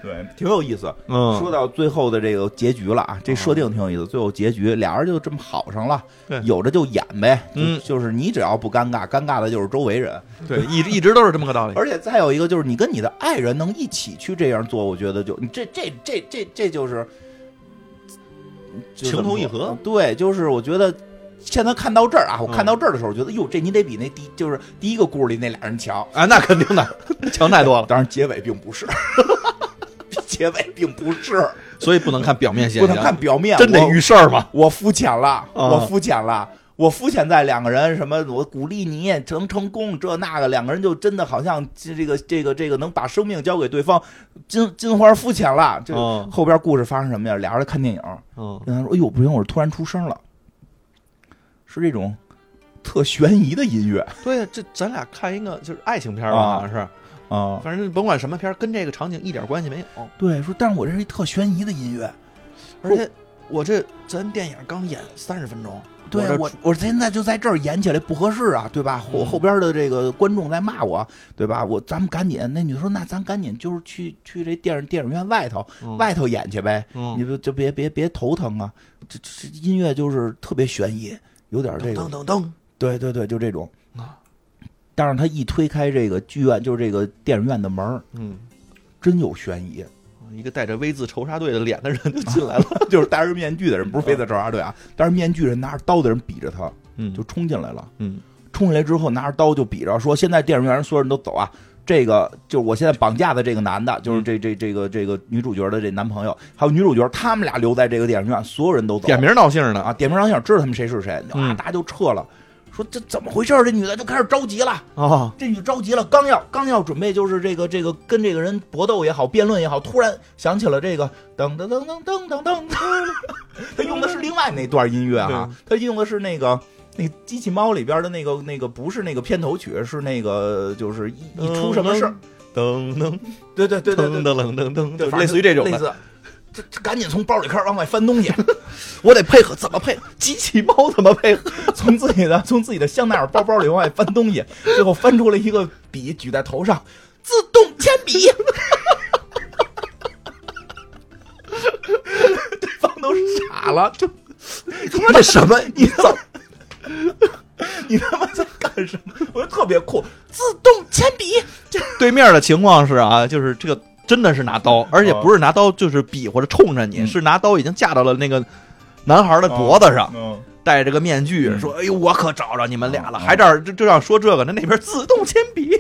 C: 对，挺有意思。
B: 嗯
C: 说到最后的这个结局了啊，这设定挺有意思。最后结局，俩人就这么好上了
B: 对，
C: 有的就演呗。就
B: 嗯
C: 就是你只要不尴尬，尴尬的就是周围人。
B: 对，一直一直都是这么个道理。
C: 而且再有一个就是，你跟你的爱人能一起去这样做，我觉得就你这这这这这就是
B: 情投意合。
C: 对，就是我觉得现在看到这儿啊，我
B: 嗯
C: 看到这儿的时候，觉得哟，这你得比那第就是第一个故事里那俩人强。
B: 啊，那肯定的，强太多了，
C: 当然，结尾并不是， 结尾并不是，
B: 所以不能看表面现
C: 不
B: 象，
C: 能看表面，
B: 真得
C: 我
B: 遇事儿 嘛。
C: 我肤浅了，
B: 啊
C: 我肤浅了。我肤浅在两个人什么，我鼓励你能成功，这那个，两个人就真的好像这这个这个这个能把生命交给对方，金金花肤浅了。这
B: 哦
C: 后边故事发生什么呀？俩人看电影，
B: 嗯，
C: 跟他说：“哎呦，不行，我是突然出声了，是这种特悬疑的音乐
B: 对呀，这咱俩看一个就是爱情片儿吧，好像是，
C: 啊。
B: 反正甭管什么片儿，跟这个场景一点关系没有。
C: 对，说，但是我这是一特悬疑的音乐，
B: 而且我这咱电影刚演三十分钟，
C: 对
B: 这
C: 我我现在就在这儿演起来不合适啊，对吧？我
B: 嗯
C: 后边的这个观众在骂我，对吧？我咱们赶紧，那女的说，那咱赶紧就是去去这电影电影院外头、
B: 嗯
C: 外头演去呗，你
B: 嗯，
C: 就就别别别头疼啊，这这这音乐就是特别悬疑，有嗯点这
B: 噔
C: 个
B: 噔噔噔，
C: 对对对，就这种
B: 啊。
C: 但是他一推开这个剧院，就是这个电影院的门儿
B: 嗯，
C: 真有悬疑，
B: 一个带着 V 字仇杀队的脸的人就进来了，
C: 就是戴着面具的人，不是非得找杀队啊，戴着面具人拿着刀的人比着他，
B: 嗯
C: 就
B: 就
C: 冲进来了。
B: 嗯，
C: 冲进来之后，拿着刀就比着说：“现在电影院所有人都走啊！”这个就是我现在绑架的这个男的，
B: 嗯
C: 就是这这这个这个女主角的这男朋友，还有女主角，他们俩留在这个电影院，所有人都走。
B: 点名闹姓呢
C: 啊，点名让想知道他们谁是谁，啊，
B: 嗯
C: 大家就撤了。说这怎么回事儿？这女的就开始着急了。
B: 啊，
C: 这女着急了，刚要刚要准备就是这个这个跟这个人搏斗也好，辩论也好，突然想起了这个噔噔噔噔噔噔噔，他用的是另外那段音乐啊，他用的是那个那个机器猫里边的那个那个不是那个片头曲，是那个就是一一出什么事儿，
B: 噔噔
C: 对对对对对
B: 噔嗯噔噔噔噔，
C: 对，
B: 就
C: 反
B: 类
C: 正
B: 似于这种
C: 类
B: 的。
C: 似。这这赶紧从包里开始往外翻东 西，我得配合，怎么配合？机器猫怎么配合？从自己的从自己的香奈儿包包里往外翻东西，最后翻出了一个笔举在头上，自动铅笔。对方都傻了，这他 妈这什么？你怎么？你他妈在干什么？我觉得特别酷，自动铅笔。
B: 对面的情况是啊，就是这个真的是拿刀，而且不是拿刀就是比划着冲着你，
C: 嗯
B: 是拿刀已经架到了那个男孩的脖子上，
C: 嗯，
B: 戴着个面具，
C: 嗯
B: 说：“哎呦，我可找着你们俩了，
C: 嗯
B: 还这儿就就让说这个，那那边自动铅笔。”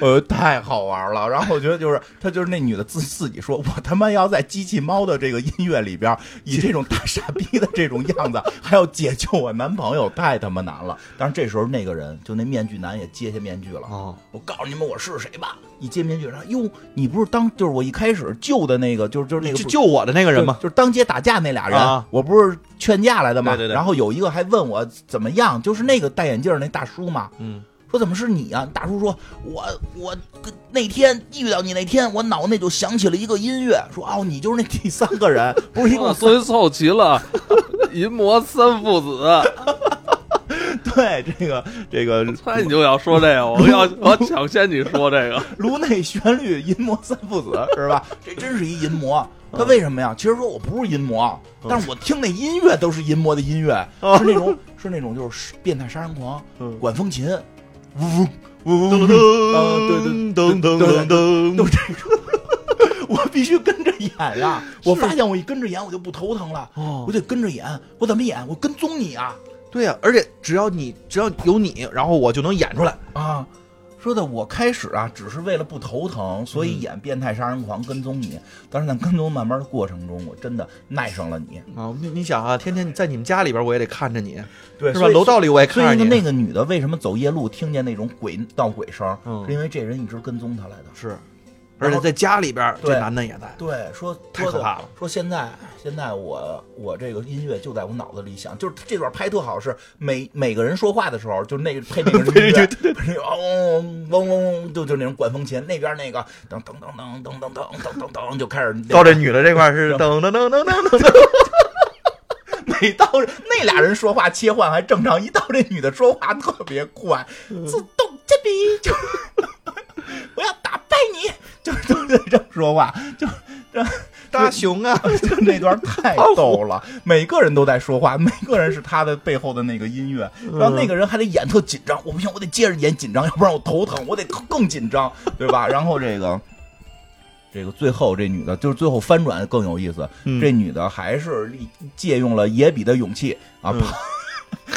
C: 呃，太好玩了。然后我觉得就是，他就是那女的自自己说，我他妈要在机器猫的这个音乐里边，以这种大傻逼的这种样子，还要解救我男朋友，太他妈难了。但是这时候那个人，就那面具男也揭下面具了。
B: 哦，
C: 我告诉你们我是谁吧！一揭面具，然后哟，你不是当就是我一开始救的那个，就是就是那个
B: 就救我的那个人嘛，
C: 对就是当街打架那俩人，
B: 啊
C: 我不是劝架来的嘛。
B: 对对对
C: 然后有一个还问我怎么样，就是那个戴眼镜儿那大叔嘛。
B: 嗯，
C: 说怎么是你啊？大叔说，我我跟那天遇到你那天，我脑内就想起了一个音乐，说哦，你就是那第三个人，不是一共
A: 啊
C: 三
A: 所以凑齐了 淫魔三父子。
C: 对这个这 个
A: 猜你就要说这个，我要我要抢先你说这个。
C: 颅内旋律淫魔三父子是吧？这真是一淫魔。
B: 嗯
C: 他为什么呀？其实说我不是淫魔，但是我听那音乐都是淫魔的音乐，
B: 哦
C: 是那种是那种就是变态杀人狂
B: 嗯
C: 管风琴，
B: 噔
C: 噔
B: 啊噔噔噔噔
C: 都这种。 我必须跟着演呀！我发现我一跟着演，我就不头疼了。
B: 哦
C: 我得跟着演，我怎么演？我跟踪你啊
B: 对呀、而且只要你只要有你，然后我就能演出来。
C: 啊！说的我开始啊，只是为了不头疼，所以演变态杀人狂跟踪你。但是在跟踪慢慢的过程中，我真的耐上了你，
B: 啊，你你想啊，天天你在你们家里边，我也得看着你，
C: 对
B: 是吧？楼。道里我也
C: 所以
B: 看着
C: 呢，
B: 你。
C: 那个女的为什么走夜路听见那种鬼闹鬼声，
B: 嗯
C: 是因为这人一直跟踪她来的。
B: 是，
C: 然
B: 而
C: 后
B: 且在家里边，
C: 对
B: 这男的也在。
C: 对，说
B: 太可怕了。
C: 说的说现在，现在我我这个音乐就在我脑子里响，就是这段拍特好，是每每个人说话的时候，就那个配那个音乐，那个嗡嗡嗡嗡，就就那种管风琴，那边那个噔噔噔噔噔噔噔噔噔噔，就开始
B: 到这女的这块是
C: 是
B: 噔噔噔噔噔噔，
C: 每到那俩人说话切换还正常，一到这女的说话特别快，自动铅笔就我要打败你，就是都在这么说话，就这。
B: 大熊啊，
C: 就那段太
B: 哦
C: 逗了，每个人都在说话，每个人是他的背后的那个音乐，
B: 嗯
C: 然后那个人还得演特紧张，我不行，我得接着演紧张，要不然我头疼，我得更紧张，对吧？然后这个。这个最后这女的，就是最后翻转更有意思。
B: 嗯
C: 这女的还是借用了野比的勇气啊，
B: 嗯
C: 胖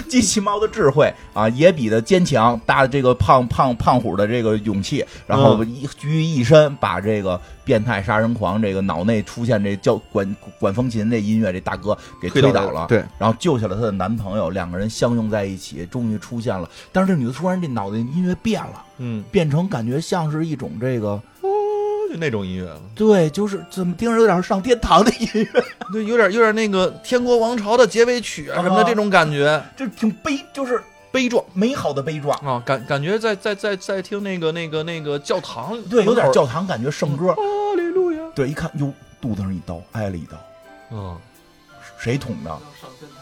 C: 机器猫的智慧啊，野比的坚强，大这个胖胖胖虎的这个勇气，然后
B: 嗯
C: 一居于一身，把这个变态杀人狂这个脑内出现这叫管管风琴这音乐这大哥给推倒了，
B: 对，
C: 然后救下了她的男朋友，两个人相拥在一起，终于出现了。但是这女的突然这脑袋音乐变了，
B: 嗯，
C: 变成感觉像是一种这个，
B: 就那种音乐了，
C: 对，就是怎么听着有点上天堂的音乐，
B: 对，有点有点那个《天国王朝》的结尾曲啊什么
C: 啊
B: 的这种感觉，
C: 这挺悲，就是
B: 悲壮
C: 美好的悲壮。
B: 啊，感感觉在在在在听那个那个那个教堂，
C: 对，有点
B: 叫
C: 教堂感觉圣歌。
B: 哈利路亚，
C: 对，一看哟，肚子上一刀，挨了一刀，
B: 嗯。
C: 谁捅的？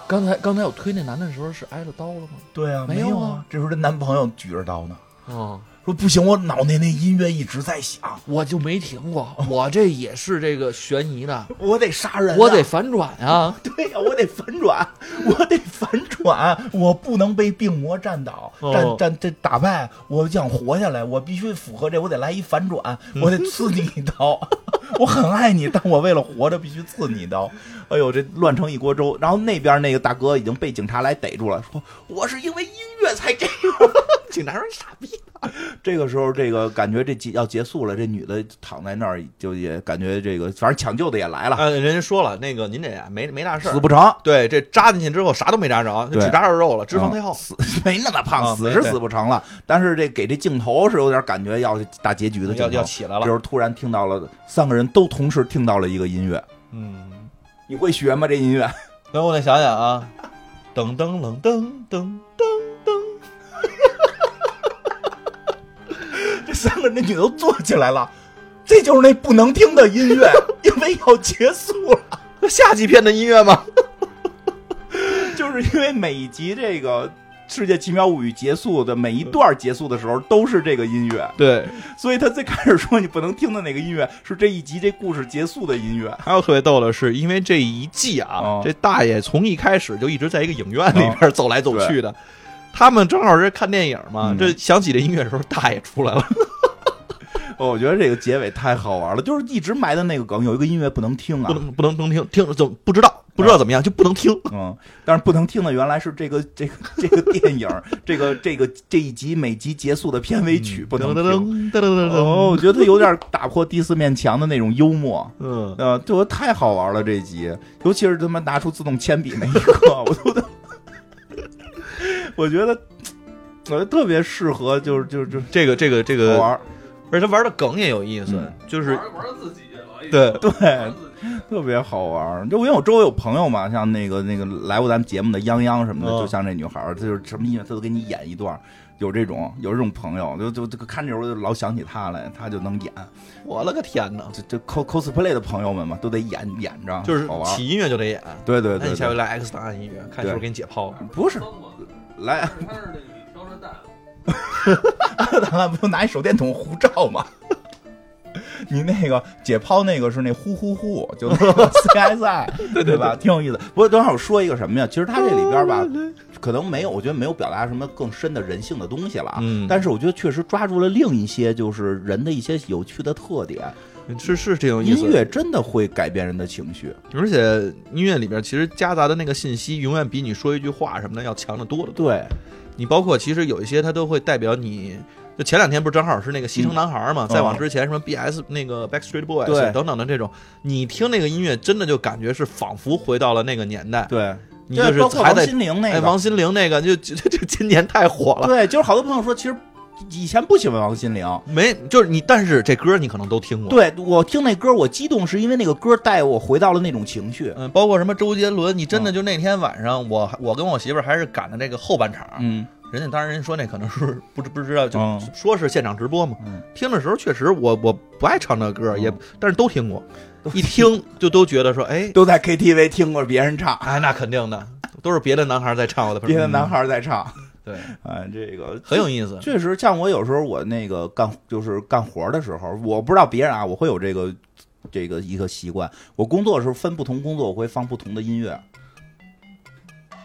B: 刚才刚才我推那男的时候是挨了刀了吗？
C: 对啊，
B: 没
C: 有
B: 有啊。
C: 这时候这男朋友举着刀呢，
B: 啊，
C: 说不行，我脑内那音乐一直在响，
B: 我就没停过，我这也是这个悬疑 的，
C: 我得杀人啊、
B: 我得反转啊！
C: 对呀、我得反 转，我得反转，我不能被病魔占倒，
B: 哦
C: 占占这打败。我想活下来，我必须符合这，我得来一反转，
B: 嗯
C: 我得刺你一刀。 我很爱你，但我为了活着必须刺你一刀。哎呦，这乱成一锅粥。然后那边那个大哥已经被警察来逮住了，说我是因为音乐才这样。
B: 警察说你傻逼，
C: 这个时候，这个感觉这结要结束了，这女的躺在那儿就也感觉这个，反正抢救的也来了，
B: 啊，人家说了，那个您这呀没没大事
C: 死
B: 儿，
C: 不成。
B: 对，这扎进去之后啥都没扎着，就
C: 对
B: 只扎着肉了，脂肪
C: 啊
B: 太厚。
C: 死 没那么胖，
B: 啊
C: 死
B: 没
C: 是
B: 对
C: 死不成了。但是这给这镜头是有点感觉嗯要大结局的镜
B: 要
C: 头。
B: 要起来
C: 这
B: 了
C: 时，候突然听到了三个人都同时听到了一个音乐，
B: 嗯，
C: 你会学吗？这音乐？
B: 然后我再想想啊，噔噔噔噔噔噔噔，
C: 这 三个人那女的都坐起来了，这就是那不能听的音 乐，因为要结束了。
B: 那夏季片的音乐吗？
C: 就是因为每一集这个《世界奇妙物语》结束的每一段结束的时候都是这个音乐，
B: 对，
C: 所以他最开始说你不能听的那个音乐是这一集这故事结束的音乐。
B: 还有特别逗的是，因为这一季啊，
C: 哦
B: 这大爷从一开始就一直在一个影院里边走来走去的。他们正好是看电影嘛，
C: 嗯
B: 这响起这音乐的时候，大爷出来了。
C: 哦我觉得这个结尾太好玩了，就是一直埋的那个梗，有一个音乐不能听
B: 不
C: 啊，
B: 能不能不能听，听着怎么不知道不知道怎么样、就不能听。
C: 嗯，但是不能听的原来是这个这个这个 电影，这个这个这一集每集结束的片尾曲不能听。
B: 嗯噔噔噔噔
C: 哦，我觉得他有点打破第四面墙的那种幽默，
B: 嗯，
C: 呃，对我太好玩了这一集，尤其是他妈拿出自动铅笔那一刻， 我都，我觉得，我觉得特别适合，就是就是就
B: 这个这个这
C: 是好玩
B: 个，
C: 儿，
B: 而且他玩的梗也有意思，
C: 嗯
B: 就是
A: 玩玩自己了，
B: 对
A: 对
C: 特别好玩儿。就因为我周围有朋友嘛，像那个那个来过咱们节目的泱泱什么的，
B: 嗯
C: 就像这女孩儿，她就是什么音乐她都给你演一段儿。有这种有这种朋友，就就就看这时候就老想起她来，她就能演。
B: 我了个天哪，
C: 就就 cos cosplay 的朋友们嘛，都得演演着，
B: 就是
C: 好玩儿。
B: 起音乐就得演。
C: 对对
B: 那
C: 对
B: 你下回
C: 对，
B: 来 X 档案音乐，看是不是给你解剖了。
C: 不是来
A: 他是那个你挑着担，
C: 咱们不拿一手电筒胡照吗？ 你那个解剖那个是那呼呼呼，就那 个 CSI，对对吧？挺有意思。不过等会儿我说一个什么呀？其实它这里边吧，可能没有，我觉得没有表达什么更深的人性的东西了啊。
B: 嗯
C: 但是我觉得确实抓住了另一些就是人的一些有趣的特点。
B: 是是挺有意思
C: 音
B: 的。
C: 乐真的会改变人的情绪，
B: 而且音乐里边其实夹杂的那个信息，永远比你说一句话什么的要强得多得多。
C: 对，
B: 你包括其实有一些它都会代表你。就前两天不是正好是那个西城男孩嘛，
C: 嗯
B: 再往之前什么 B.S. 那个 Backstreet Boys
C: 对
B: 等等的这种，你听那个音乐真的就感觉是仿佛回到了那个年代，
C: 对，
B: 你
C: 对
B: 就
C: 包
B: 是
C: 括
B: 还
C: 王
B: 在
C: 心凌那
B: 哎
C: 个，
B: 王心凌那个就就就就今年太火了，
C: 对，就是好多朋友说，其实以前不喜欢王心凌，
B: 没就是你，但是这歌你可能都听过，
C: 对我听那歌，我激动是因为那个歌带我回到了那种情绪。
B: 嗯，包括什么周杰伦，你
C: 嗯
B: 真的就那天晚上，我我跟我媳妇儿还是赶的这个后半场，
C: 嗯，
B: 人家当然人家说那可能是不知不知道，就
C: 嗯
B: 说是现场直播嘛。
C: 嗯
B: 听的时候确实我我不爱唱这歌，
C: 嗯
B: 也但是都听过，
C: 都
B: 一 听就都觉得说，哎
C: 都在 KTV 听过别人唱，
B: 哎，那肯定的，都是别的男孩在唱我的歌，
C: 别的男孩在唱，
B: 对，
C: 啊，这个
B: 很有意思。
C: 确实，像我有时候我那个干就是干活的时候，我不知道别人啊，我会有这个这个一个习惯。我工作的时候分不同工作，我会放不同的音乐。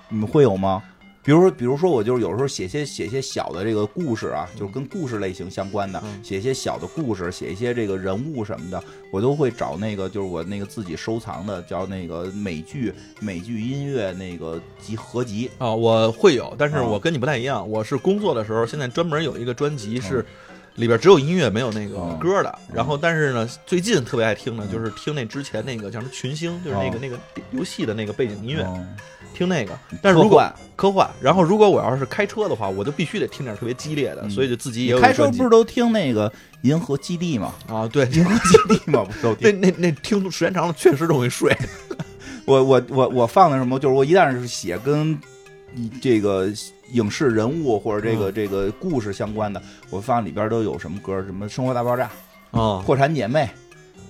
C: 你们会有吗？比如说，比如说，我就是有时候写些写些小的这个故事啊，就是跟故事类型相关的，
B: 嗯
C: 写一些小的故事，写一些这个人物什么的，我都会找那个就是我那个自己收藏的叫那个美剧美剧音乐那个集合集，
B: 啊，我会有，但是
C: 啊
B: 我跟你不太一样，我是工作的时候，现在专门有一个专辑是里边只有音乐没有那个
C: 嗯
B: 歌的。
C: 啊嗯
B: 然后，但是呢，最近特别爱听的
C: 嗯
B: 就是听那之前那个叫什么群星，就是那个
C: 哦
B: 那个游戏的那个背景音乐，
C: 嗯
B: 听那个。但是如
C: 科
B: 果
C: 幻
B: 科幻，然后如果我要是开车的话，我就必须得听点特别激烈的，
C: 嗯
B: 所以就自己也
C: 你
B: 有一
C: 开
B: 个
C: 车
B: 专
C: 不
B: 辑
C: 是都听那个银河基地 吗？
B: 啊，对。
C: 银河基地吗？不都
B: 那
C: 听？
B: 那那听时间长了确实容易睡，
C: 我我我我放的什么？就是我一旦是写跟这个影视人物或者这
B: 嗯
C: 个、这个故事相关的，我放里边都有什么歌？什么《生活大爆炸》
B: 啊
C: 《破产姐妹》，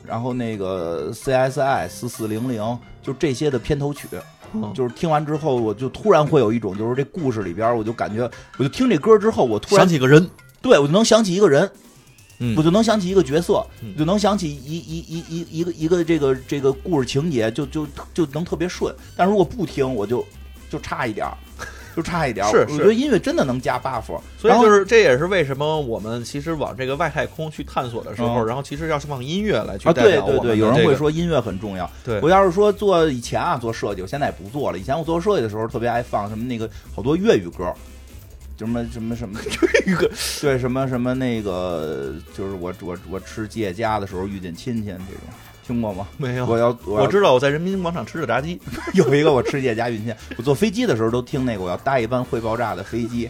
C: 然后那个 CSI 四四零零，就这些的片头曲。
B: 嗯
C: 就是听完之后，我就突然会有一种，就是这故事里边，我就感觉，我就听这歌之后，我突然
B: 想起个人，
C: 对我就能想起一个人，
B: 嗯
C: 我就能想起一个角色，
B: 嗯
C: 就能想起一一一一一个一个这个这个故事情节，就就就能特别顺。但如果不听，我就就差一点儿，就差一点儿。
B: 是
C: 我
B: 是
C: 觉得音乐真的能加 buff，
B: 所以
C: 然后
B: 就是这也是为什么我们其实往这个外太空去探索的时候，
C: 嗯
B: 然后其实要是往音乐来去
C: 啊，
B: 代
C: 对
B: 表我
C: 对
B: 们的
C: 对，有人
B: 这
C: 会
B: 个
C: 说音乐很重要。
B: 对
C: 我要是说做以前啊做设计，我现在也不做了。以前我做设计的时候特别爱放什么那个好多粤语歌。什么什么什么这个对什么什么那个就是我我我吃借家的时候遇见亲戚这种听过吗？
B: 没有
C: 我要我
B: 哦我
C: 要
B: 知道我在人民广场吃的炸鸡，
C: 有一个我吃夜家云线，我坐飞机的时候都听那个，我要搭一班会爆炸的飞机。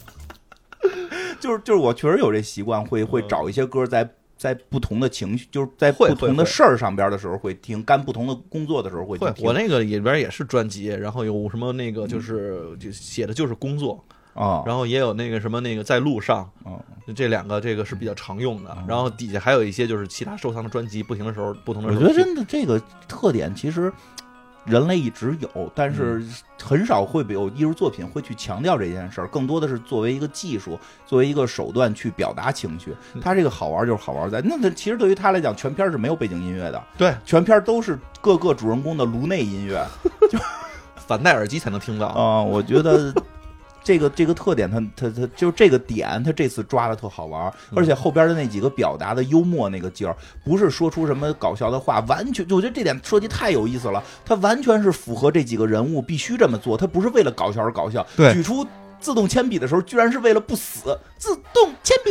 C: 就是就是，我确实有这习惯，会会找一些歌在。在不同的情绪，就是在
B: 嗯会
C: 不同
B: 会
C: 的
B: 会
C: 事儿上边的时候会听，干不同的工作的时候会
B: 会
C: 听。，
B: 我那个里边也是专辑，然后有什么那个就是就写的就是工作，
C: 啊，
B: 然后也有那个什么那个在路上，
C: 哦
B: 这两个这个是比较常用的。
C: 嗯
B: 然后底下还有一些就是其他收藏的专辑，不停的时候不同的
C: 我
B: 时
C: 觉
B: 候。
C: 得真的这个特点其实。人类一直有，但是
B: 嗯
C: 很少会有艺术作品会去强调这件事儿，更多的是作为一个技术，作为一个手段去表达情绪。
B: 嗯
C: 他这个好玩就是好玩在，那那其实对于他来讲，全片儿是没有背景音乐的，
B: 对，
C: 全片儿都是各个主人公的颅内音乐。
B: 反戴耳机才能听到。
C: 啊、我觉得这个这个特点它，它它就是这个点，它这次抓的特好玩儿，
B: 嗯
C: 而且后边的那几个表达的幽默那个劲儿，不是说出什么搞笑的话，完全就我觉得这点设计太有意思了，它完全是符合这几个人物必须这么做，它不是为了搞笑而搞笑。
B: 对
C: 举出自动铅笔的时候，居然是为了不死，自动铅 笔。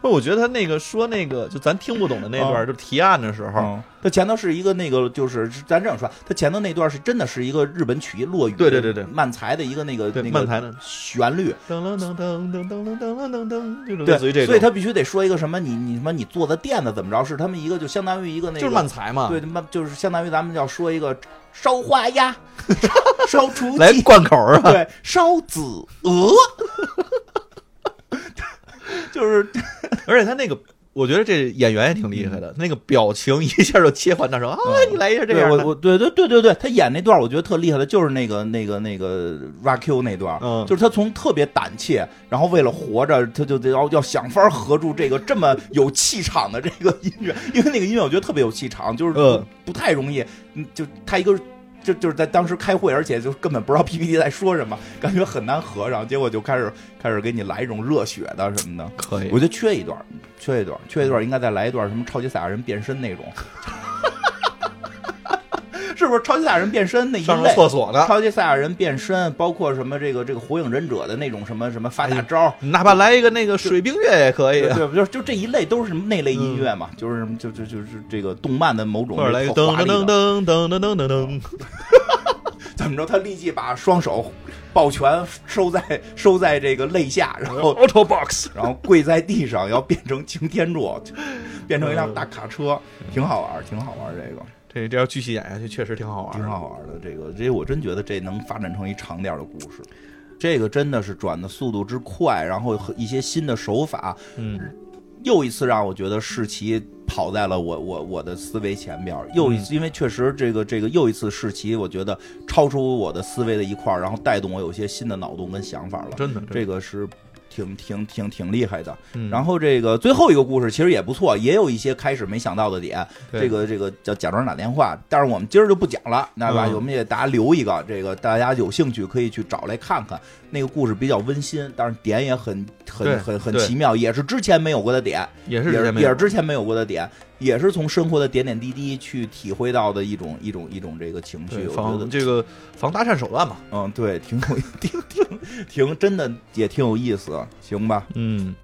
B: 不是，我觉得他那个说那个就咱听不懂的那段，
C: 啊
B: 就提案的时候，
C: 嗯，它前头是一个那个，就是咱这样说，它前头那段是真的是一个日本曲艺落语，
B: 对对对对
C: 漫才的一个那个
B: 对
C: 那个
B: 漫才的
C: 旋律，
B: 噔噔噔噔噔噔噔噔噔噔，就
C: 对，
B: 是类似于这种，
C: 所以他必须得说一个什么你你什么你坐的垫子怎么着，是他们一个就相当于一个那个
B: 就是慢才嘛。
C: 对，慢就是相当于咱们要说一个烧花 鸭、烧雏
B: 来
C: 鸡、
B: 贯口儿啊！
C: 对烧子鹅， 就是
B: 而且他那个，我觉得这演员也挺厉害的，那个表情一下就切换到成啊，你来一下这
C: 对
B: 样
C: 我
B: 的，
C: 我对对对对对，他演那段我觉得特厉害的，就是那个那个那个 Raku 那段，
B: 嗯
C: 就是他从特别胆怯，然后为了活着，他就得要要想法儿合住这个这么有气场的这个音乐，因为那个音乐我觉得特别有气场，就是不,、
B: 嗯
C: 不太容易，嗯就他一个。就就是在当时开会，而且就根本不知道 PPT 在说什么，感觉很难合上。结果就开始开始给你来一种热血的什么的，
B: 可以
C: 我。觉得缺一段儿，缺一段儿，缺一段儿，应该再来一段儿什么超级赛亚人变身那种， 是不是？超级赛亚人变身那一
B: 上
C: 类
B: 上，厕所呢，
C: 超级赛亚人变身，包括什么这个这个火影忍者的那种什么什么发
B: 哎
C: 大招儿。
B: 哪怕来一个那个水冰月也可以
C: 对
B: 啊，
C: 对，就是就这一类都是什么那
B: 嗯
C: 类音乐嘛，就是什么就就就是这个动漫的某种
B: 或者来一个
C: 特
B: 噔
C: 华丽
B: 噔哎
C: 的，
B: 噔噔噔噔噔噔噔，
C: 怎么着？他立即把双手抱拳收在收在这个肋下，然后
A: Auto Box，
C: 然后跪在地上，要变成擎天柱，变成一
B: 嗯
C: 辆大卡车，挺好玩儿，挺好玩儿。这个
B: 这这要继续演下去，确实挺好玩
C: 挺
B: 儿。
C: 好玩儿的，这个这我真觉得这能发展成一长点儿的故事。这个真的是转的速度之快，然后和一些新的手法，
B: 嗯，
C: 又一次让我觉得世奇跑在了我我我的思维前边儿。又
B: 嗯
C: 一次，因为确实这个这个又一次世奇，我觉得超出我的思维的一块儿，然后带动我有些新的脑洞跟想法了。
B: 真的，真的
C: 这个是挺挺挺挺厉害的。
B: 嗯
C: 然后这个最后一个故事其实也不错，也有一些开始没想到的点。
B: 对
C: 这个这个叫假装打电话，但是我们今儿就不讲了，那吧？
B: 嗯
C: 我们也大家留一个，这个大家有兴趣可以去找来看看。那个故事比较温馨，但是点也很
B: 对
C: 很很很
B: 对
C: 奇妙，也是之前没有过的点，
B: 也
C: 也
B: 是之前
C: 是
B: 没
C: 也
B: 有
C: 是之前没有过的点，也是从生活的点点滴滴去体会到的一种一种一种这个情绪。
B: 对
C: 我觉得
B: 防这个防搭讪手段嘛。
C: 嗯，对，挺有挺挺挺真的也挺有意思，行吧？
B: 嗯，